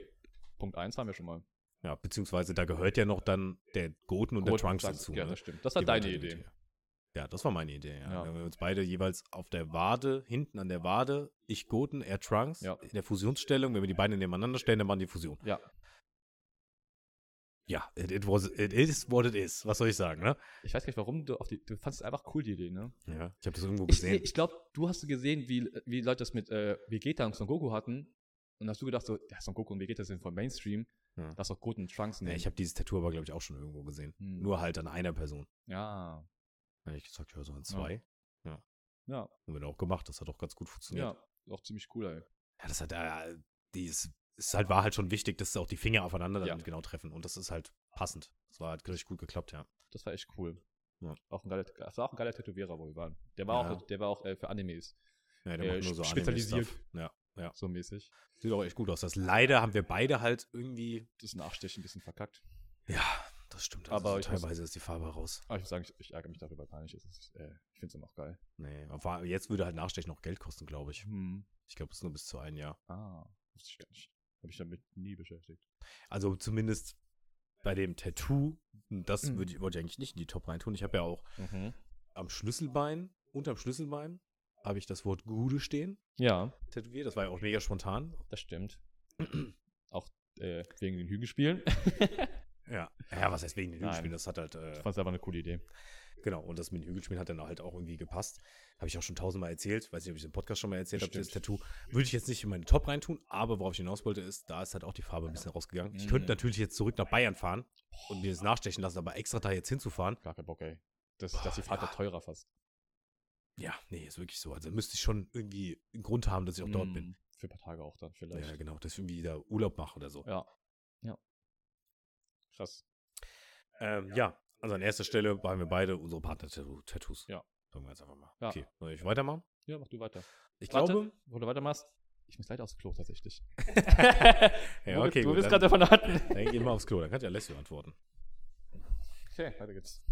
Punkt 1 haben wir schon mal. Ja, beziehungsweise da gehört ja noch dann der Goten und der Gut, Trunks das- dazu. Ja, ne? das stimmt. Das war Die deine waren Idee. mit- Ja, das war meine Idee, ja. Ja. Wir haben uns beide jeweils auf der Wade, hinten an der Wade, ich Goten, er Trunks, Ja. in der Fusionsstellung, wenn wir die beide nebeneinander stellen, dann waren die Fusion. Ja. Ja, it, it, was, it is what it is. Was soll ich sagen, ne? Ich weiß gar nicht, warum du auf die. Du fandest es einfach cool, die Idee, ne? Ja. Ich habe das irgendwo Ich, gesehen. ich glaube, du hast gesehen, wie, wie Leute das mit äh, Vegeta und Son Goku hatten. Und hast du gedacht, so, ja, Son Goku und Vegeta sind von Mainstream. Ja. Lass doch Goten und Trunks Nee, nehmen. ich habe dieses Tattoo aber, glaube ich, auch schon irgendwo gesehen. Hm. Nur halt an einer Person. Ja. Dann hab ich gesagt, ja, so an zwei. Ja. Haben wir dann auch gemacht. Das hat auch ganz gut funktioniert. Ja. Auch ziemlich cool, ey. Ja, das hat, äh, dieses, ist halt, war halt schon wichtig, dass auch die Finger aufeinander Ja. dann genau treffen. Und das ist halt passend. Das war halt richtig gut geklappt, ja. Das war echt cool. Ja. Auch ein geiler, das war auch ein geiler Tätowierer, wo wir waren. Der war Ja. auch, der war auch äh, für Animes, Ja, der Äh, macht nur so sp- Anime-Stuff. spezialisiert. Ja. so mäßig. Sieht auch echt gut aus. Das leider haben wir beide halt irgendwie. Das ist ein Nachstich ein bisschen verkackt. Ja, das stimmt. Aber aber ich teilweise ist die Farbe raus. Aber ich muss sagen, ich, ich ärgere mich darüber gar nicht. Es ist, äh, ich finde es immer auch geil. Nee, aber jetzt würde halt Nachstechen auch Geld kosten, glaube ich. Hm. Ich glaube, es ist nur bis zu einem Jahr. Ah, wusste ich gar nicht. Habe ich damit nie beschäftigt. Also zumindest bei dem Tattoo, das Mhm. würde ich, wollte ich eigentlich nicht in die Top reintun. Ich habe ja auch am Schlüsselbein, unterm Schlüsselbein, habe ich das Wort Gude stehen. Ja, Tätowiert, das war ja auch mega spontan. das stimmt. auch äh, wegen den Hügelspielen. Ja. Ja, was heißt wegen den Nein. Hügelspielen? Das hat halt, Ich äh, fand es einfach eine coole Idee. genau, und das mit den Hügelspielen hat dann halt auch irgendwie gepasst. Habe ich auch schon tausendmal erzählt. Weiß nicht, ob ich es im Podcast schon mal erzählt habe, das Tattoo. Würde ich jetzt nicht in meine Top reintun, aber worauf ich hinaus wollte, ist, da ist halt auch die Farbe ein bisschen rausgegangen. Ich könnte Mhm. natürlich jetzt zurück nach Bayern fahren und mir das nachstechen lassen, aber extra da jetzt hinzufahren, Gar kein Bock, ey. Das, Boah, dass die Fahrt ja. ja. teurer fast. Ja, nee, ist wirklich so. Also müsste ich schon irgendwie einen Grund haben, dass ich auch dort bin. Hm, Für ein paar Tage auch dann vielleicht. Ja, genau, dass ich irgendwie da Urlaub mache oder so. Ja. Ja. Krass. Ähm, ja, also an erster Stelle waren wir beide unsere Partner-Tattoos. Ja. Sagen wir jetzt einfach mal. Ja. Okay, soll ich weitermachen? Ja, mach du weiter. Ich Warte, glaube, Wo du weitermachst, Ich muss leider aufs Klo tatsächlich. ja, Du bist- okay, du gut. bist gerade dann, davon hatten. dann geh mal aufs Klo, dann kann ja Alessio antworten. Okay, weiter geht's.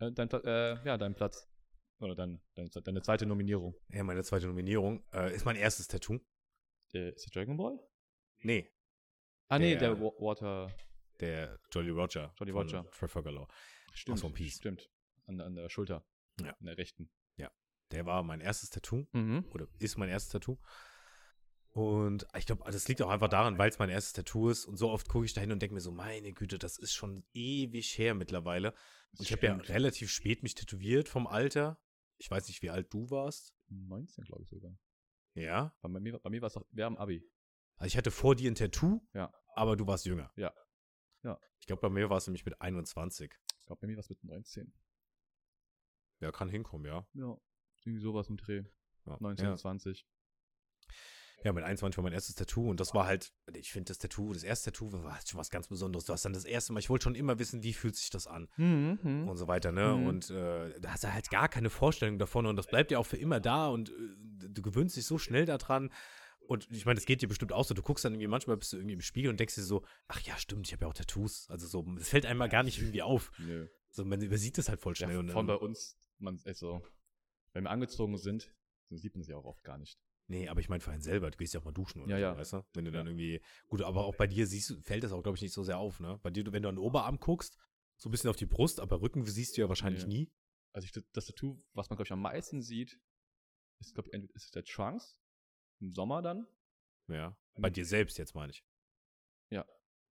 Äh, dein, Pla- äh, ja, dein Platz. Oder dein, dein, deine zweite Nominierung. Ja, meine zweite Nominierung äh, ist mein erstes Tattoo. Äh, ist der Dragon Ball? Nee, Ah, nee, Der- der Wa- Water. der Jolly Roger. Jolly von Roger. Trafalgar Law. Stimmt. One Piece. Stimmt. An, an der Schulter. Ja. An der rechten. Der war mein erstes Tattoo. Mhm. oder ist mein erstes Tattoo. Und ich glaube, das liegt auch einfach daran, weil es mein erstes Tattoo ist. Und so oft gucke ich da hin und denke mir so, meine Güte, das ist schon ewig her mittlerweile. Und ich habe ja Stimmt. relativ spät mich tätowiert vom Alter. Ich weiß nicht, wie alt du warst. 19, glaube ich sogar. Ja. Bei mir, bei mir war es doch, wir haben Abi. Also ich hatte vor dir ein Tattoo, Ja. aber du warst jünger. Ja. Ja. Ich glaube, bei mir war es nämlich mit 21. Ich glaube, bei mir war es mit 19. Ja, kann hinkommen, ja. Ja. Irgendwie sowas im Dreh. Ja, 19, ja. 20. Ja, mit 21 war mein erstes Tattoo und das war halt, ich finde das Tattoo, das erste Tattoo war halt schon was ganz Besonderes. Du hast dann das erste Mal, ich wollte schon immer wissen, wie fühlt sich das an Mhm. und so weiter, ne? Mhm. Und äh, da hast du halt gar keine Vorstellung davon und das bleibt ja auch für immer da und äh, du gewöhnst dich so schnell daran. Und ich meine, das geht dir bestimmt auch so. Du guckst dann irgendwie, manchmal bist du irgendwie im Spiegel und denkst dir so, ach ja, stimmt, ich habe ja auch Tattoos. Also so, es fällt einem mal gar nicht irgendwie auf. Nö. So, man übersieht das halt voll Ja, schnell. und von bei dann, uns, man, also, wenn wir angezogen sind, dann sieht man sie auch oft gar nicht. nee, aber ich meine für einen selber, du gehst ja auch mal duschen oder Ja, so, ja. weißt du? Wenn du dann irgendwie, gut, aber auch bei dir siehst du, fällt das auch, glaube ich, nicht so sehr auf, ne? Bei dir, du- wenn du an den Oberarm guckst, so ein bisschen auf die Brust, aber Rücken siehst du ja wahrscheinlich Nee. nie. Also ich, das Tattoo, was man, glaube ich, am meisten sieht, ist, glaube ich, entweder- ist der Trunks im Sommer dann. Ja. Bei dir selbst jetzt, meine ich. Ja.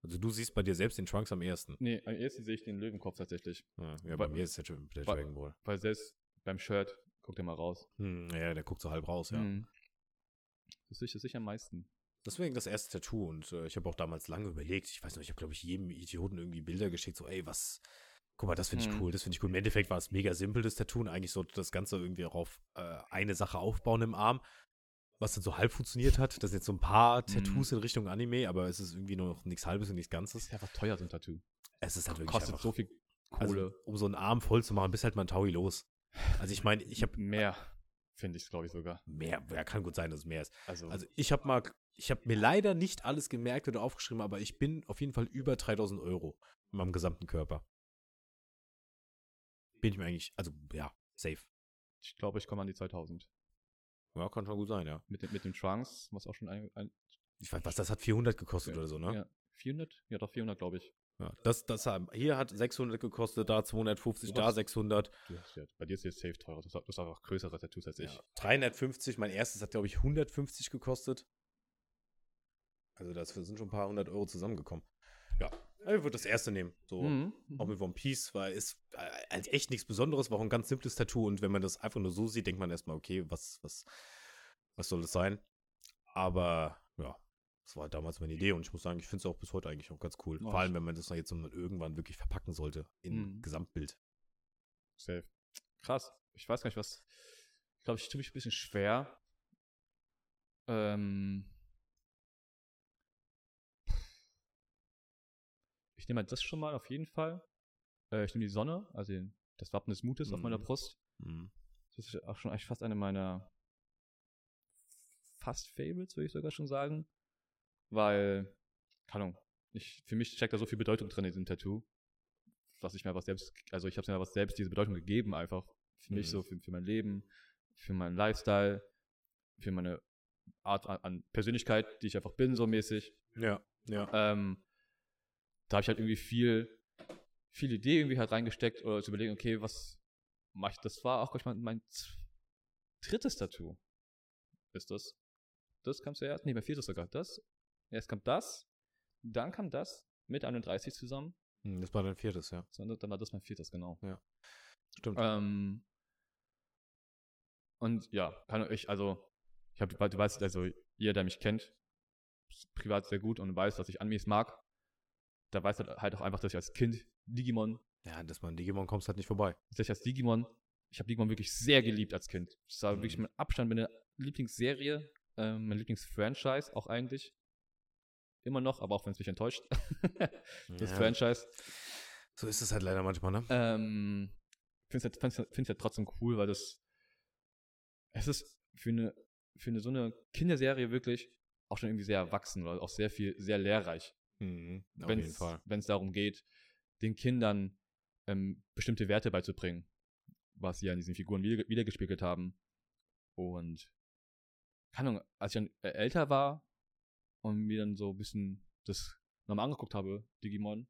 Also du siehst bei dir selbst den Trunks am ersten. Nee, am ehesten sehe ich den Löwenkopf tatsächlich. Ja, ja bei Wa- mir ist der, Dra- der wa- Dragon Ball. Weil selbst beim Shirt, guck dir mal raus. Hm, ja, der guckt so halb raus, ja. Mhm. Das sehe ich, das sehe ich am meisten. Deswegen das erste Tattoo und äh, ich habe auch damals lange überlegt. Ich weiß noch, ich habe, glaube ich, jedem Idioten irgendwie Bilder geschickt, so, ey, was. Guck mal, das finde ich Mhm. cool, das finde ich cool. Im Endeffekt war es mega simpel, das Tattoo und eigentlich sollte das Ganze irgendwie auch auf äh, eine Sache aufbauen im Arm, was dann so halb funktioniert hat. Das sind jetzt so ein paar Tattoos Hm. in Richtung Anime, aber es ist irgendwie noch nichts Halbes und nichts Das Ganzes. ist einfach teuer, so ein Tattoo. Es ist halt wirklich Kostet einfach, so viel Kohle. Also, um so einen Arm voll zu machen, bist halt mal ein Taui los. Also ich meine, ich habe mehr, finde ich, glaube ich sogar. mehr, ja, kann gut sein, dass es mehr ist. Also, Also ich habe mal, ich habe mir leider nicht alles gemerkt oder aufgeschrieben, aber ich bin auf jeden Fall über 3000 Euro in meinem gesamten Körper. Bin ich mir eigentlich, also ja, safe. ich glaube, ich komme an die 2000. Ja, kann schon gut sein, ja. Mit, dem- mit dem Trunks, was auch schon ein, ein Ich weiß, was das hat 400 gekostet Ja, oder so, ne? ja, 400? Ja, doch 400, glaube ich. Ja. Das, das haben, hier hat 600 gekostet, da 250, da Was? 600. Du hast ja, bei dir ist jetzt safe teurer. Du hast, du hast einfach größere Tattoos als ich. Ja, 350, mein erstes hat, glaube ich, 150 gekostet. Also das sind schon ein paar hundert Euro zusammengekommen. Ja, ich würde das erste nehmen. So, Mhm. auch mit One Piece, weil es äh, halt echt nichts Besonderes war, auch ein ganz simples Tattoo. Und wenn man das einfach nur so sieht, denkt man erstmal, okay, was, was, was soll das sein? Aber ja, das war halt damals meine Idee und ich muss sagen, ich finde es auch bis heute eigentlich auch ganz cool. Ja, Vor allem, wenn man das noch jetzt mal irgendwann wirklich verpacken sollte in Mhm. Gesamtbild. Safe. Krass. Ich weiß gar nicht, was. Ich glaube, ich tue mich ein bisschen schwer. Ähm. Ich nehme halt das schon mal auf jeden Fall. Äh, ich nehme die Sonne, also den, das Wappen des Mutes auf Mhm. meiner Brust. Mhm. Das ist auch schon eigentlich fast eine meiner fast Favorites, würde ich sogar schon sagen. Weil, keine Ahnung, ich, für mich steckt da so viel Bedeutung drin in diesem Tattoo. Was ich mir was selbst, also ich habe mir aber selbst diese Bedeutung gegeben, einfach für mich Mhm. so, für, für mein Leben, für meinen Lifestyle, für meine Art an, an Persönlichkeit, die ich einfach bin, so mäßig. Ja, ja. Ähm, da habe ich halt irgendwie viel, viel Idee irgendwie halt reingesteckt oder zu überlegen, okay, was mache ich? Das war auch, glaub ich, mein, mein z- drittes Tattoo. Ist das? Das kam zuerst, nee, mein viertes sogar. Das, erst kam das, dann kam das mit 31 zusammen, Mhm, Das war dein viertes, ja. sondern ne, dann war das mein viertes, genau. Stimmt. Ähm, und ja, kann ich, also, ich habe, du weißt, also, jeder, der mich kennt, ist privat sehr gut und weiß, dass ich Animes mag, da weiß er halt auch einfach, dass ich als Kind Digimon, Ja, dass man Digimon kommst halt nicht vorbei. dass ich als Digimon, ich habe Digimon wirklich sehr geliebt als Kind. Das war Mhm. wirklich mein Abstand, meine Lieblingsserie, ähm, mein Lieblingsfranchise auch eigentlich. Immer noch, aber auch wenn es mich enttäuscht, das Ja. Franchise. So ist es halt leider manchmal, ne? Ähm, halt find's halt, find's, find's halt trotzdem cool, weil das. Es ist für eine für eine, so eine Kinderserie wirklich auch schon irgendwie sehr erwachsen oder auch sehr viel, sehr lehrreich. Mhm, auf jeden Fall. Wenn es darum geht, den Kindern ähm, bestimmte Werte beizubringen, was sie an diesen Figuren wieder, wiedergespiegelt haben. Und keine Ahnung, als ich dann äh, älter war und mir dann so ein bisschen das nochmal angeguckt habe, Digimon,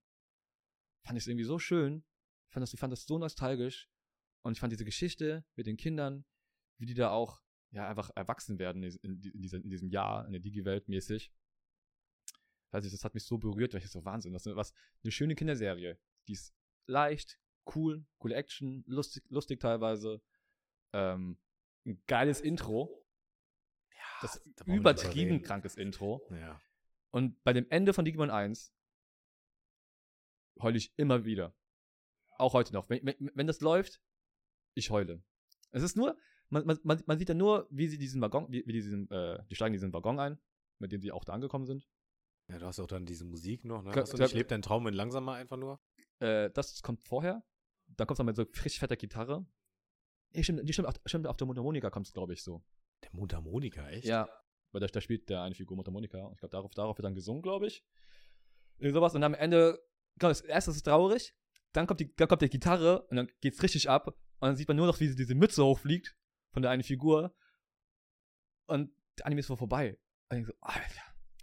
fand ich es irgendwie so schön. Ich fand das, ich fand das so nostalgisch. Und ich fand diese Geschichte mit den Kindern, wie die da auch ja einfach erwachsen werden in, in, in, dieser, in diesem Jahr, in der Digi-Welt mäßig. Weiß nicht, das hat mich so berührt, weil ich das so Wahnsinn. Das ist was, eine schöne Kinderserie. Die ist leicht, cool, coole Action, lustig, lustig teilweise. Ähm, ein geiles Intro. Ja, Das da brauchen wir nicht drüber übertrieben reden. krankes Intro. Ja. Und bei dem Ende von Digimon 1 heule ich immer wieder. Auch heute noch. Wenn, wenn, wenn das läuft, ich heule. Es ist nur, man, man- man, man sieht dann nur, wie sie diesen Waggon, wie, wie diesen, äh, die steigen in diesen Waggon ein, mit dem sie auch da angekommen sind. ja, du hast auch dann diese Musik noch, ne? Klar- Hast du klar- nicht lebt dein Traum in langsamer einfach nur? Äh, das kommt vorher. Dann kommt es mit so frisch fetter Gitarre. Nee, stimmt, die stimmt, auf, stimmt, auf der Mundharmonika kommt es, glaube ich, so. Der Mundharmonika, echt? Ja. Weil da, da spielt der eine Figur Mundharmonika. Und ich glaube, darauf, darauf wird dann gesungen, glaube ich. Irgendwie sowas. Und am Ende, genau, das erste ist traurig. Dann kommt, die, dann kommt die Gitarre und dann geht's richtig ab. Und dann sieht man nur noch, wie sie diese Mütze hochfliegt von der einen Figur. Und der Anime ist wohl vorbei. Und ich, so, Alter.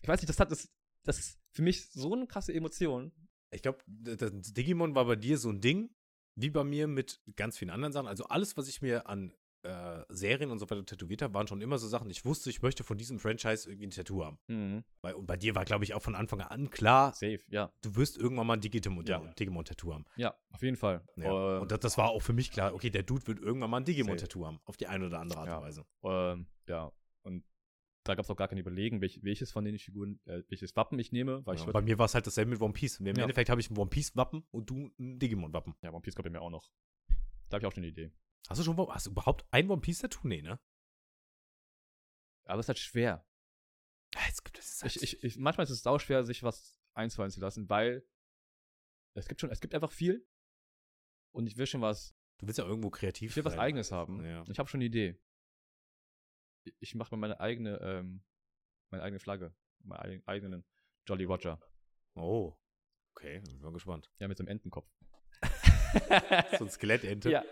ich weiß nicht, das hat das, das ist für mich so eine krasse Emotion. Ich glaube, das Digimon war bei dir so ein Ding, wie bei mir mit ganz vielen anderen Sachen. Also alles, was ich mir an äh, Serien und so weiter tätowiert habe, waren schon immer so Sachen. Ich wusste, ich möchte von diesem Franchise irgendwie ein Tattoo haben. Weil, und bei dir war, glaube ich, auch von Anfang an klar, Mhm. Safe, ja. du wirst irgendwann mal ein Digimon- Ja. Digimon-Tattoo haben. Ja, auf jeden Fall. Ja. Ähm, und das, das war auch für mich klar, okay, der Dude wird irgendwann mal ein Digimon-Tattoo haben. Auf die eine oder andere Art Ja. und Weise. Ähm, ja, und da gab es auch gar kein Überlegen, welch, welches von den Figuren, äh, welches Wappen ich nehme, weil Ja. ich Bei mir war es halt dasselbe mit One Piece. Im Ja. Endeffekt habe ich ein One Piece-Wappen und du ein Digimon-Wappen. Ja, One Piece kommt ja mir auch noch. Da habe ich auch schon eine Idee. Hast du schon hast du überhaupt ein One Piece-Tattoo? Nee, ne? Aber es ist halt schwer. Ja, Es gibt es. Ich, ich, ich, manchmal ist halt es sauschwer, sich was einfallen zu lassen, weil es gibt schon, es gibt einfach viel. Und ich will schon was, du willst ja irgendwo kreativ ich will was sein. Eigenes haben. Ja. Ich habe schon eine Idee. Ich- Ich mache mir meine eigene, ähm, meine eigene Flagge, meinen eigen- eigenen Jolly Roger. Oh. Okay, bin mal gespannt. Ja, mit so einem Entenkopf. So ein Skelettente. ja.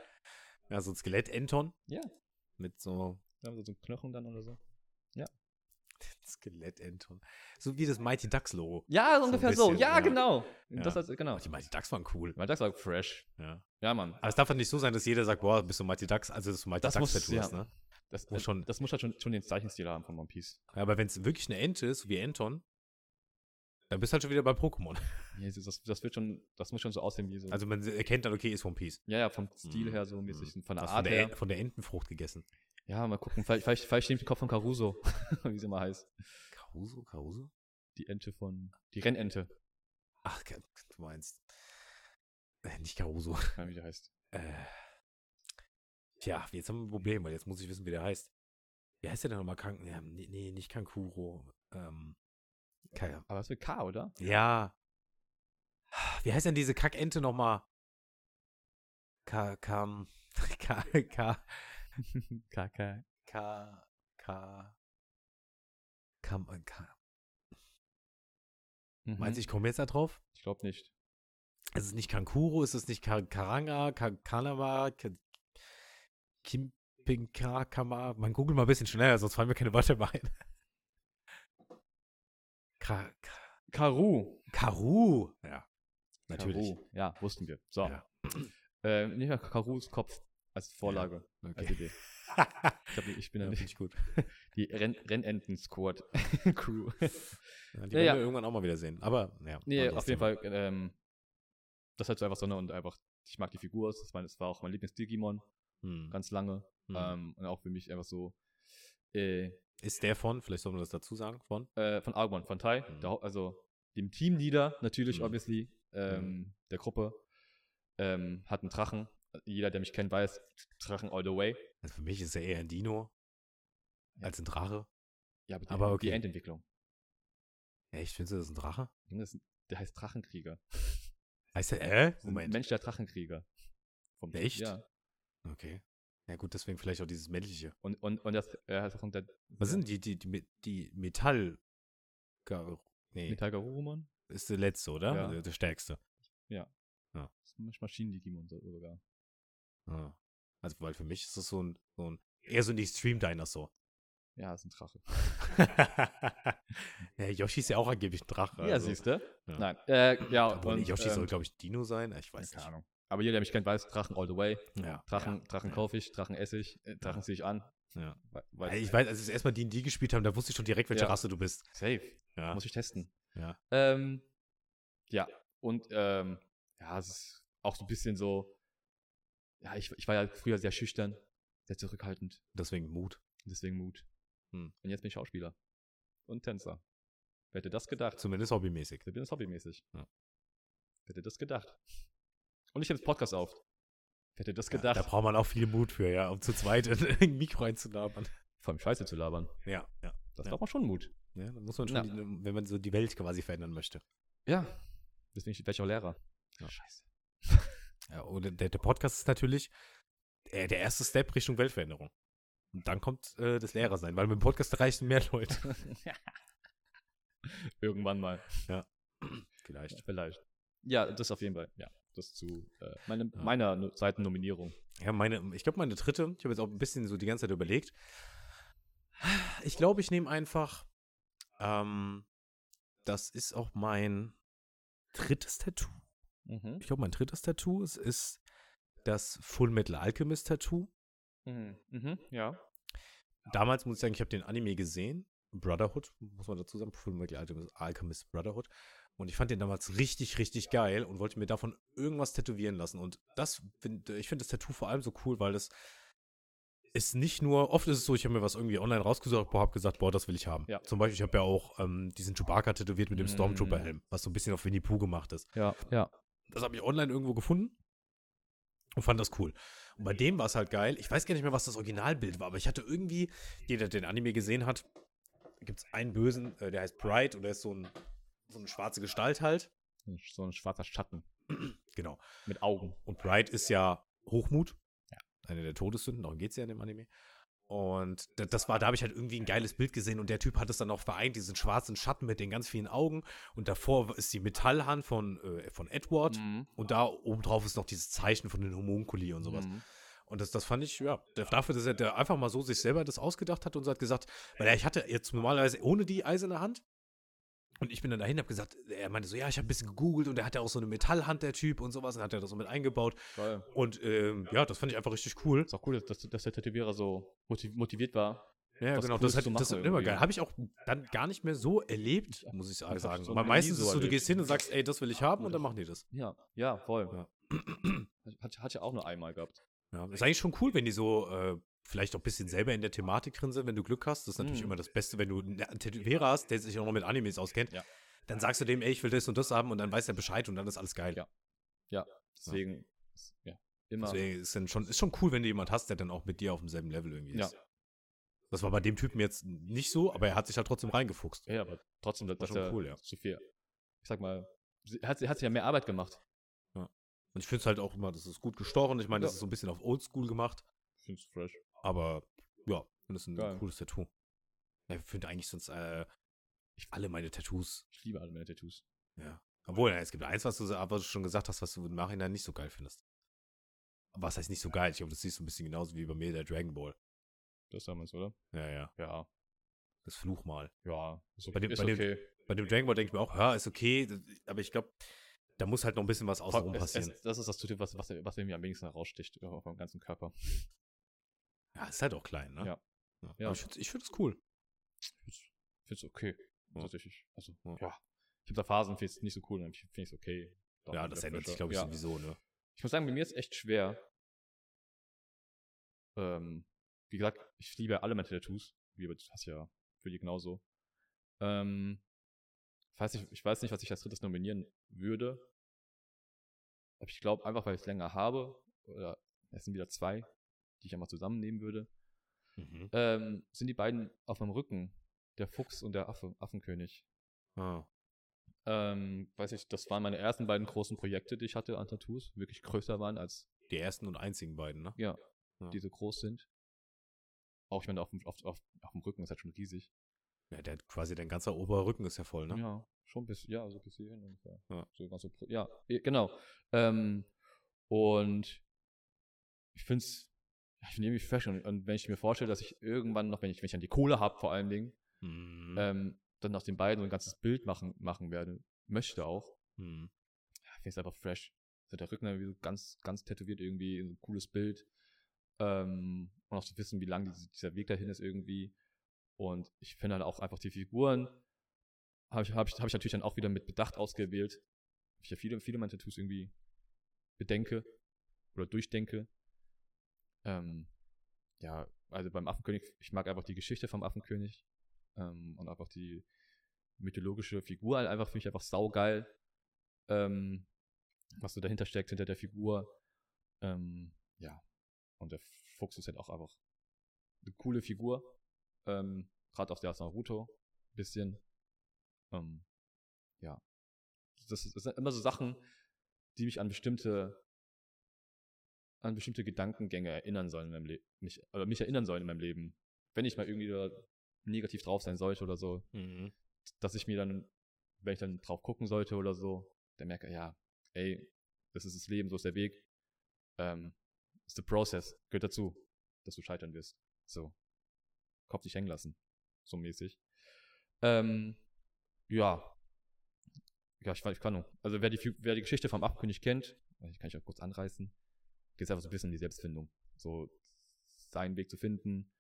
ja, so ein Skelett-Enton. Ja. Mit so Da haben wir so einen Knochen dann oder so. Skelett-Enton. So wie das Mighty Ducks-Logo. Ja, so ein ungefähr so. bisschen, Ja, ja. genau. Ja. Das heißt, genau. Oh, die Mighty Ducks waren cool. Mein Dachs war fresh. Ja. Ja, Mann. Aber es darf halt nicht so sein, dass jeder sagt, boah, bist du Mighty Ducks, also dass du Mighty Das muss- Ducks-Tattoo ja. hast, ne? Das, Muss schon- das muss halt schon, schon den Zeichenstil haben von One Piece. Ja, aber wenn es wirklich eine Ente ist, wie Enton, dann bist du halt schon wieder bei Pokémon. Jesus, das, das wird schon, das muss schon so aussehen wie so. Also man erkennt dann, okay, ist One Piece. ja, ja, vom Stil Mhm. her so mäßig, von der Hast von Art der, her. En- von der Entenfrucht gegessen. Ja, mal gucken. Vielleicht, vielleicht, vielleicht nehme ich den Kopf von Caruso, wie sie mal heißt. Caruso, Caruso? Die Ente von, die Rennente, Ach, Ka- du meinst. Äh, Nicht Caruso. ja, wie die heißt. Äh. Tja, jetzt haben wir ein Problem, weil jetzt muss ich wissen, wie der heißt. Wie heißt der denn nochmal? Kan ja, nee, nee, nicht Kankuro. Ähm, Ka Aber das wird K, oder? ja. Wie heißt denn diese Kackente nochmal? Ka, kam, ka, ka, K, K. ka, ka, kam, äh, ka. Mhm. Meinst du, ich komme jetzt da drauf? Ich glaube nicht. Es ist nicht Kankuro, es ist nicht Ka- Karanga, Ka- Kanama, Ka Kimpinkakama. Man googelt mal ein bisschen schneller, sonst fallen mir keine Wörter mehr ein. Ka Ka Karu. Karu. Ja, natürlich. Karu. Ja, wussten wir. So. Ja. Ähm, nicht mal Karus Kopf als Vorlage, als Okay. Idee. Also Ich, glaub, Genau, ich bin ja, dann finde nicht ich gut. die Renn Rennenten-Squad. Crew. Ja, die Ja, werden ja. wir irgendwann auch mal wieder sehen. Aber, ja. Nee, anderes auf jeden Thema. Fall. Ähm, das ist halt so einfach Sonne und einfach, ich mag die Figur. Das, war- das war auch mein Lieblings-Digimon Hm. ganz lange. Hm. Ähm, und auch für mich einfach so äh, Ist der von, vielleicht sollen wir das dazu sagen, von? äh, von Argon, von Tai, Hm. der, Hau- also dem Teamleader natürlich, Hm. obviously, ähm, Mhm. der Gruppe, ähm, hat einen Drachen. Jeder, der mich kennt, weiß, Drachen all the way. Also für mich ist er eher ein Dino Ja. als ein Drache. Ja, aber die, Aber okay. die Endentwicklung. Echt, findest du das ist ein Drache? Junge, das ist- Der heißt Drachenkrieger. Heißt er, äh? Das ist ein Moment. Mensch der Drachenkrieger. Vom- Echt? Ja. Okay. Ja gut, deswegen vielleicht auch dieses männliche. Und, und, und das, äh, das sind der Was sind die, die, die, Me- die Metall... Gar- Nee, Metallgarurumon? ist der letzte, oder? Ja. Also Der stärkste. Das sind Maschinen-Digimon so- sogar. Ah. Also, weil für mich ist das so ein, so ein eher so ein Extreme-Dinosaur. Ja, das ist ein Drache. ja, Yoshi ist ja auch angeblich ein Drache. ja, also. siehst du? ja. Nein. Äh, ja, Obwohl, nee, Yoshi ähm, soll, glaube ich, Dino sein. Ah, Ich weiß keine Ahnung. Aber jeder, der mich kennt, weiß, Drachen all the way. nicht. Ja. Drachen, Ja. Drachen ja. kaufe ich, Drachen esse ich, äh, Drachen Ja. ziehe ich an. Ja. We- Also Weiß ich weiß, als wir das erstmal D&D gespielt haben, da wusste ich schon direkt, welche Ja. Rasse du bist. Safe. Ja. Muss ich testen. Ja. Ähm, ja. Und ähm, ja, es ist auch so ein bisschen so. Ja, ich, ich war ja früher sehr schüchtern, sehr zurückhaltend. Deswegen Mut. Deswegen Mut. Hm. Und jetzt bin ich Schauspieler. Und Tänzer. Wer hätte das gedacht? Zumindest hobbymäßig. Ich bin das hobbymäßig. Ja. Wer hätte das gedacht? Und ich nehme das Podcast auf. Wer hätte das Ja, gedacht? da braucht man auch viel Mut für, ja, um zu zweit in ein Mikro einzulabern. Vor allem Scheiße zu labern. Ja, ja. Das Ja. braucht man schon Mut. ja Ne? da muss man schon, Ja. die, wenn man so die Welt quasi verändern möchte. Ja. Deswegen werde ich auch Lehrer. Ja. Scheiße. Ja, und der, der Podcast ist natürlich äh, der erste Step Richtung Weltveränderung. Und dann kommt äh, das Lehrersein, weil mit dem Podcast erreichen mehr Leute. Irgendwann mal. Vielleicht. Vielleicht. Ja, das auf jeden Fall. Ja, das zu äh, meine, Ja. meiner No- Seitennominierung. Ja, meine, ich glaube, meine dritte, ich habe jetzt auch ein bisschen so die ganze Zeit überlegt. Ich glaube, ich nehme einfach, ähm, das ist auch mein drittes Tattoo. Mhm. Ich glaube, mein drittes Tattoo ist, ist das Full Metal Alchemist Tattoo. Mhm. Mhm. Ja. Damals muss ich sagen, ich habe den Anime gesehen, Brotherhood, muss man dazu sagen, Full Metal Alchemist, Alchemist Brotherhood. Und ich fand den damals richtig, richtig geil und wollte mir davon irgendwas tätowieren lassen. Und das, find- ich finde das Tattoo vor allem so cool, weil das ist nicht nur, oft ist es so, ich habe mir was irgendwie online rausgesucht, boah, habe gesagt, boah, das will ich haben. Ja. Zum Beispiel, ich habe ja auch ähm, diesen Chewbacca tätowiert mit dem Mm. Stormtrooper-Helm, was so ein bisschen auf Winnie Pooh gemacht ist. Ja. Ja. Das habe ich online irgendwo gefunden und fand das cool. Und bei dem war es halt geil. Ich weiß gar nicht mehr, was das Originalbild war, aber ich hatte irgendwie, jeder, der den Anime gesehen hat, gibt es einen Bösen, äh, der heißt Pride und der ist so, ein, so eine schwarze Gestalt halt. So ein schwarzer Schatten Genau. mit Augen. Und Pride ist ja Hochmut. Eine der Todessünden, darum geht es ja in dem Anime. Und da- das war, da habe ich halt irgendwie ein geiles Bild gesehen und der Typ hat es dann auch vereint, diesen schwarzen Schatten mit den ganz vielen Augen. Und davor ist die Metallhand von, äh, von Edward. Mhm. Und da obendrauf ist noch dieses Zeichen von den Homunkuli und sowas. Mhm. Und das, das fand ich, ja, der- dafür, dass er der einfach mal so sich selber das ausgedacht hat und so hat gesagt, weil er, ich hatte jetzt normalerweise ohne die eiserne Hand. Und ich bin dann dahin, hab gesagt, er meinte so, ja, ich habe ein bisschen gegoogelt und er hat ja auch so eine Metallhand, der Typ und sowas, und hat er das so mit eingebaut. Geil. Und ähm, ja, das fand ich einfach richtig cool. Ist auch cool, dass, dass der Tätowierer so motiv- motiviert war. Ja, was genau, Cooles das, hat, zu das machen ist immer irgendwie. geil. Habe ich auch dann gar nicht mehr so erlebt, muss ich hab ich sagen. so noch Weil nie meistens so ist so, du erlebt. gehst hin und sagst, ey, das will ich haben und Gut. dann machen die das. Ja. Ja, voll. Ja. Hat, hat ja auch nur einmal gehabt. Ja, ist eigentlich schon cool, wenn die so äh, vielleicht auch ein bisschen selber in der Thematik drin sind, wenn du Glück hast. Das ist natürlich Mhm. immer das Beste, wenn du äh, einen Tätowierer hast, der sich auch noch mit Animes auskennt. Ja. Dann sagst du dem, ey, ich will das und das haben und dann weiß er Bescheid und dann ist alles geil. Ja. Deswegen, ja, immer. Deswegen ist dann schon, ist schon cool, wenn du jemand hast, der dann auch mit dir auf demselben Level irgendwie Ja. ist. Das war bei dem Typen jetzt nicht so, aber er hat sich halt trotzdem reingefuchst. Ja, aber trotzdem, das, War das schon ja cool, ja. zu viel. Ich sag mal, sie hat, sie hat sich ja mehr Arbeit gemacht. Und ich finde es halt auch immer, das ist gut gestochen. Ich meine, das Ja. ist so ein bisschen auf Oldschool gemacht, Ich find's fresh. aber ja, das ist ein Geil. cooles Tattoo. Ja, Ich finde eigentlich sonst äh, alle meine Tattoos Ich liebe alle meine Tattoos. Obwohl, ja, es gibt eins, was du, so- was du schon gesagt hast, was du im Nachhinein nicht so geil findest. Was heißt nicht so geil? Ich glaube, das siehst du ein bisschen genauso wie bei mir der Dragon Ball. Das damals, oder? Ja, ja. Ja. Das Fluchmal. Ja. Ist okay. Bei dem- ist bei dem- okay. Bei dem Dragon Ball denke ich mir auch, ja, ist okay, das- aber ich glaube, da muss halt noch ein bisschen was Vor- außenrum es- passieren. Es, das ist das Tattoo, was, was, was mir am wenigsten heraussticht äh, vom ganzen Körper. ja, ist halt auch klein, Ja. ne? ja. Ja. Aber ich, find's- ich finde es cool. Ich find's okay. Ja. Tatsächlich. Also, Ja. ja. Ich hab da Phasen, find's nicht so cool, dann find ich's okay. Doch, ja, mit das der ändert sich, Frische. glaube ich, ja. sowieso, ne? Ich muss sagen, bei mir ist echt schwer. Ähm, wie gesagt, ich liebe alle meine Tattoos. Wie du hast ja für die genauso. Ähm, ich, weiß nicht, ich weiß nicht, was ich als drittes nominieren würde. Aber ich glaube, einfach weil ich es länger habe, oder es sind wieder zwei, die ich einfach zusammennehmen würde, Mhm. ähm, sind die beiden auf meinem Rücken. Der Fuchs und der Affe, Affenkönig. Ah. Ähm, weiß ich, das waren meine ersten beiden großen Projekte, die ich hatte an Tattoos, wirklich größer waren als Die ersten und einzigen beiden, ne? Ja. Ja. die so groß sind. Auch ich meine, auf dem, auf, auf, auf dem Rücken ist halt schon riesig. Ja, der hat quasi dein ganzer oberer Rücken ist ja voll, ne? Ja, schon bis, ja, so bis hierhin ungefähr. Ja. So ganz so, pro- ja, eh, genau. Ähm, und ich finde es, ich finde irgendwie fresh. Und, und wenn ich mir vorstelle, dass ich irgendwann noch, wenn ich, wenn ich dann die Kohle habe, vor allen Dingen, Mhm. ähm, dann aus den beiden so ein ganzes Bild machen, machen werde, möchte auch. Mhm. Ja, ich finde es einfach fresh. Also der Rücken irgendwie so ganz, ganz tätowiert irgendwie, so ein cooles Bild. Ähm, und auch zu wissen, wie lang diese, dieser Weg dahin ist irgendwie. Und ich finde halt auch einfach die Figuren, habe ich, hab ich, hab ich natürlich dann auch wieder mit Bedacht ausgewählt. Ich ja viele, viele meiner Tattoos irgendwie bedenke oder durchdenke. Ähm, ja, also beim Affenkönig, ich mag einfach die Geschichte vom Affenkönig ähm, und einfach die mythologische Figur halt einfach, finde ich einfach saugeil ähm, was so dahinter steckt, hinter der Figur. Ähm, ja. Und der Fuchs ist halt auch einfach eine coole Figur. Ähm, Gerade auch der aus Naruto. Bisschen. Ähm, ja. Das, ist, das sind immer so Sachen, die mich an bestimmte an bestimmte Gedankengänge erinnern sollen in meinem Leben. Mich, oder mich erinnern sollen in meinem Leben. Wenn ich mal irgendwie da negativ drauf sein sollte oder so, Mhm. dass ich mir dann, wenn ich dann drauf gucken sollte oder so, dann merke, ja, ey, das ist das Leben, so ist der Weg. Ähm, ist the process, gehört dazu, dass du scheitern wirst. So. Kopf dich hängen lassen. So mäßig. Ähm, ja. Ja, ich weiß, keine Ahnung. Also wer die, Fi- wer die Geschichte vom Abkönig kennt, ich kann ich auch kurz anreißen, geht es einfach so ein bisschen in die Selbstfindung. So seinen Weg zu finden,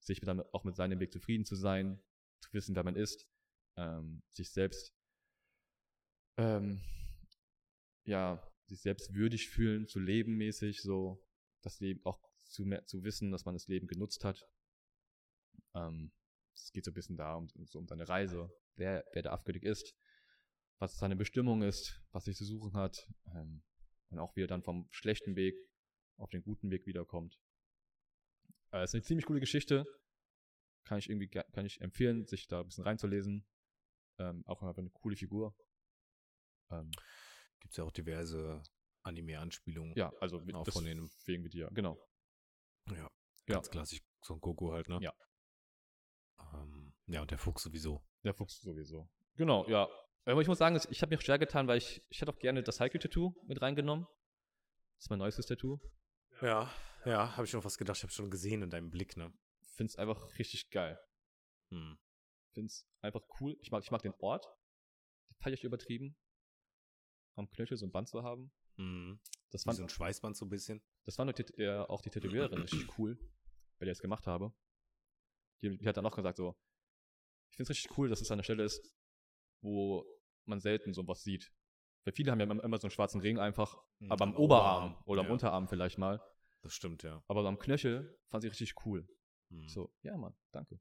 sich mit, auch mit seinem Weg zufrieden zu sein, zu wissen, wer man ist ähm, sich selbst ähm, ja sich selbst würdig fühlen zu leben mäßig so das Leben auch zu mer- zu wissen dass man das Leben genutzt hat ähm, es geht so ein bisschen da um, so um seine Reise wer wer der Afgödig ist was seine Bestimmung ist was sich zu suchen hat ähm, und auch wie er dann vom schlechten Weg auf den guten Weg wiederkommt äh, ist eine ziemlich coole Geschichte kann ich irgendwie ge- kann ich empfehlen sich da ein bisschen reinzulesen ähm, auch einfach eine coole Figur. Ähm, Gibt es ja auch diverse Anime-Anspielungen. ja, also mit- Auch von denen. deswegen mit dir. Genau. Ja. Ja. Ganz klassisch, so ein Goku halt, ne? Ja. Ähm, ja, und der Fuchs sowieso. Der Fuchs sowieso. Genau, ja. Aber ich muss sagen, ich habe mich schwer getan, weil ich, ich hätte auch gerne das Haiku-Tattoo mit reingenommen. Das ist mein neuestes Tattoo. Ja, ja, habe ich schon fast gedacht, habe schon gesehen in deinem Blick, ne? Find's einfach richtig geil. Hm. Find's einfach cool. Ich mag, ich mag den Ort. Das fand ich übertrieben. Am Knöchel so ein Band zu haben. Mhm. Das Wie fand, so ein Schweißband so ein bisschen. Das fand auch die, äh, auch die Tätowiererin richtig cool, bei der ich es gemacht habe. Die, die hat dann auch gesagt so, ich finde es richtig cool, dass es an der Stelle ist, wo man selten sowas sieht. Weil viele haben ja immer, immer so einen schwarzen Ring einfach, Mhm, aber am am Oberarm Oberarm, oder am ja. Unterarm vielleicht mal. Das stimmt, ja. Aber so am Knöchel fand sie richtig cool. Mhm. Ich So, ja Mann, danke.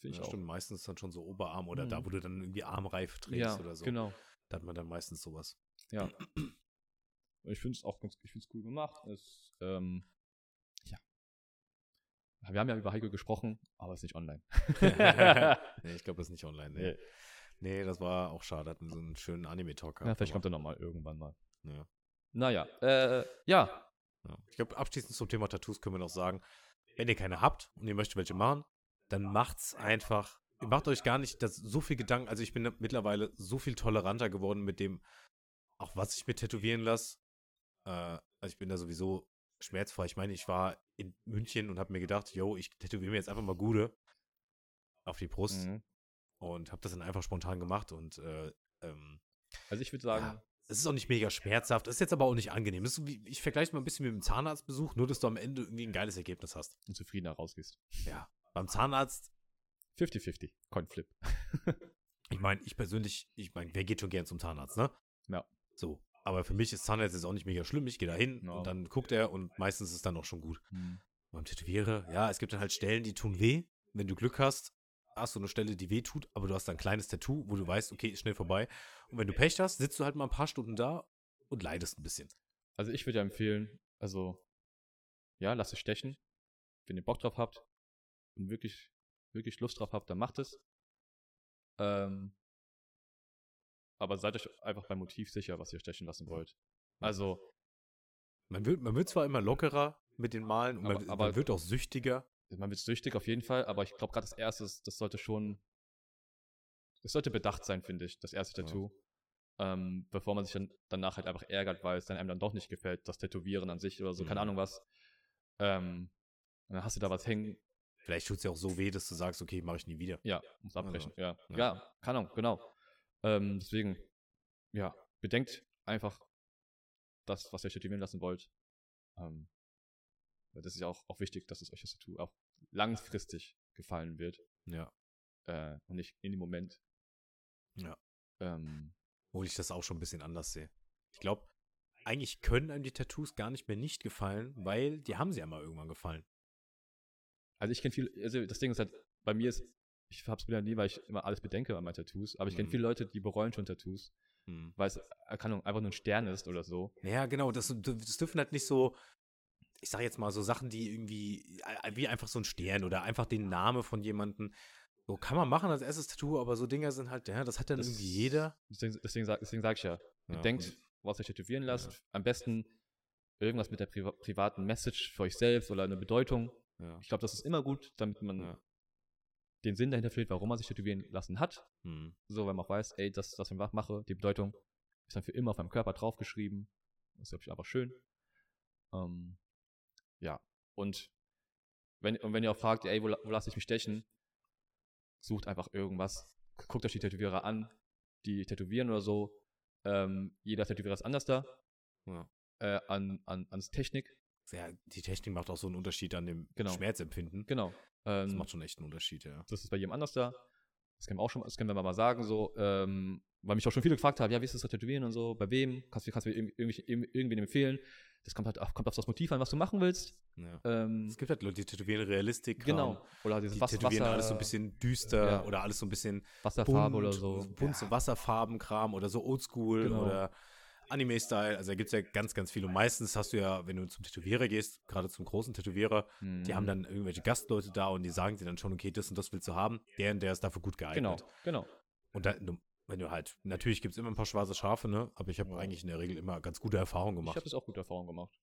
Finde ich ja, auch. stimmt, meistens dann schon so Oberarm oder Mhm. da, wo du dann irgendwie Armreif trägst ja, oder so. genau. Da hat man dann meistens sowas. Ja. Und ich finde es auch ganz, ich finde es cool gemacht. Es, ähm, ja. Wir haben ja über Heiko gesprochen, aber es ist nicht online. nee, ich glaube, das ist nicht online. Nee. Nee. nee, das war auch schade. Hatten so einen schönen Anime-Talk Ja, vielleicht kommt aber- er nochmal irgendwann mal. Ja. Naja, äh, ja, Ja. Ich glaube, abschließend zum Thema Tattoos können wir noch sagen, wenn ihr keine habt und ihr möchtet welche machen, dann macht's einfach. Ihr macht euch gar nicht das, so viel Gedanken. Also ich bin mittlerweile so viel toleranter geworden mit dem, auch was ich mir tätowieren lasse. Äh, also ich bin da sowieso schmerzfrei. Ich meine, ich war in München und habe mir gedacht, yo, ich tätowiere mir jetzt einfach mal Gude auf die Brust Mhm. und habe das dann einfach spontan gemacht und äh, ähm, also ich würde sagen, Ja. es ist auch nicht mega schmerzhaft, es ist jetzt aber auch nicht angenehm. Es Ist so wie, ich vergleiche es mal ein bisschen mit dem Zahnarztbesuch, nur dass du am Ende irgendwie ein geiles Ergebnis hast. und zufriedener rausgehst. Ja. Beim Zahnarzt, 50-50, Coinflip. ich meine, ich persönlich, ich meine, wer geht schon gern zum Zahnarzt, ne? Ja. So. Aber für mich ist Zahnarzt jetzt auch nicht mega schlimm. Ich gehe da hin Ja. und dann guckt er und meistens ist dann auch schon gut. Mhm. Beim Tätowierer, ja, es gibt dann halt Stellen, die tun weh. Wenn du Glück hast, hast du eine Stelle, die weh tut, aber du hast dann ein kleines Tattoo, wo du weißt, okay, ist schnell vorbei. Und wenn du Pech hast, sitzt du halt mal ein paar Stunden da und leidest ein bisschen. Also ich würde ja empfehlen, also, ja, lasst es stechen. Wenn ihr Bock drauf habt und wirklich, wirklich Lust drauf habt, dann macht es. Ähm, aber seid euch einfach beim Motiv sicher, was ihr stechen lassen wollt. Also, Man wird, man wird zwar immer lockerer, mit den Malen. Und Aber- man, aber- man wird auch süchtiger. Man wird süchtig auf jeden Fall, aber ich glaube gerade das erste, ist- das sollte schon, es sollte bedacht sein, finde ich, das erste Ja. Tattoo. Ähm, bevor man sich dann danach halt einfach ärgert, weil es dann einem dann doch nicht gefällt, das Tätowieren an sich oder so, keine Mhm. Ahnung was. Ähm, und dann hast du da was hängen, Vielleicht tut es ja auch so weh, dass du sagst, okay, mache ich nie wieder. ja, muss Also, abbrechen, ja. ja. ja. keine Ahnung, genau. Ähm, deswegen, ja, bedenkt einfach das, was ihr tätowieren lassen wollt. Ähm, weil das ist ja auch, auch wichtig, dass es euch das Tattoo auch langfristig gefallen wird. Ja. äh, und nicht in dem Moment. Ja. Ähm, Obwohl ich das auch schon ein bisschen anders sehe. Ich glaube, eigentlich können einem die Tattoos gar nicht mehr nicht gefallen, weil die haben sie ja mal irgendwann gefallen. also ich kenne viel, also das Ding ist halt, bei mir ist, ich hab's wieder nie, weil ich immer alles bedenke an meinen Tattoos, aber ich kenne Mhm. viele Leute, die bereuen schon Tattoos, Hm. weil es, äh, keine Ahnung, einfach nur ein Stern ist oder so. Ja, genau. Das, das dürfen halt nicht so, ich sage jetzt mal, so Sachen, die irgendwie, äh, wie einfach so ein Stern oder einfach den Namen von jemandem. So kann man machen als erstes Tattoo, aber so Dinger sind halt, ja, das hat dann Das- irgendwie jeder. Deswegen, deswegen, sag, deswegen sag ich ja, Ja, bedenkt, was ihr tätowieren lasst, am besten irgendwas mit der priva privaten Message für euch selbst oder eine Bedeutung. und- Ja. Ich glaube, das ist immer gut, damit man Ja. den Sinn dahinter versteht, warum man sich tätowieren lassen hat. Hm. so, wenn man auch weiß, ey, das, was ich mach- mache, die Bedeutung ist dann für immer auf meinem Körper draufgeschrieben. Das ist, glaube ich, einfach schön. Ähm, ja, und wenn, und wenn ihr auch fragt, ey, wo, la- wo lasse ich mich stechen, sucht einfach irgendwas. Guckt euch die Tätowierer an, die tätowieren oder so. Ähm, jeder Tätowierer ist anders da. Ja. Äh, an, an, ans Technik. ja, die Technik macht auch so einen Unterschied an dem Genau. Schmerzempfinden. Genau. Ähm, Das macht schon echt einen Unterschied, ja. das ist bei jedem anders da. Das können wir auch schon, das können wir mal sagen, so, ähm, weil mich auch schon viele gefragt haben, ja, wie ist das mit Tätowieren und so, bei wem, kannst, du- kannst du mir irgendwie, irgendwie, irgendwie irgendwen empfehlen? Das kommt halt auf, kommt auf das Motiv an, was du machen willst. ja. Ähm, Es gibt halt Leute, die tätowieren Realistik. ähm, genau. Oder dieses Die Wasser, tätowieren Wasser, alles so ein bisschen düster Ja. oder alles so ein bisschen Wasserfarbe bunt, oder so. Bunt, so Wasserfarbenkram oder so Oldschool Genau. oder Anime-Style. Also da gibt es ja ganz, ganz viele. Und meistens hast du ja, wenn du zum Tätowierer gehst, gerade zum großen Tätowierer, Mhm. die haben dann irgendwelche Gastleute da und die sagen dir dann schon, okay, das und das willst du haben. Der und der ist dafür gut geeignet. Genau, genau. Und da, du- wenn du halt, natürlich gibt es immer ein paar schwarze Schafe, ne? Aber ich habe eigentlich in der Regel immer ganz gute Erfahrungen Ich habe gemacht. das auch gute Erfahrungen gemacht.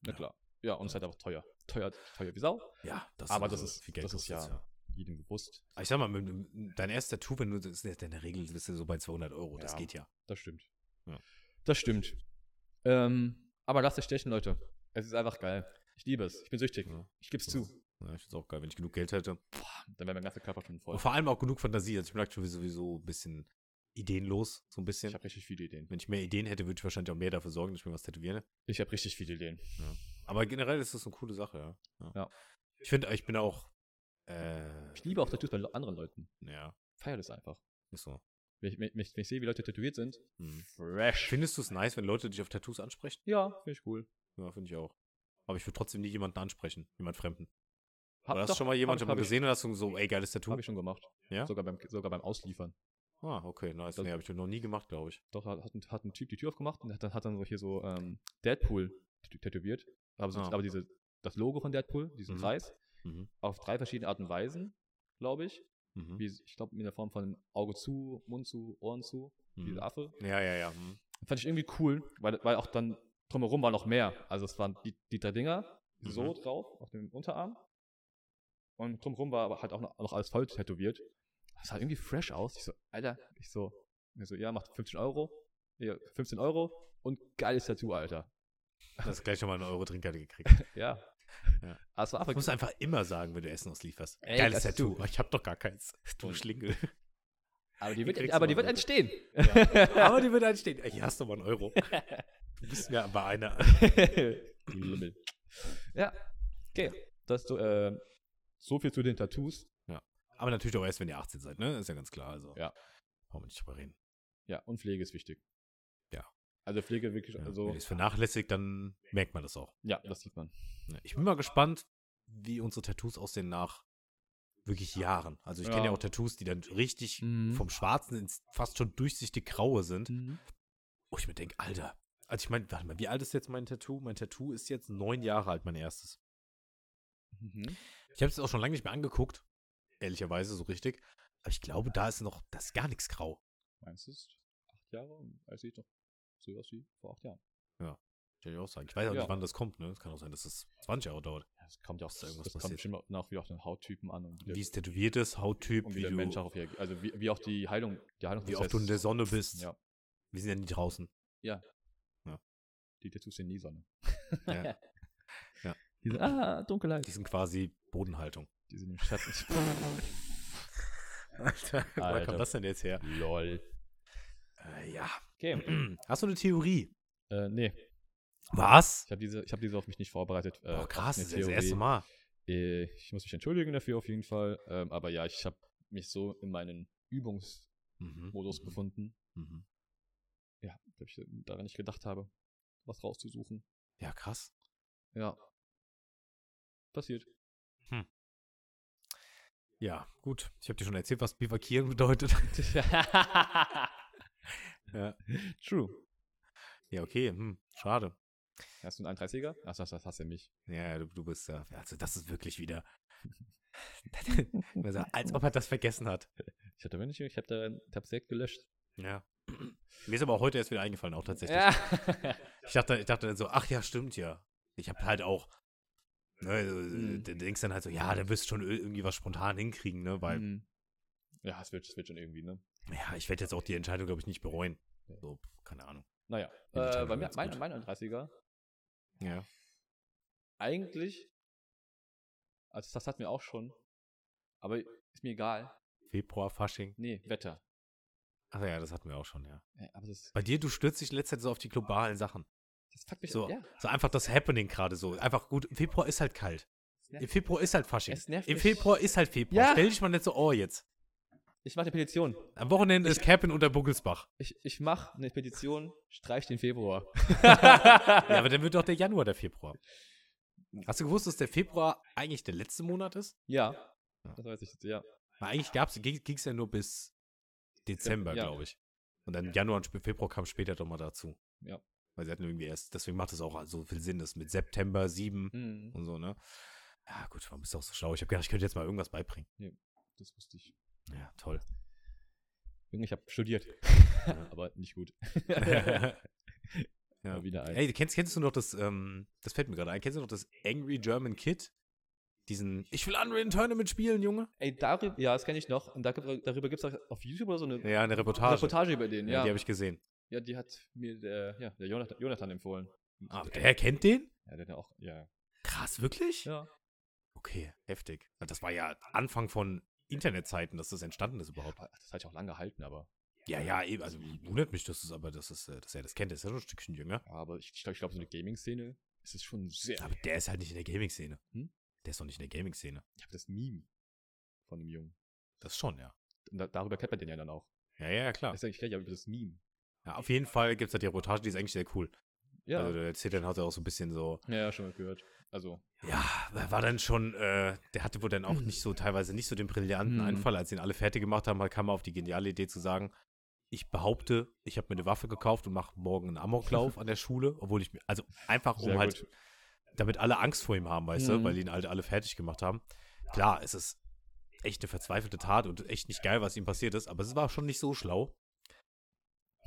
Na Ja. klar. Ja, und es ist halt einfach teuer. Teuer, teuer wie Sau. Ja, das Aber also das ist- viel Geld das ist kostet's, ja- Jedem bewusst. Aber Ich sag mal, mit, mit- dein erstes Tattoo, wenn du das ist in der Regel bist du so bei 200 Euro. Das Ja. geht ja. Das stimmt. Ja. Das stimmt. Ähm, aber lasst euch stechen, Leute. Es ist einfach geil. Ich liebe es. Ich bin süchtig. Ja. Ich gebe es zu. ne? Ja, ich find's auch geil, wenn ich genug Geld hätte. Dann wäre mein ganzer Körper schon voll. Und vor allem auch genug Fantasie. Also ich bin aktuell sowieso ein bisschen ideenlos, so ein Ich bisschen. habe richtig viele Ideen. Wenn ich mehr Ideen hätte, würde ich wahrscheinlich auch mehr dafür sorgen, dass ich mir was tätowiere. Ich habe richtig viele Ideen. Aber generell ist das eine coole Sache, ja. Ja. Ich finde, ich bin auch. Äh, Ich liebe auch Tattoos bei le- anderen Leuten. Ja, Feier das einfach. ist so. Wenn ich, wenn ich, wenn ich sehe, wie Leute tätowiert sind. Hm. Fresh. Findest du es nice, wenn Leute dich auf Tattoos ansprechen? Ja, finde ich cool. Ja, finde ich auch. Aber ich würde trotzdem nie jemanden ansprechen, jemand Fremden. Hab Oder hast doch- du schon mal jemanden hab, mal hab gesehen und hast du so, ey, geiles Ich, Tattoo? hab ich schon gemacht. Ja? Sogar beim, sogar beim Ausliefern. Ah, okay, nice. Das- Nee, habe ich noch nie gemacht, glaube ich. Doch, hat, hat, ein, hat ein Typ die Tür aufgemacht und hat, dann- hat dann so hier so ähm, Deadpool tät- tätowiert. Aber, so, Ah. aber diese, das Logo von Deadpool, diesen Mhm. Kreis, Mhm. auf drei verschiedene Arten und Weisen, glaube ich. Mhm. Wie, ich glaube, in der Form von Auge zu, Mund zu, Ohren zu, wie Mhm. dieser Affe. Ja, ja, ja. mhm. Fand ich irgendwie cool, weil, weil auch dann drumherum war noch mehr. Also es waren die, die drei Dinger Mhm. so drauf auf dem Unterarm. Und drumherum war aber halt auch noch, noch alles voll tätowiert. Das sah irgendwie fresh aus. Ich so, Alter, ich so, mir so, ja, macht 15 Euro. Ja, 15 Euro und geiles Tattoo, Alter. Du hast gleich nochmal eine Euro Trinkgeld gekriegt. Ja. Ja. Aber es war Du einfach musst einfach immer sagen, wenn du Essen auslieferst. Ey, Mhm. Geiles geiles Tattoo. Tattoo. Ich habe doch gar keins. Du Schlingel. Aber Wie die wird, kriegst aber du die wird mal entstehen. Aber die wird einstehen. Ey, Hier hast du mal einen Euro. Du bist mir aber einer. Die Lümmel. Ja. Okay. Das, so, äh, so viel zu den Tattoos. Aber natürlich auch erst, wenn ihr 18 seid, ne? Ist ja ganz klar. Also. Ja. Brauchen wir nicht drüber reden. Ja, und Pflege ist wichtig. Ja. Also Pflege wirklich, Ja. also Wenn ihr es vernachlässigt, dann merkt man das auch. ja, das sieht man. Ja. Ne, Ich bin mal gespannt, wie unsere Tattoos aussehen nach wirklich Jahren. Also ich Ja. kenne ja auch Tattoos, die dann richtig Mhm. vom Schwarzen ins fast schon durchsichtig Graue sind. Wo ich mir denke, Alter. Also ich meine, warte mal, wie alt ist jetzt mein Tattoo? Mein Tattoo ist jetzt neun Jahre alt, mein erstes. Mhm. Ich habe es auch schon lange nicht mehr angeguckt. Ehrlicherweise, so richtig. Aber ich glaube, da ist noch, da ist gar nichts grau. Meins ist acht Jahre und als ich doch so aus wie vor acht Jahren. Kann ich auch sagen. Ich weiß auch Ja. nicht, wann das kommt, ne? Es kann auch sein, dass es 20 Jahre dauert. Es kommt ja auch, Dass das, irgendwas das kommt passiert. bestimmt auch nach wie auf den Hauttypen an und wie, Wie es tätowiert ist, Hauttyp, und wie wie, der du, Mensch darauf reagiert. Also wie, wie auch die Heilung, der wie Heilungsprozess. oft du in der Sonne bist. Ja, Wir sind ja nie draußen. die Tattoos sind nie Sonne. Ja. Die sind, ah, Dunkelheit. Die sind quasi Bodenhaltung. Die sind im Schatten. Alter, woher Alter. kam das denn jetzt her? Lol. Äh, ja. Okay. Hast du eine Theorie? äh, nee, Was? ich habe diese, ich hab diese auf mich nicht vorbereitet. Äh, Boah, krass, eine das ist das Theorie. erste Mal. Äh, Ich muss mich entschuldigen dafür auf jeden Fall. Ähm, aber ja, ich habe mich so in meinen Übungsmodus Mhm. gefunden, Mhm. ja, dass ich äh, daran nicht gedacht habe, was rauszusuchen. Ja, krass. Ja. Passiert. Ja, gut. Ich habe dir schon erzählt, was Bivakieren bedeutet. ja. True. ja, okay. Hm, schade. Hast du einen 31er? Ach, das, das hast du mich. Ja, du, du bist ja. Also, das ist wirklich wieder. also, als ob er das vergessen hat. Ich hatte nicht, ich habe da Tab Select gelöscht. Ja. Mir ist aber auch heute erst wieder eingefallen, auch tatsächlich. Ja. Ich dachte, ich dachte dann so, ach ja, stimmt ja. Ich habe halt auch. Ne, so, Mhm. Du denkst dann halt so, ja, dann wirst du schon ir- irgendwie was spontan hinkriegen, ne? Weil, Mhm. ja, es wird, es wird schon irgendwie, ne? ja, ich werde jetzt auch die Entscheidung, glaube ich, nicht bereuen. So, keine Ahnung. Naja, Ja, äh, total bei mir, ganz mein, gut. mein 31er, Ja. eigentlich, also das hatten wir auch schon, aber ist mir egal. Februar, Fasching. Nee, Wetter. Ach ja, das hatten wir auch schon, ja. Ja, Aber das, Bei dir, du stürzt dich in letzter Zeit so auf die globalen Sachen. das fuckt mich So, ja. so einfach das Happening gerade so. Einfach gut, im Februar ist halt kalt. Im nervt. Februar ist halt Fasching. Es nervt Im mich. Februar ist halt Februar. Ja. Stell dich mal nicht so, oh jetzt. Ich mache eine Petition. Am Wochenende ist Camping unter Buggelsbach. Ich, ich mache eine Petition, streich den Februar. ja, aber dann wird doch der Januar der Februar. Hast du gewusst, dass der Februar eigentlich der letzte Monat ist? Ja. Das weiß ich jetzt, ja. Weil eigentlich gab's, ging es ja nur bis Dezember, Ja. glaube ich. Und dann Januar und sp- Februar kam später doch mal dazu. Ja. Weil sie hatten irgendwie erst, deswegen macht es auch so viel Sinn, dass mit September 7 Mhm. und so, ne? Ja, gut, warum bist du auch so schlau? Ich habe gedacht, ich könnte jetzt mal irgendwas beibringen. Das wusste ich. Ja, toll. Junge, ich habe studiert. aber nicht gut. ja. Mal wieder ein. Ey, du kennst, kennst du noch das, ähm, das fällt mir gerade ein, kennst du noch das Angry German Kid? Diesen, ich will Unreal Tournament spielen, Junge? Ey, darüber, ja, das kenne ich noch. Und da, darüber gibt es auf YouTube oder so eine Ja, eine Reportage. Reportage über den, Ja, ja. die habe ich gesehen. ja, die hat mir der, ja, der Jonathan, Jonathan empfohlen. Ah, der kennt den? Ja, der hat ja auch, ja. Krass, wirklich? Ja, Okay, heftig. Ah, Das war ja Anfang von Internetzeiten, dass das entstanden ist überhaupt. aber das hat ja auch lange gehalten, aber. Ja, ja, eben. Also wundert mich, dass es aber, dass, es, äh, dass er das kennt. Der ist ja schon ein Stückchen jünger. Ja, aber ich, ich glaube, ich glaub, so eine Gaming-Szene ist es schon sehr. Aber der ist halt nicht in der Gaming-Szene. Hm? Der ist doch nicht in der Gaming-Szene. Ich habe das Meme von dem Jungen. Das schon, ja. Und da, darüber kennt man den ja dann auch. Ja, ja, klar. Ich, ich rede ja über das Meme. Ja, auf jeden Fall gibt es da die Reportage, die ist eigentlich sehr cool. Ja, Also der Zitteln hat ja auch so ein bisschen so. ja, ja, schon mal gehört. Also, Ja, wer war dann schon, äh, der hatte wohl dann auch nicht so teilweise nicht so den brillanten Mhm. Einfall, als ihn alle fertig gemacht haben, kam er auf die geniale Idee zu sagen, ich behaupte, ich habe mir eine Waffe gekauft und mache morgen einen Amoklauf an der Schule, obwohl ich mir, also einfach um Sehr halt, gut. damit alle Angst vor ihm haben, weißt du, Mhm. weil ihn halt alle fertig gemacht haben. Klar, es ist echt eine verzweifelte Tat und echt nicht geil, was ihm passiert ist, aber es war schon nicht so schlau.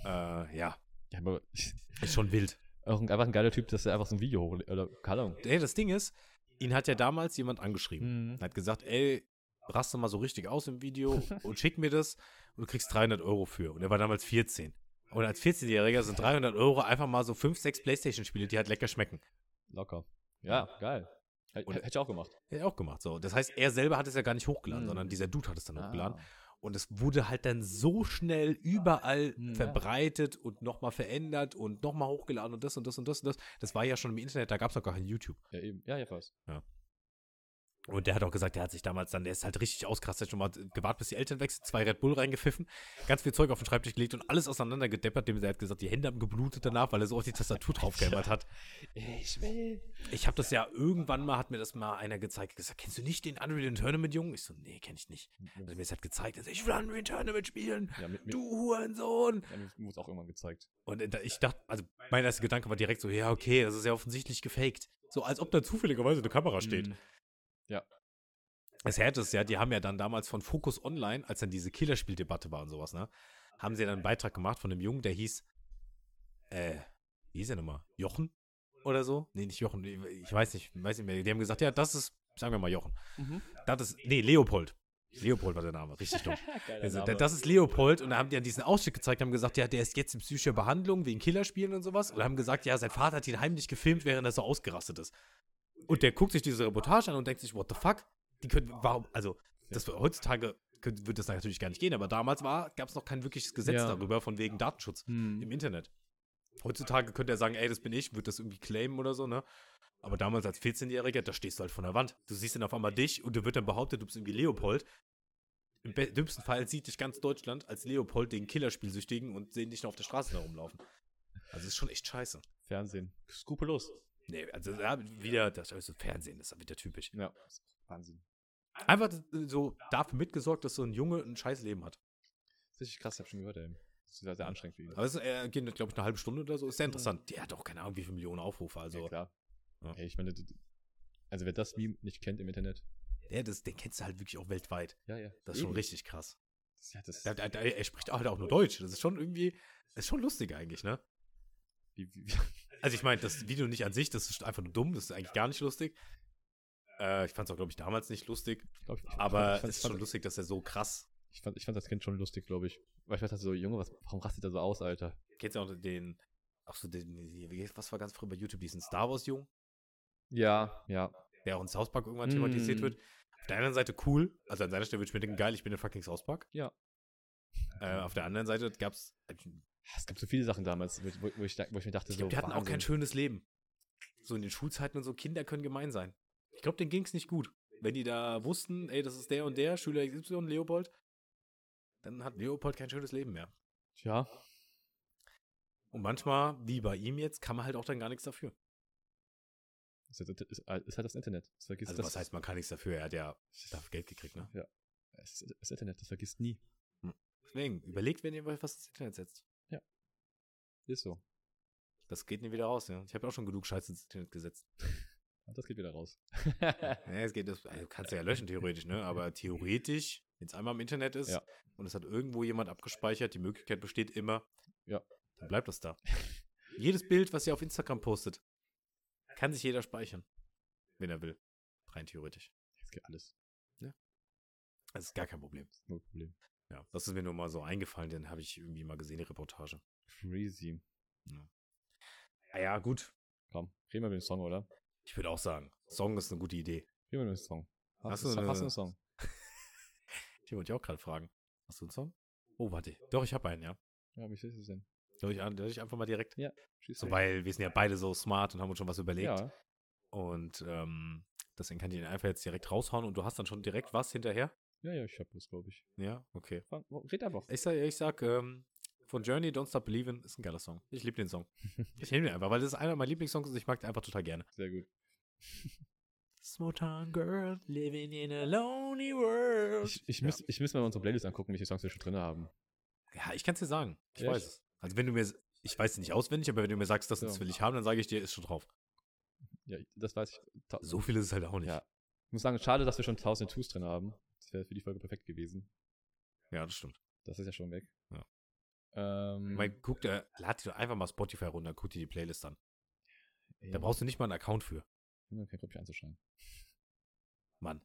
Äh, ja, ja, aber ist schon wild. auch ein, einfach ein geiler Typ, dass er einfach so ein Video hochlädt. Oder, keine Ahnung. Hey, das Ding ist, ihn hat ja damals jemand angeschrieben. Mhm. Und hat gesagt, ey, raste mal so richtig aus im Video und schick mir das und du kriegst 300 Euro für. Und er war damals 14. Und als 14-Jähriger sind 300 Euro einfach mal so 5, 6 Playstation-Spiele, die halt lecker schmecken. Locker. Ja, geil. Hätt- Und- Hätte ich auch gemacht. Hätte er auch gemacht. So. Das heißt, er selber hat es ja gar nicht hochgeladen, Mhm. sondern dieser Dude hat es dann hochgeladen. Ah. Und es wurde halt dann so schnell überall Mhm, ja. verbreitet und nochmal verändert und nochmal hochgeladen und das und das und das und das. Das war ja schon im Internet, da gab es noch gar kein YouTube. Ja, eben. Ja, ja, was. Und der hat auch gesagt, der hat sich damals dann, der ist halt richtig ausgerastet, hat schon mal gewartet, bis die Eltern wechseln, zwei Red Bull reingepfiffen, ganz viel Zeug auf den Schreibtisch gelegt und alles auseinandergedeppert. Dem er hat gesagt, die Hände haben geblutet danach, weil er so auf die Tastatur draufgehämmert hat. Ich will. Ich habe das ja irgendwann mal, hat mir das mal einer gezeigt, gesagt, kennst du nicht den Unreal Tournament, Jungen? Ich so, nee, kenn ich nicht. Und mir das halt gezeigt, er so, ich will Unreal Tournament spielen, Ja, mit, mit, du Hurensohn. ja, mir wurde es auch irgendwann gezeigt. Und da- ich dachte, also mein erster Gedanke war direkt so, ja, okay, das ist ja offensichtlich gefaked. So, als ob da zufälligerweise eine Kamera steht. Mhm. Das Härte ist ja, die haben ja dann damals von Focus Online, als dann diese Killerspieldebatte war und sowas, ne, haben sie ja dann einen Beitrag gemacht von einem Jungen, der hieß, äh, wie hieß er nochmal? Jochen? oder so. Nee, nicht Jochen. Ich weiß nicht, weiß nicht mehr. Die haben gesagt, ja, das ist, sagen wir mal Jochen. Mhm. Das ist, nee, Leopold. Leopold war der Name, richtig dumm. Geiler Also, Name. da- das ist Leopold und da haben die an diesen Ausschnitt gezeigt, haben gesagt, ja, der ist jetzt in psychischer Behandlung wegen Killerspielen und sowas und haben gesagt, ja, sein Vater hat ihn heimlich gefilmt, während er so ausgerastet ist. Und der guckt sich diese Reportage an und denkt sich, what the fuck? Die können, warum, also, das war- heutzutage könnte- wird das natürlich gar nicht gehen, aber damals war, gab es noch kein wirkliches Gesetz Ja. darüber von wegen Datenschutz Hm. im Internet. Heutzutage könnte er sagen, ey, das bin ich, wird das irgendwie claimen oder so, ne? Aber damals als 14-Jähriger, da stehst du halt von der Wand. Du siehst dann auf einmal dich und du wird dann behauptet, du bist irgendwie Leopold. Im be- dümmsten Fall sieht dich ganz Deutschland als Leopold den Killerspielsüchtigen und sehen dich noch auf der Straße herumlaufen. Also ist schon echt scheiße. Fernsehen. Skrupellos. Nee, also ja, wieder, das also Fernsehen, das ist wieder typisch. Ja. Wahnsinn. Einfach äh, so dafür mitgesorgt, dass so ein Junge ein scheiß Leben hat. Das ist richtig krass, ich hab schon gehört, ey. Das ist sehr, sehr anstrengend für ihn. Aber es äh, geht, glaube ich, eine halbe Stunde oder so. Ist sehr interessant. Der hat auch keine Ahnung, wie viele Millionen Aufrufe. Also, Mhm. Ja, klar. Ja. Ey, ich meine, d- d- also wer das Meme nicht kennt im Internet. der, das, den kennst du halt wirklich auch weltweit. Ja, ja. Das ist schon Eben. richtig krass. Das- Ja, das, Er, er, er spricht halt auch nur Deutsch. Das ist schon irgendwie, das ist schon lustig eigentlich, ne? wie, wie, Also ich meine, das Video nicht an sich, das ist einfach nur dumm, das ist eigentlich gar nicht lustig. Äh, ich fand es auch, glaube ich, damals nicht lustig. glaub ich, Aber ich fand, es ich ist fand, schon lustig, dass er so krass. ich fand, ich fand das Kind schon lustig, glaube ich. Weil ich dachte so, Junge, was, warum rastet er so aus, Alter? Kennst du auch den, auch so den, wie- was war ganz früher bei YouTube, diesen Star Wars-Jungen, Ja, ja. der auch in South Park irgendwann Mm. thematisiert wird. Auf der anderen Seite cool, also an seiner Stelle würde ich mir denken, geil, ich bin in fucking South Park. Ja. Äh, auf der anderen Seite gab es, Ah, Es gab so viele Sachen damals, wo, wo, ich, da- wo ich mir dachte, Ich so. glaube, die hatten auch kein Wahnsinn. schönes Leben. So in den Schulzeiten und so, Kinder können gemein sein. Ich glaube, denen ging es nicht gut. Wenn die da wussten, ey, das ist der und der, Schüler XY, Leopold, dann hat Leopold kein schönes Leben mehr. Ja, Und manchmal, wie bei ihm jetzt, kann man halt auch dann gar nichts dafür. ist, halt- ist, ist halt das Internet. Das vergisst also, das. was heißt, man kann nichts dafür? Er hat ja dafür Geld gekriegt, ne? Es ist das Internet, das vergisst nie. Deswegen, überlegt, wenn ihr was ins Internet setzt. Ist so. Das geht nie wieder raus, ja. Ich habe ja auch schon genug Scheiße ins Internet gesetzt. Und das geht wieder raus. Ja, es geht, das, also kannst du ja löschen, theoretisch, ne? Aber theoretisch, wenn es einmal im Internet ist Ja. und es hat irgendwo jemand abgespeichert, die Möglichkeit besteht immer, Ja. dann bleibt das da. Jedes Bild, was ihr auf Instagram postet, kann sich jeder speichern, wenn er will. Rein theoretisch. Jetzt geht alles. Das ist gar kein Problem. Null Problem. Ja, das ist mir nur mal so eingefallen, den habe ich irgendwie mal gesehen, die Reportage. Crazy. Ah ja, gut. Komm, reden wir über den Song, oder? Ich würde auch sagen, Song ist eine gute Idee. Reden wir über den Song. Hast Hast, du du, eine- hast du einen Song? Ich wollte ich auch gerade fragen. Hast du einen Song? Oh, warte. Doch, ich habe einen, ja. Ja, wie ist es denn? Soll ich, soll ich einfach mal direkt Schieß So, weg. weil wir sind ja beide so smart und haben uns schon was überlegt. Ja, Und ähm, deswegen kann ich den einfach jetzt direkt raushauen und du hast dann schon direkt was hinterher. ja, ja, ich hab das, glaube ich. Ja, okay. Fang, wo- red einfach. Ich sag, ich sag ähm, von Journey Don't Stop Believin' ist ein geiler Song. Ich liebe den Song. Ich nehme den einfach, weil das ist einer meiner Lieblingssongs und ich mag den einfach total gerne. Sehr gut. Small town girl living in a lonely world. Ich, ich, müß, ich müß mal unsere Playlist angucken, welche Songs wir schon drin haben. ja, ich kann es dir sagen. Ich Echt? weiß es. Also wenn du mir, ich weiß es nicht auswendig, aber wenn du mir sagst, das Ja. will ich haben, dann sage ich dir, ist schon drauf. Ja, das weiß ich. Ta- So viel ist es halt auch nicht. Ja. Ich muss sagen, schade, dass wir schon 1000 Twos drin haben. Das wäre für die Folge perfekt gewesen. ja das stimmt. Das ist ja schon weg. Ja. Ähm, Man guckt, äh, lad dir doch einfach mal Spotify runter, guck dir die Playlist an. ey, Da brauchst du nicht mal einen Account für. kein Grund, mich anzuschreien. Mann.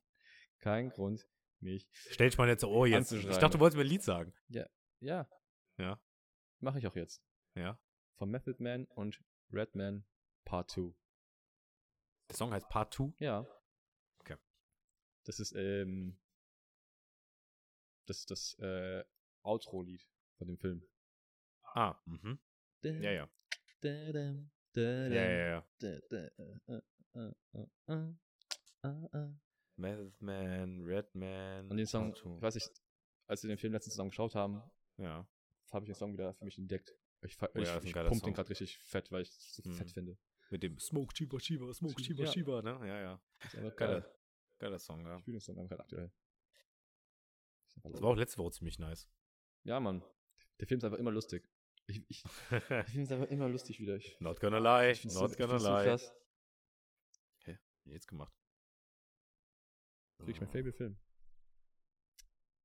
Kein Grund, mich. Stell dich mal jetzt so, oh jetzt. Ich Anzuschreiben. dachte, du wolltest mir ein Lied sagen. Ja. Ja. Mache ich auch jetzt. Ja. Von Method Man und Redman Part 2. Der Song heißt Part 2. Ja. Okay. Das ist, ähm, das, das, äh, Outro-Lied von dem Film. Ah, mhm. Ja, ja. Ja, ja, ja. äh, Method Man, Red Man. Und den Song, Part Two. ich weiß nicht, als wir den Film letztens zusammen geschaut haben, Ja. habe ich den Song wieder für mich entdeckt. Ich, fa- Oh ja, ich, das ist ein ich geiler pump den Song. gerade richtig fett, weil ich es so Mhm. fett finde. Mit dem Smoke Shiba Shiba, Smoke Shiba Ja. Shiba, ne? Ja, ja. Das ist einfach Geiler, geil. geiler Song, ja. Ich fühle den Song einfach gerade aktuell. Oh. Das war auch letzte Woche ziemlich nice. Ja, Mann. Der Film ist einfach immer lustig. Ich, ich, der Film ist einfach immer lustig wieder. Ich, Not gonna lie, ich find's so- not ich find's gonna so lie. krass. Jetzt gemacht. Ah. Wirklich mein Favorite Film.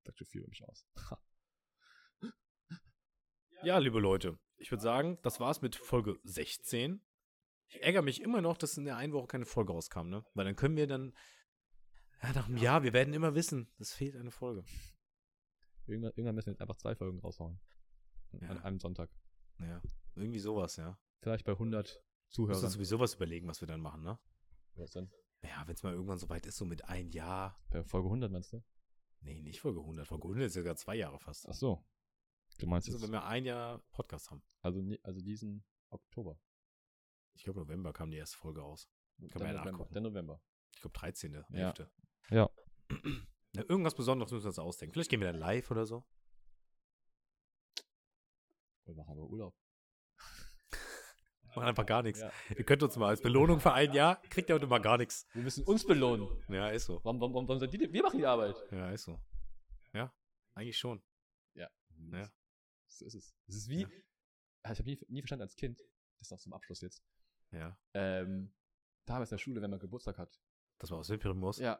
Sagt schon viel über mich aus. Ja, liebe Leute, ich würde sagen, das war's mit Folge 16. Ich ärgere mich immer noch, dass in der einen Woche keine Folge rauskam, ne? Weil dann können wir dann. Ja, nach einem Jahr, wir werden immer wissen, es fehlt eine Folge. Irgendwann, irgendwann müssen wir jetzt einfach zwei Folgen raushauen. An einem Sonntag. ja. Irgendwie sowas, ja. Vielleicht bei 100 Wir müssen uns Zuhörern. sowieso was überlegen, was wir dann machen, ne? Was denn? Ja, wenn es mal irgendwann soweit ist, so mit ein Jahr. Bei Folge 100 meinst du? Nee, nicht Folge 100. Folge 100 ist ja sogar zwei Jahre fast. Ach so. Du meinst Also, wenn jetzt, wir ein Jahr Podcast haben. also, nie- also diesen Oktober. Ich glaube, November kam die erste Folge raus. Der man ja November. nachgucken. Der November. Ich glaube, 13. Ja. Ja. Na, irgendwas Besonderes müssen wir uns ausdenken. Vielleicht gehen wir dann live oder so. Oh, Wir machen aber Urlaub. Machen einfach gar nichts. Ja. Ihr könnt uns mal als Belohnung für ein Jahr, kriegt ihr heute mal gar nichts. Wir müssen uns belohnen. Ja, ist so. Warum, warum, warum, warum sind die, wir machen die Arbeit. Ja, ist so. Ja, eigentlich schon. Ja. So ist es. Es ist wie, Ja. Ah, ich habe nie, nie verstanden als Kind, das noch zum Abschluss jetzt, Ja. ähm, damals in der Schule, wenn man Geburtstag hat. Das war aus Imperimus. Ja.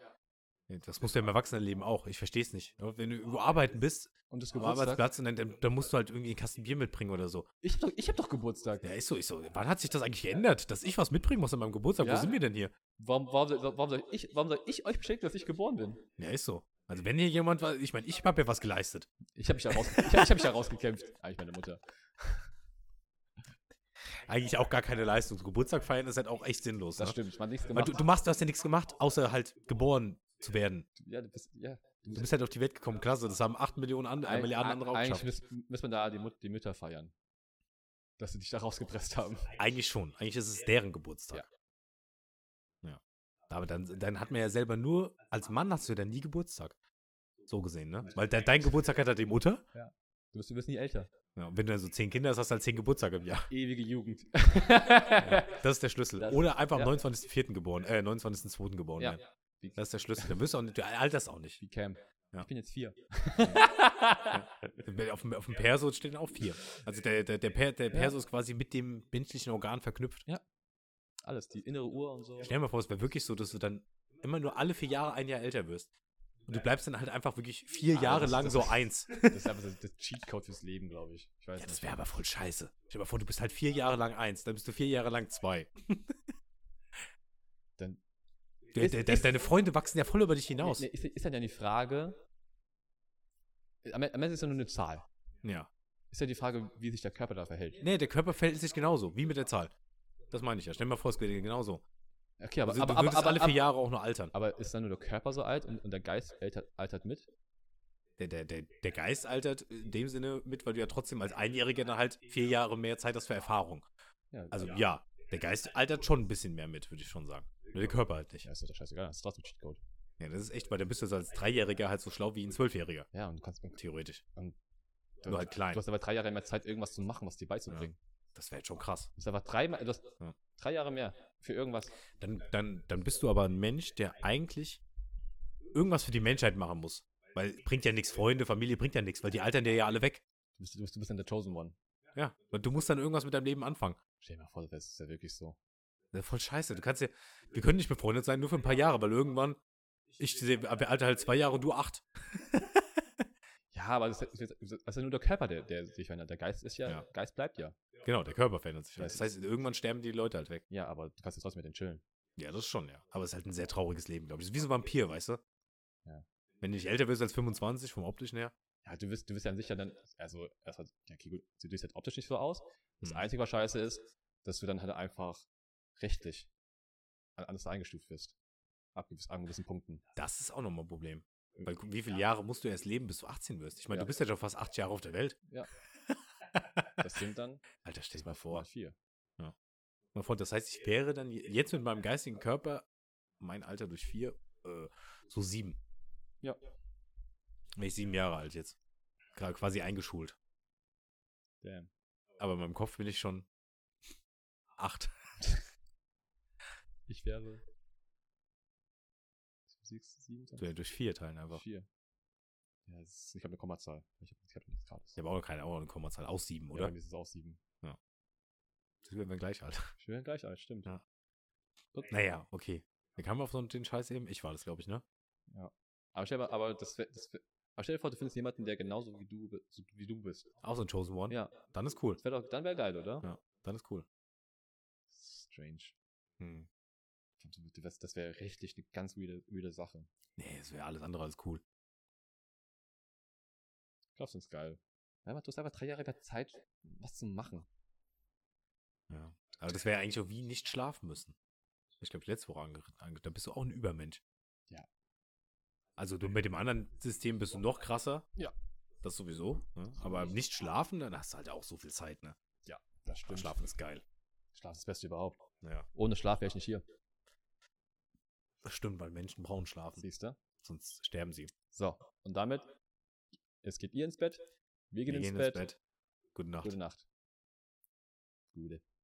Nee, Das musst du ja im Erwachsenenleben auch. Ich verstehe es nicht. Wenn du irgendwo arbeiten bist, Und das am äh, Geburtstag. Arbeitsplatz, und dann, dann, dann musst du halt irgendwie einen Kasten Bier mitbringen oder so. Ich hab doch, ich hab doch Geburtstag. Ja, ist so, ist so. Wann hat sich das eigentlich geändert, dass ich was mitbringen muss an meinem Geburtstag? Ja. Wo sind wir denn hier? Warum, warum, soll- warum, soll ich, warum soll ich euch beschenken, dass ich geboren bin? Ja, ist so. Also wenn hier jemand war, ich meine, ich habe ja was geleistet. Ich habe mich, da raus- ich hab, ich hab mich da rausgekämpft. Eigentlich meine Mutter. Eigentlich auch gar keine Leistung. So Geburtstag feiern ist halt auch echt sinnlos. Das ne? stimmt. Ich habe nichts Weil gemacht. du, du machst, du hast ja nichts gemacht, außer halt geboren zu werden. ja, du bist, ja. Du bist halt auf die Welt gekommen, klasse. Das haben 8 Millionen andere, eine Milliarde andere auch Eigentlich geschafft. müsste müsst man da die, Mut, die Mütter feiern. Dass sie dich da rausgepresst haben. Eigentlich schon. Eigentlich ist es deren Geburtstag. Ja. Aber dann, dann hat man ja selber nur, als Mann hast du ja dann nie Geburtstag. So gesehen, ne? Weil de, dein Geburtstag hat halt die Mutter. Du bist, du bist nie älter. Ja, und wenn du dann so zehn Kinder hast, hast du halt zehn Geburtstage im Jahr. Ewige Jugend. Das ist der Schlüssel. Das- Oder einfach am ja. 29.04. geboren, äh, 29.02. geboren Ja. werden. Das ist der Schlüssel. Du, bist auch nicht, du alterst auch nicht. Wie Cam. Ja. Ich bin jetzt vier. Auf dem, auf dem Perso stehen auch vier. Also der, der, der, per, der Perso ist quasi mit dem menschlichen Organ verknüpft. Alles, die innere Uhr und so. Stell dir mal vor, es wäre wirklich so, dass du dann immer nur alle vier Jahre ein Jahr älter wirst. Und du bleibst dann halt einfach wirklich vier Ah, Jahre das- lang das- so eins. Das ist einfach das, das Cheatcode fürs Leben, glaube ich. Ich weiß Ja, das nicht. wäre aber voll scheiße. Stell dir mal vor, du bist halt vier Jahre lang eins, dann bist du vier Jahre lang zwei. Dann- De, de, de, deine Freunde wachsen ja voll über dich hinaus. Nee, nee, ist, ist dann ja die Frage. Am Ende am Ende ist ja nur eine Zahl. Ja. Ist ja die Frage, wie sich der Körper da verhält. Nee, der Körper verhält sich genauso, wie mit der Zahl. Das meine ich ja. Stell dir mal vor, es geht genauso. Okay, aber, Also, aber, du aber, würdest aber, alle vier aber, Jahre auch nur altern. aber ist dann nur der Körper so alt und, und der Geist altert, altert mit? Der, der, der, der Geist altert in dem Sinne mit, weil du ja trotzdem als Einjähriger dann halt vier Jahre mehr Zeit hast für Erfahrung. Ja, Also ja, der Geist altert schon ein bisschen mehr mit, würde ich schon sagen. Nur der Körper halt nicht. ja, ist doch scheißegal. Das ist trotzdem Cheatcode. Ja, das ist echt, weil dann bist du so als Dreijähriger halt so schlau wie ein Zwölfjähriger, Ja, und du kannst. Du theoretisch. du Nur halt klein. hast aber drei Jahre mehr Zeit, irgendwas zu machen, was dir beizubringen. Das wäre jetzt schon krass. Du hast aber drei, du hast Ja. drei Jahre mehr für irgendwas. Dann, dann, dann bist du aber ein Mensch, der eigentlich irgendwas für die Menschheit machen muss. Weil bringt ja nichts, Freunde, Familie bringt ja nichts, weil die altern dir ja alle weg. Du bist, du bist, du bist dann der Chosen One. Ja, und du musst dann irgendwas mit deinem Leben anfangen. Stell dir mal vor, das ist ja wirklich so. Das ist voll scheiße. Du kannst ja, wir können nicht befreundet sein, nur für ein paar Jahre, weil irgendwann, ich sehe, wir alter halt zwei Jahre und du acht. Ja, aber das ist, jetzt- das ist ja nur der Körper, der, der sich verändert. Der Geist ist ja, Ja. Geist bleibt ja. Genau, der Körper verändert sich. Ja, halt. es Das heißt, irgendwann sterben die Leute halt weg. Ja, aber du kannst jetzt trotzdem mit denen chillen. Ja, das schon, ja. Aber es ist halt ein sehr trauriges Leben, glaube ich. Es ist wie so ein Vampir, weißt du? Ja. Wenn du nicht älter wirst als 25, vom optischen her. Ja, du wirst, du wirst ja sicher dann, also, das hat, ja, okay, gut, du siehst halt optisch nicht so aus. Das Hm. Einzige, was scheiße ist, dass du dann halt einfach rechtlich an- anders eingestuft wirst. Ab gewiss- an gewissen Punkten. Das ist auch nochmal ein Problem. Weil guck, wie viele Jahre musst du erst leben, bis du 18 wirst? Ich meine, Äh, Ja. du bist ja schon fast acht Jahre auf der Welt. Das sind dann Alter, stell dir mal vor. mal vier. Mal vor, das heißt, ich wäre dann je- jetzt mit meinem geistigen Körper, mein Alter durch vier, äh, so sieben. Ja. Wäre ich sieben Jahre alt jetzt. Gerade quasi eingeschult. Damn. Aber in meinem Kopf bin ich schon acht. Ich wäre. Siehst du, sieben, Du ja durch vier teilen einfach. vier. Ja, das ist, ich habe eine Kommazahl. Ich habe ich hab nichts Gratis. Ich habe auch noch keine, auch noch eine Kommazahl. Auch sieben, Ja, oder? bei mir ist es auch sieben. Das werden wir gleich alt. Ich wäre gleich alt, stimmt. Ja. Okay. Naja, okay. Dann kamen wir auf so den Scheiß eben. Ich war das, glaube ich, ne? Aber stell, dir mal- aber, das, wär- das, wär- aber stell dir vor, du findest jemanden, der genauso wie du, bi- so wie du bist. Auch so ein Chosen One. Ja, Dann ist cool. das wär doch, dann wäre geil, oder? Ja. Dann ist cool. strange. Hm. Das, das wäre rechtlich eine ganz weirde, weirde Sache. Nee, es wäre alles andere als cool. Glaubst du, ist geil. Ja, aber du hast einfach drei Jahre mehr Zeit, was zu machen. Ja. Aber das wäre eigentlich auch wie nicht schlafen müssen. Ich glaube, ich letzte Woche angeritten. ange- Da bist du auch ein Übermensch. Ja. Also du mit dem anderen System bist du noch krasser. Ja. Das sowieso. Ne? Aber im nicht schlafen, dann hast du halt auch so viel Zeit, ne? Das Aber Schlaf, Schlafen ist geil. Schlaf ist das Beste überhaupt. Ja. Ohne Schlaf wäre ich nicht hier. Stimmt, weil Menschen brauchen Schlafen. Siehst du? Sonst sterben sie. So, und damit, jetzt geht ihr ins Bett, wir gehen, ins, Bett. Gute Nacht. Gute Nacht. Gute.